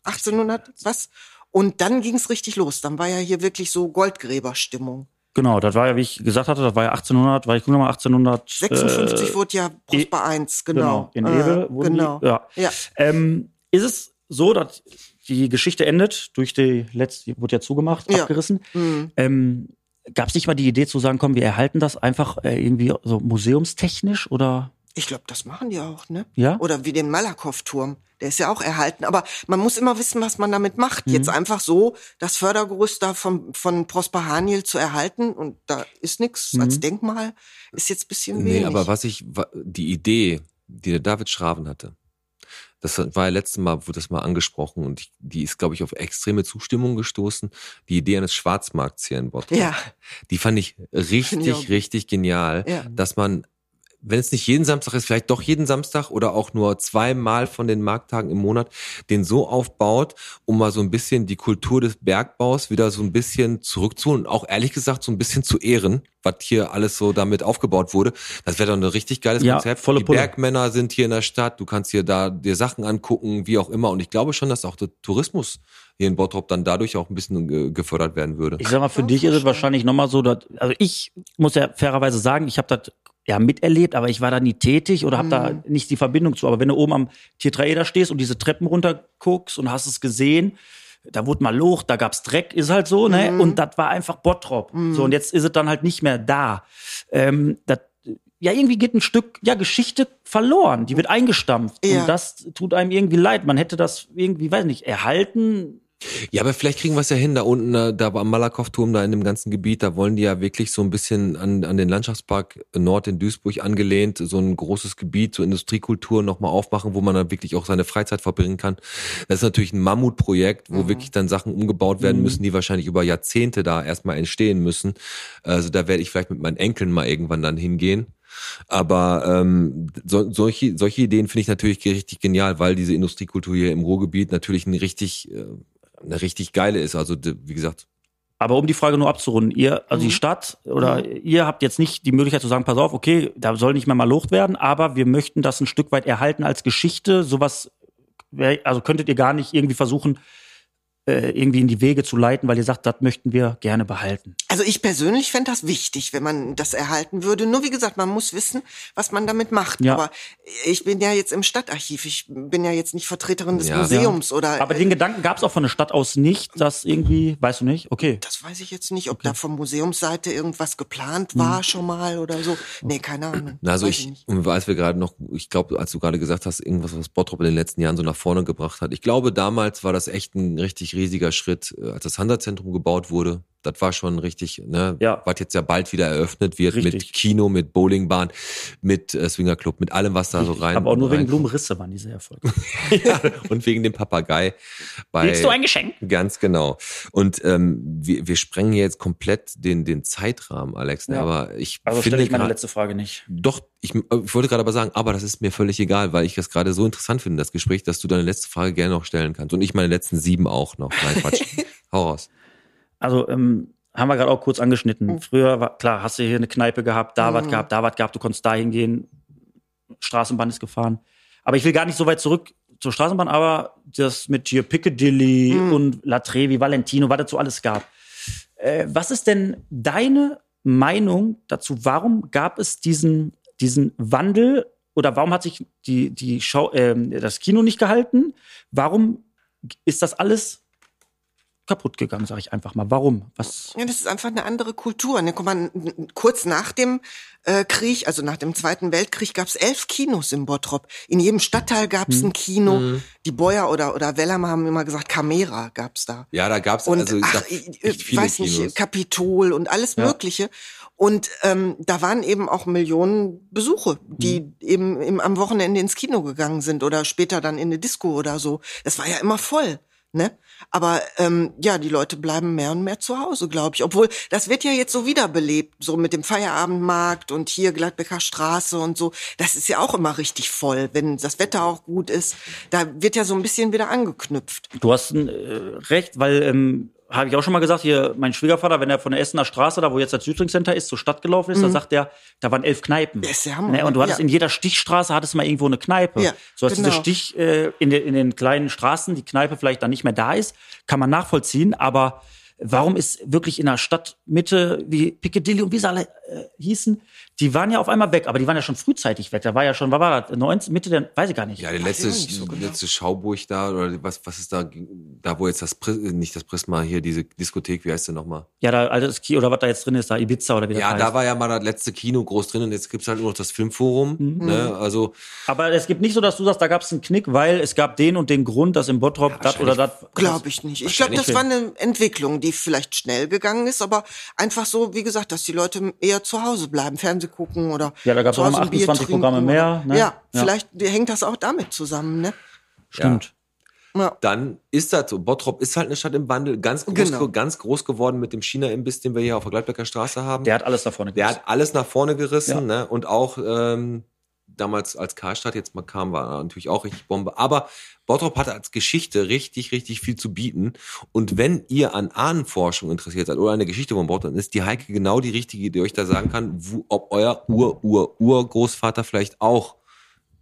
S6: 1800, was? Und dann ging's richtig los. Dann war ja hier wirklich so Goldgräberstimmung.
S5: genau, das war ja, wie ich gesagt hatte, das war ja 1800, weil ich gucke mal 1800.
S6: 56 wurde ja Prosper 1, genau.
S5: Äh, In
S6: Äh,
S5: Ewe wurden
S6: genau.
S5: die. Ja.
S6: Ja.
S5: Ähm, ist es so, dass die Geschichte endet durch die letzte, die wurde ja zugemacht,
S6: Ja.
S5: abgerissen.
S6: Hm.
S5: Ähm, Gab es nicht mal die Idee zu sagen, komm, wir erhalten das einfach äh, irgendwie so museumstechnisch oder
S6: Ich glaube, das machen die auch, ne?
S5: ja?
S6: Oder wie den Malakow-Turm. Der ist ja auch erhalten. Aber man muss immer wissen, was man damit macht. Jetzt einfach so das Fördergerüst da von, von Prosper Haniel zu erhalten und da ist nichts als Denkmal, ist jetzt ein bisschen wenig.
S4: Nee, aber was ich, wa- die Idee, die der David Schraven hatte, das war ja letztes Mal, wurde das mal angesprochen und ich, die ist, glaube ich, auf extreme Zustimmung gestoßen. Die Idee eines Schwarzmarkts hier in Bottrop.
S6: Ja,
S4: Die fand ich richtig,
S6: Ja.
S4: richtig genial,
S6: Ja.
S4: dass man, wenn es nicht jeden Samstag ist, vielleicht doch jeden Samstag oder auch nur zweimal von den Markttagen im Monat, den so aufbaut, um mal so ein bisschen die Kultur des Bergbaus wieder so ein bisschen zurückzuholen und auch ehrlich gesagt so ein bisschen zu ehren, was hier alles so damit aufgebaut wurde. Das wäre doch ein richtig geiles
S5: Ja,
S4: Konzept.
S5: volle
S4: die
S5: Pulle.
S4: Bergmänner sind hier in der Stadt, du kannst hier da dir Sachen angucken, wie auch immer. Und ich glaube schon, dass auch der Tourismus hier in Bottrop dann dadurch auch ein bisschen äh, gefördert werden würde.
S5: Ich sag mal, für
S6: Ja,
S5: dich ist es
S6: verstehe.
S5: wahrscheinlich nochmal so, dass, also ich muss ja fairerweise sagen, ich habe das ja miterlebt, aber ich war da nie tätig oder habe da nicht die Verbindung zu. Aber wenn du oben am Tier 3 da stehst und diese Treppen runter guckst und hast es gesehen, da wurde mal Loch, da gab's Dreck, ist halt so, ne? Und das war einfach Bottrop. So, und jetzt ist es dann halt nicht mehr da. Ähm, das ja, irgendwie geht ein Stück ja, Geschichte verloren. Die wird eingestampft.
S6: Ja.
S5: Und das tut einem irgendwie leid. Man hätte das irgendwie, weiß nicht, erhalten,
S4: Ja, aber vielleicht kriegen wir es ja hin, da unten, äh, da am Malakow-Turm, da in dem ganzen Gebiet, da wollen die ja wirklich so ein bisschen an, an den Landschaftspark Nord in Duisburg angelehnt, so ein großes Gebiet zur Industriekultur nochmal aufmachen, wo man dann wirklich auch seine Freizeit verbringen kann. Das ist natürlich ein Mammutprojekt, wo wirklich dann Sachen umgebaut werden müssen, die wahrscheinlich über Jahrzehnte da erstmal entstehen müssen. Also da werde ich vielleicht mit meinen Enkeln mal irgendwann dann hingehen. Aber ähm, so, solche, solche Ideen finde ich natürlich richtig genial, weil diese Industriekultur hier im Ruhrgebiet natürlich ein richtig, äh, eine richtig geile ist. Also d- wie gesagt,
S5: Aber um die Frage nur abzurunden, ihr, also die Stadt oder ihr habt jetzt nicht die Möglichkeit zu sagen, pass auf, okay, da soll nicht mehr mal locht werden, aber wir möchten das ein Stück weit erhalten als Geschichte. Sowas, wär- also könntet ihr gar nicht irgendwie versuchen, äh, irgendwie in die Wege zu leiten, weil ihr sagt, das möchten wir gerne behalten.
S6: Also ich persönlich fände das wichtig, wenn man das erhalten würde. Nur wie gesagt, man muss wissen, was man damit macht.
S5: Ja.
S6: Aber ich bin ja jetzt im Stadtarchiv. Ich bin ja jetzt nicht Vertreterin des
S4: Ja.
S6: Museums oder.
S5: Aber den Gedanken gab es auch von der Stadt aus nicht, dass irgendwie, weißt du nicht, okay.
S6: das weiß ich jetzt nicht, ob da von Museumsseite irgendwas geplant war schon mal oder so. Nee, keine Ahnung.
S4: Mhm. Oh. Na, also
S6: Weiß
S4: ich,
S6: nicht.
S4: und weiß wir gerade noch, ich glaube, als du gerade gesagt hast, irgendwas, was Bottrop in den letzten Jahren so nach vorne gebracht hat. Ich glaube, damals war das echt ein richtig riesiger Schritt, äh, als das Handelszentrum gebaut wurde. Das war schon richtig, ne?
S5: Ja.
S4: Was jetzt ja bald wieder eröffnet wird
S5: Richtig.
S4: mit Kino, mit Bowlingbahn, mit äh, Swingerclub, mit allem, was da so rein.
S5: aber auch nur wegen
S4: rein-
S5: Blumenrisse waren die sehr erfolgreich.
S4: und wegen dem Papagei. Bei,
S5: Willst du ein Geschenk?
S4: Ganz genau. Und ähm, wir, wir sprengen hier jetzt komplett den, den Zeitrahmen, Alex. Ne?
S5: Ja.
S4: Aber ich
S5: Also stelle
S4: finde
S5: ich meine
S4: grad-
S5: letzte Frage nicht.
S4: doch, ich, äh, ich wollte gerade aber sagen, aber das ist mir völlig egal, weil ich das gerade so interessant finde, das Gespräch, dass du deine letzte Frage gerne noch stellen kannst. Und ich meine letzten sieben auch noch. Nein, Quatsch. Hau raus.
S5: Also ähm, haben wir gerade auch kurz angeschnitten. Früher war klar, hast du hier eine Kneipe gehabt, da was gehabt, da was gehabt, du konntest da hingehen. Straßenbahn ist gefahren. Aber ich will gar nicht so weit zurück zur Straßenbahn, aber das mit hier Piccadilly und La Trevi, Valentino, was dazu alles gab. Äh, was ist denn deine Meinung dazu? Warum gab es diesen, diesen Wandel oder warum hat sich die, die Schau, ähm, das Kino nicht gehalten? Warum ist das alles kaputt gegangen, sage ich einfach mal. Warum? Was?
S6: Ja, das ist einfach eine andere Kultur. Ne, guck mal, n- n- kurz nach dem äh, Krieg, also nach dem Zweiten Weltkrieg, gab's elf Kinos in Bottrop. In jedem Stadtteil gab's
S4: Mhm.
S6: ein Kino. Die Beuer oder, oder Wellam haben immer gesagt, Camera gab's da.
S4: Ja, da gab's
S6: Und
S4: also
S6: ach,
S4: da,
S6: ich,
S4: echt
S6: ich
S4: viele
S6: weiß nicht,
S4: Kinos.
S6: Kapitol und alles Mögliche. Und ähm, da waren eben auch Millionen Besuche, die
S4: Mhm.
S6: eben im, am Wochenende ins Kino gegangen sind oder später dann in eine Disco oder so. Das war ja immer voll. Ne? Aber ähm, ja, die Leute bleiben mehr und mehr zu Hause, glaube ich. Obwohl, das wird ja jetzt so wiederbelebt, so mit dem Feierabendmarkt und hier Gladbecker Straße und so. Das ist ja auch immer richtig voll, wenn das Wetter auch gut ist. Da wird ja so ein bisschen wieder angeknüpft.
S5: Du hast äh, recht, weil ähm, habe ich auch schon mal gesagt, hier mein Schwiegervater, wenn er von der Essener Straße, da wo jetzt das Südring Center ist, zur Stadt gelaufen ist, dann sagt er, da waren elf Kneipen.
S6: Mhm. Das ist der Hammer,
S5: Ne, Und du
S6: ne?
S5: hattest
S6: Ja.
S5: in jeder Stichstraße hattest mal irgendwo eine Kneipe.
S6: Ja,
S5: so dass diese
S6: genau.
S5: Stich äh, in, den, in den kleinen Straßen, die Kneipe vielleicht dann nicht mehr da ist, kann man nachvollziehen, aber Warum ist wirklich in der Stadtmitte wie Piccadilly und wie sie alle äh, hießen, die waren ja auf einmal weg, aber die waren ja schon frühzeitig weg. Da war ja schon, was war das, 19, Mitte der, weiß ich gar nicht.
S4: Ja, der
S6: Weiß ich
S4: letzte,
S6: auch nicht so genau.
S4: letzte Schauburg da, oder was, was ist da, da wo jetzt das, Pri- nicht das Prisma, hier diese Diskothek, wie heißt sie nochmal?
S5: Ja, da altes Kino oder was da jetzt drin ist, da Ibiza oder wie das
S4: Ja,
S5: heißt.
S4: da war ja mal das letzte Kino groß drin und jetzt gibt's halt nur noch das Filmforum.
S5: Mhm.
S4: Ne? Also
S5: Aber es gibt nicht so, dass du sagst, da gab es einen Knick, weil es gab den und den Grund, dass im Bottrop das oder das.
S6: Glaube ich nicht. Ich glaube, das war eine Entwicklung, die vielleicht schnell gegangen ist, aber einfach so, wie gesagt, dass die Leute eher zu Hause bleiben, Fernseh gucken oder
S5: Ja, da gab's
S6: zu
S5: auch
S6: Hause
S5: immer
S6: ein Bier
S5: 28
S6: trinken
S5: Programme mehr,
S6: oder-
S5: ne?
S6: Ja,
S5: Ja.
S6: vielleicht hängt das auch damit zusammen, ne?
S5: Stimmt.
S6: Ja.
S4: dann ist das so. Bottrop ist halt eine Stadt im Wandel, ganz groß,
S6: Genau.
S4: ganz groß geworden mit dem China-Imbiss, den wir hier auf der Gladbecker Straße haben.
S5: Der hat alles da vorne
S4: Der
S5: gemacht.
S4: hat alles nach vorne gerissen, ne? Und auch ähm, damals als Karstadt jetzt mal kam, war er natürlich auch richtig Bombe. Aber Bottrop hat als Geschichte richtig, richtig viel zu bieten. Und wenn ihr an Ahnenforschung interessiert seid oder an der Geschichte von Bottrop, dann ist die Heike genau die richtige, die euch da sagen kann, wo, ob euer Ur-Ur-Urgroßvater vielleicht auch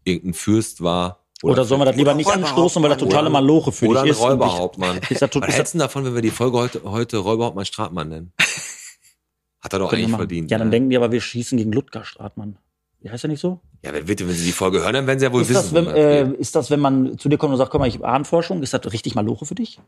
S4: irgendein Fürst war.
S5: Oder sollen wir das lieber nicht
S6: Räuber-
S5: anstoßen, weil das
S6: Räuber-
S5: totale Maloche für
S4: oder ein
S5: dich ist. und dich-
S4: Räuberhauptmann.
S5: Ist das tot-
S4: Was
S5: ist
S4: hältst du denn davon, wenn wir die Folge heute, heute Räuberhauptmann Stratmann nennen? Hat er doch
S5: können wir
S4: eigentlich
S5: machen.
S4: verdient.
S5: Ja, dann
S4: ne?
S5: denken die aber, wir schießen gegen Ludger Stratmann. Wie heißt er nicht so?
S4: Ja, wer bitte, wenn Sie die Folge hören, dann werden Sie ja wohl
S5: Ist das,
S4: wissen.
S5: wenn,
S4: worum es
S5: äh,
S4: geht.
S5: ist das, wenn man zu dir kommt und sagt, komm mal, ich habe Ahnenforschung, ist das richtig Maloche für dich?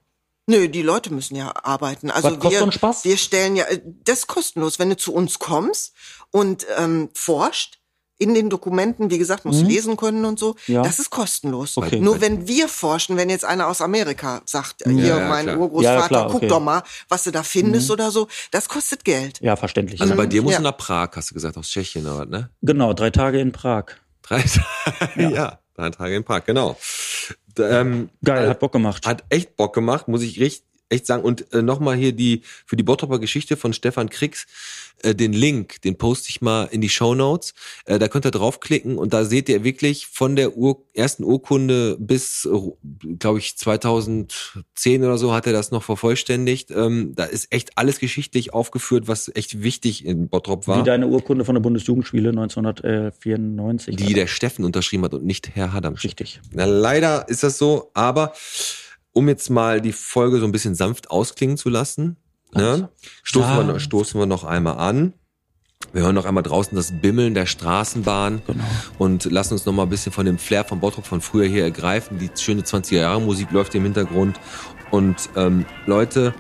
S6: Nö, die Leute müssen ja arbeiten. Also
S5: Was kostet
S6: wir,
S5: so ein Spaß?
S6: wir stellen ja, äh, das ist kostenlos, wenn du zu uns kommst und ähm, forscht in den Dokumenten, wie gesagt, musst du lesen können und so.
S5: Mhm. Ja.
S6: Das ist kostenlos.
S5: Okay.
S6: Nur wenn wir forschen, wenn jetzt einer aus Amerika sagt, äh, hier
S4: Ja, ja,
S6: mein
S4: klar.
S6: Urgroßvater,
S5: Ja, ja, klar, okay. Mhm.
S6: guck doch mal, was du da findest oder so, das kostet Geld.
S5: Ja, verständlich. ne?
S4: also bei dir muss
S6: ja.
S4: du nach Prag, hast du gesagt, aus Tschechien oder was, ne?
S5: genau, drei Tage in Prag.
S4: Drei Tage, ja. drei Tage im Park, genau. D- Ähm,
S5: Geil,
S4: äh,
S5: hat Bock gemacht.
S4: hat echt Bock gemacht, muss ich richtig, echt sagen. Und äh, nochmal hier die für die Bottroper Geschichte von Stefan Kriegs, äh, den Link, den poste ich mal in die Show Notes. Äh, da könnt ihr draufklicken und da seht ihr wirklich von der Ur ersten Urkunde bis, glaube ich, 2010 oder so hat er das noch vervollständigt. Ähm, da ist echt alles geschichtlich aufgeführt, was echt wichtig in Bottrop war.
S5: Wie deine Urkunde von der Bundesjugendspiele 1994.
S4: die der Steffen unterschrieben hat und nicht Herr Hadam.
S5: Richtig.
S4: Na, leider ist das so, aber um jetzt mal die Folge so ein bisschen sanft ausklingen zu lassen, ne, stoßen, wir, noch- stoßen wir noch einmal an. Wir hören noch einmal draußen das Bimmeln der Straßenbahn
S5: genau.
S4: und lassen uns noch mal ein bisschen von dem Flair von Bottrop von früher hier ergreifen. Die schöne 20er-Jahre-Musik läuft im Hintergrund. Und ähm, Leute,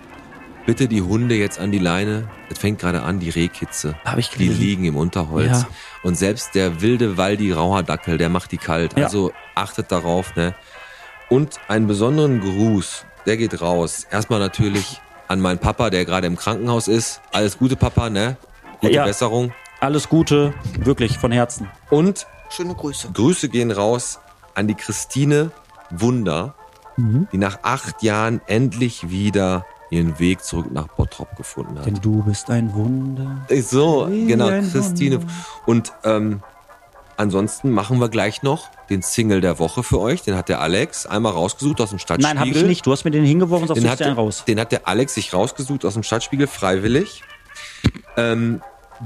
S4: bitte die Hunde jetzt an die Leine. Es fängt gerade an, die Rehkitze.
S5: Habe ich
S4: Die
S5: gelesen.
S4: liegen im Unterholz.
S5: Mhm. Ja.
S4: Und selbst der wilde Waldi Rauherdackel, der macht die kalt.
S5: Ja.
S4: Also achtet darauf, ne? Und einen besonderen Gruß, der geht raus. Erstmal natürlich an meinen Papa, der gerade im Krankenhaus ist. Alles Gute, Papa, ne? Gute
S5: Ja.
S4: Besserung.
S5: Alles Gute, wirklich von Herzen.
S4: Und
S6: Schöne Grüße.
S4: Grüße gehen raus an die Christine Wunder,
S5: Mhm.
S4: die nach acht Jahren endlich wieder ihren Weg zurück nach Bottrop gefunden hat.
S5: Denn du bist ein Wunder.
S4: Äh, So,
S5: Wie
S4: genau,
S5: ein
S4: Christine.
S5: Wunder.
S4: Und ähm, ansonsten machen wir gleich noch den Single der Woche für euch. Den hat der Alex einmal rausgesucht aus dem Stadtspiegel.
S5: Nein, habe ich nicht. Du hast mir den hingeworfen, sagst
S4: Den
S5: du
S4: hat,
S5: dir einen raus.
S4: den hat der Alex sich rausgesucht aus dem Stadtspiegel, freiwillig. Ähm,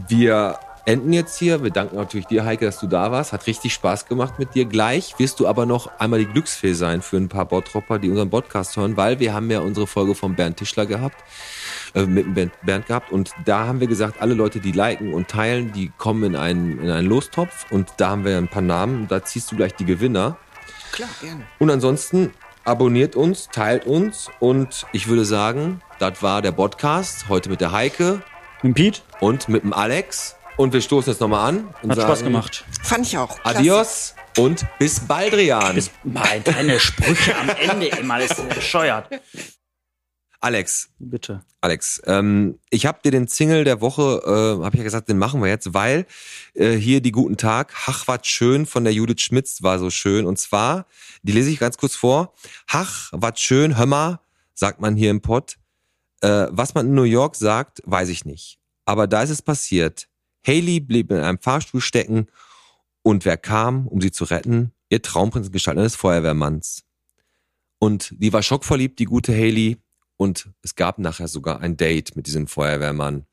S4: wir enden jetzt hier. Wir danken natürlich dir, Heike, dass du da warst. Hat richtig Spaß gemacht mit dir. Gleich wirst du aber noch einmal die Glücksfee sein für ein paar Bottropper, die unseren Podcast hören, weil wir haben ja unsere Folge von Bernd Tischler gehabt, äh, mit dem Bernd, Bernd gehabt. Und da haben wir gesagt, alle Leute, die liken und teilen, die kommen in einen, in einen Lostopf. Und da haben wir ein paar Namen. Da ziehst du gleich die Gewinner.
S6: Klar, gerne.
S4: Und ansonsten abonniert uns, teilt uns und ich würde sagen, Das war der Podcast. Heute mit der Heike
S5: Mit Pete.
S4: und mit dem Alex. Und wir stoßen jetzt nochmal an. Und
S5: Hat
S4: sagen
S5: Spaß gemacht.
S6: Fand ich auch. Klasse.
S4: Adios und bis Baldrian.
S5: Bis mal deine Sprüche am Ende immer. Das ist bescheuert.
S4: Alex,
S5: Bitte.
S4: Alex, ähm, ich habe dir den Single der Woche, äh, habe ich ja gesagt, den machen wir jetzt, weil äh, hier die guten Tag, Hach wat schön von der Judith Schmitz war so schön. Und zwar, die lese ich ganz kurz vor. Hach wat schön, Hömmer, sagt man hier im Pott. Äh, was man in New York sagt, weiß ich nicht. Aber da ist es passiert. Haley blieb in einem Fahrstuhl stecken und wer kam, um sie zu retten? Ihr Traumprinz in Gestalt eines Feuerwehrmanns. Und die war schockverliebt, die gute Haley. Und es gab nachher sogar ein Date mit diesem Feuerwehrmann.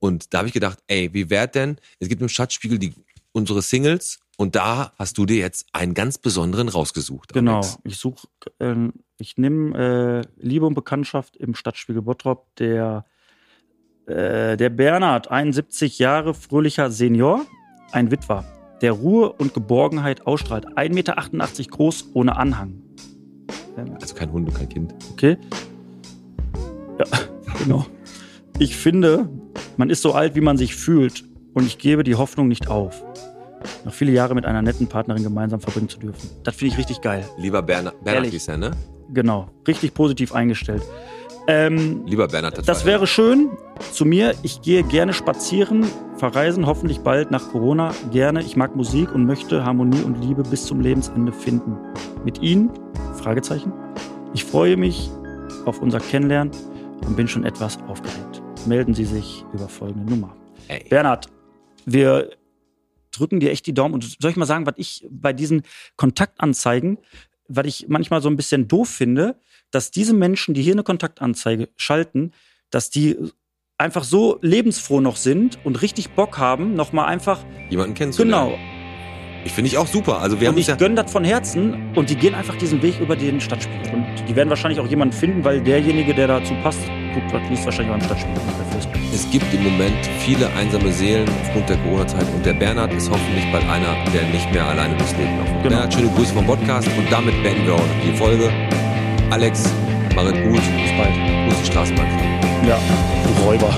S4: Und da habe ich gedacht, ey, wie wär denn? Es gibt im Schatzspiegel die, unsere Singles und da hast du dir jetzt einen ganz besonderen rausgesucht.
S5: Genau.
S4: Alex.
S5: Ich suche, ähm, ich nehme äh, Liebe und Bekanntschaft im Stadtspiegel Bottrop, der, äh, der Bernhard, 71 Jahre, fröhlicher Senior, ein Witwer, der Ruhe und Geborgenheit ausstrahlt, 1,88 Meter groß, ohne Anhang. Ähm,
S4: Also kein Hund und kein Kind.
S5: okay? Ja, genau. Ich finde, man ist so alt, wie man sich fühlt und ich gebe die Hoffnung nicht auf, noch viele Jahre mit einer netten Partnerin gemeinsam verbringen zu dürfen. Das finde ich richtig geil.
S4: Lieber Berna Bernhard
S5: Ehrlich.
S4: hieß er, ne?
S5: Genau, richtig positiv eingestellt. Ähm,
S4: Lieber Bernhard.
S5: das
S4: war er.
S5: wäre schön zu mir. Ich gehe gerne spazieren, verreisen hoffentlich bald nach Corona. Gerne. Ich mag Musik und möchte Harmonie und Liebe bis zum Lebensende finden. Mit Ihnen? Fragezeichen. Ich freue mich auf unser Kennenlernen und bin schon etwas aufgeregt. Melden Sie sich über folgende Nummer.
S4: Ey.
S5: Bernhard, wir drücken dir echt die Daumen. Und soll ich mal sagen, was ich bei diesen Kontaktanzeigen, was ich manchmal so ein bisschen doof finde, dass diese Menschen, die hier eine Kontaktanzeige schalten, dass die einfach so lebensfroh noch sind und richtig Bock haben, nochmal einfach,
S4: Jemanden kennenzulernen.
S5: genau,
S4: Ich finde ich auch super. Also wir
S5: und
S4: haben
S5: ich
S4: uns ja,
S5: gönne das von Herzen und die gehen einfach diesen Weg über den Stadtspiegel. Und die werden wahrscheinlich auch jemanden finden, weil derjenige, der dazu passt, guckt, was liest wahrscheinlich beim Stadtspiegel und bei Facebook.
S4: es gibt im Moment viele einsame Seelen aufgrund der Corona-Zeit und der Bernhard ist hoffentlich bald einer, der nicht mehr alleine durchs Leben läuft.
S5: Genau.
S4: Bernhard, schöne Grüße vom Podcast und damit beenden wir auch die Folge. Alex, mach es gut.
S5: Bis bald.
S4: Große Straßenbahn.
S5: Ja, Räuber.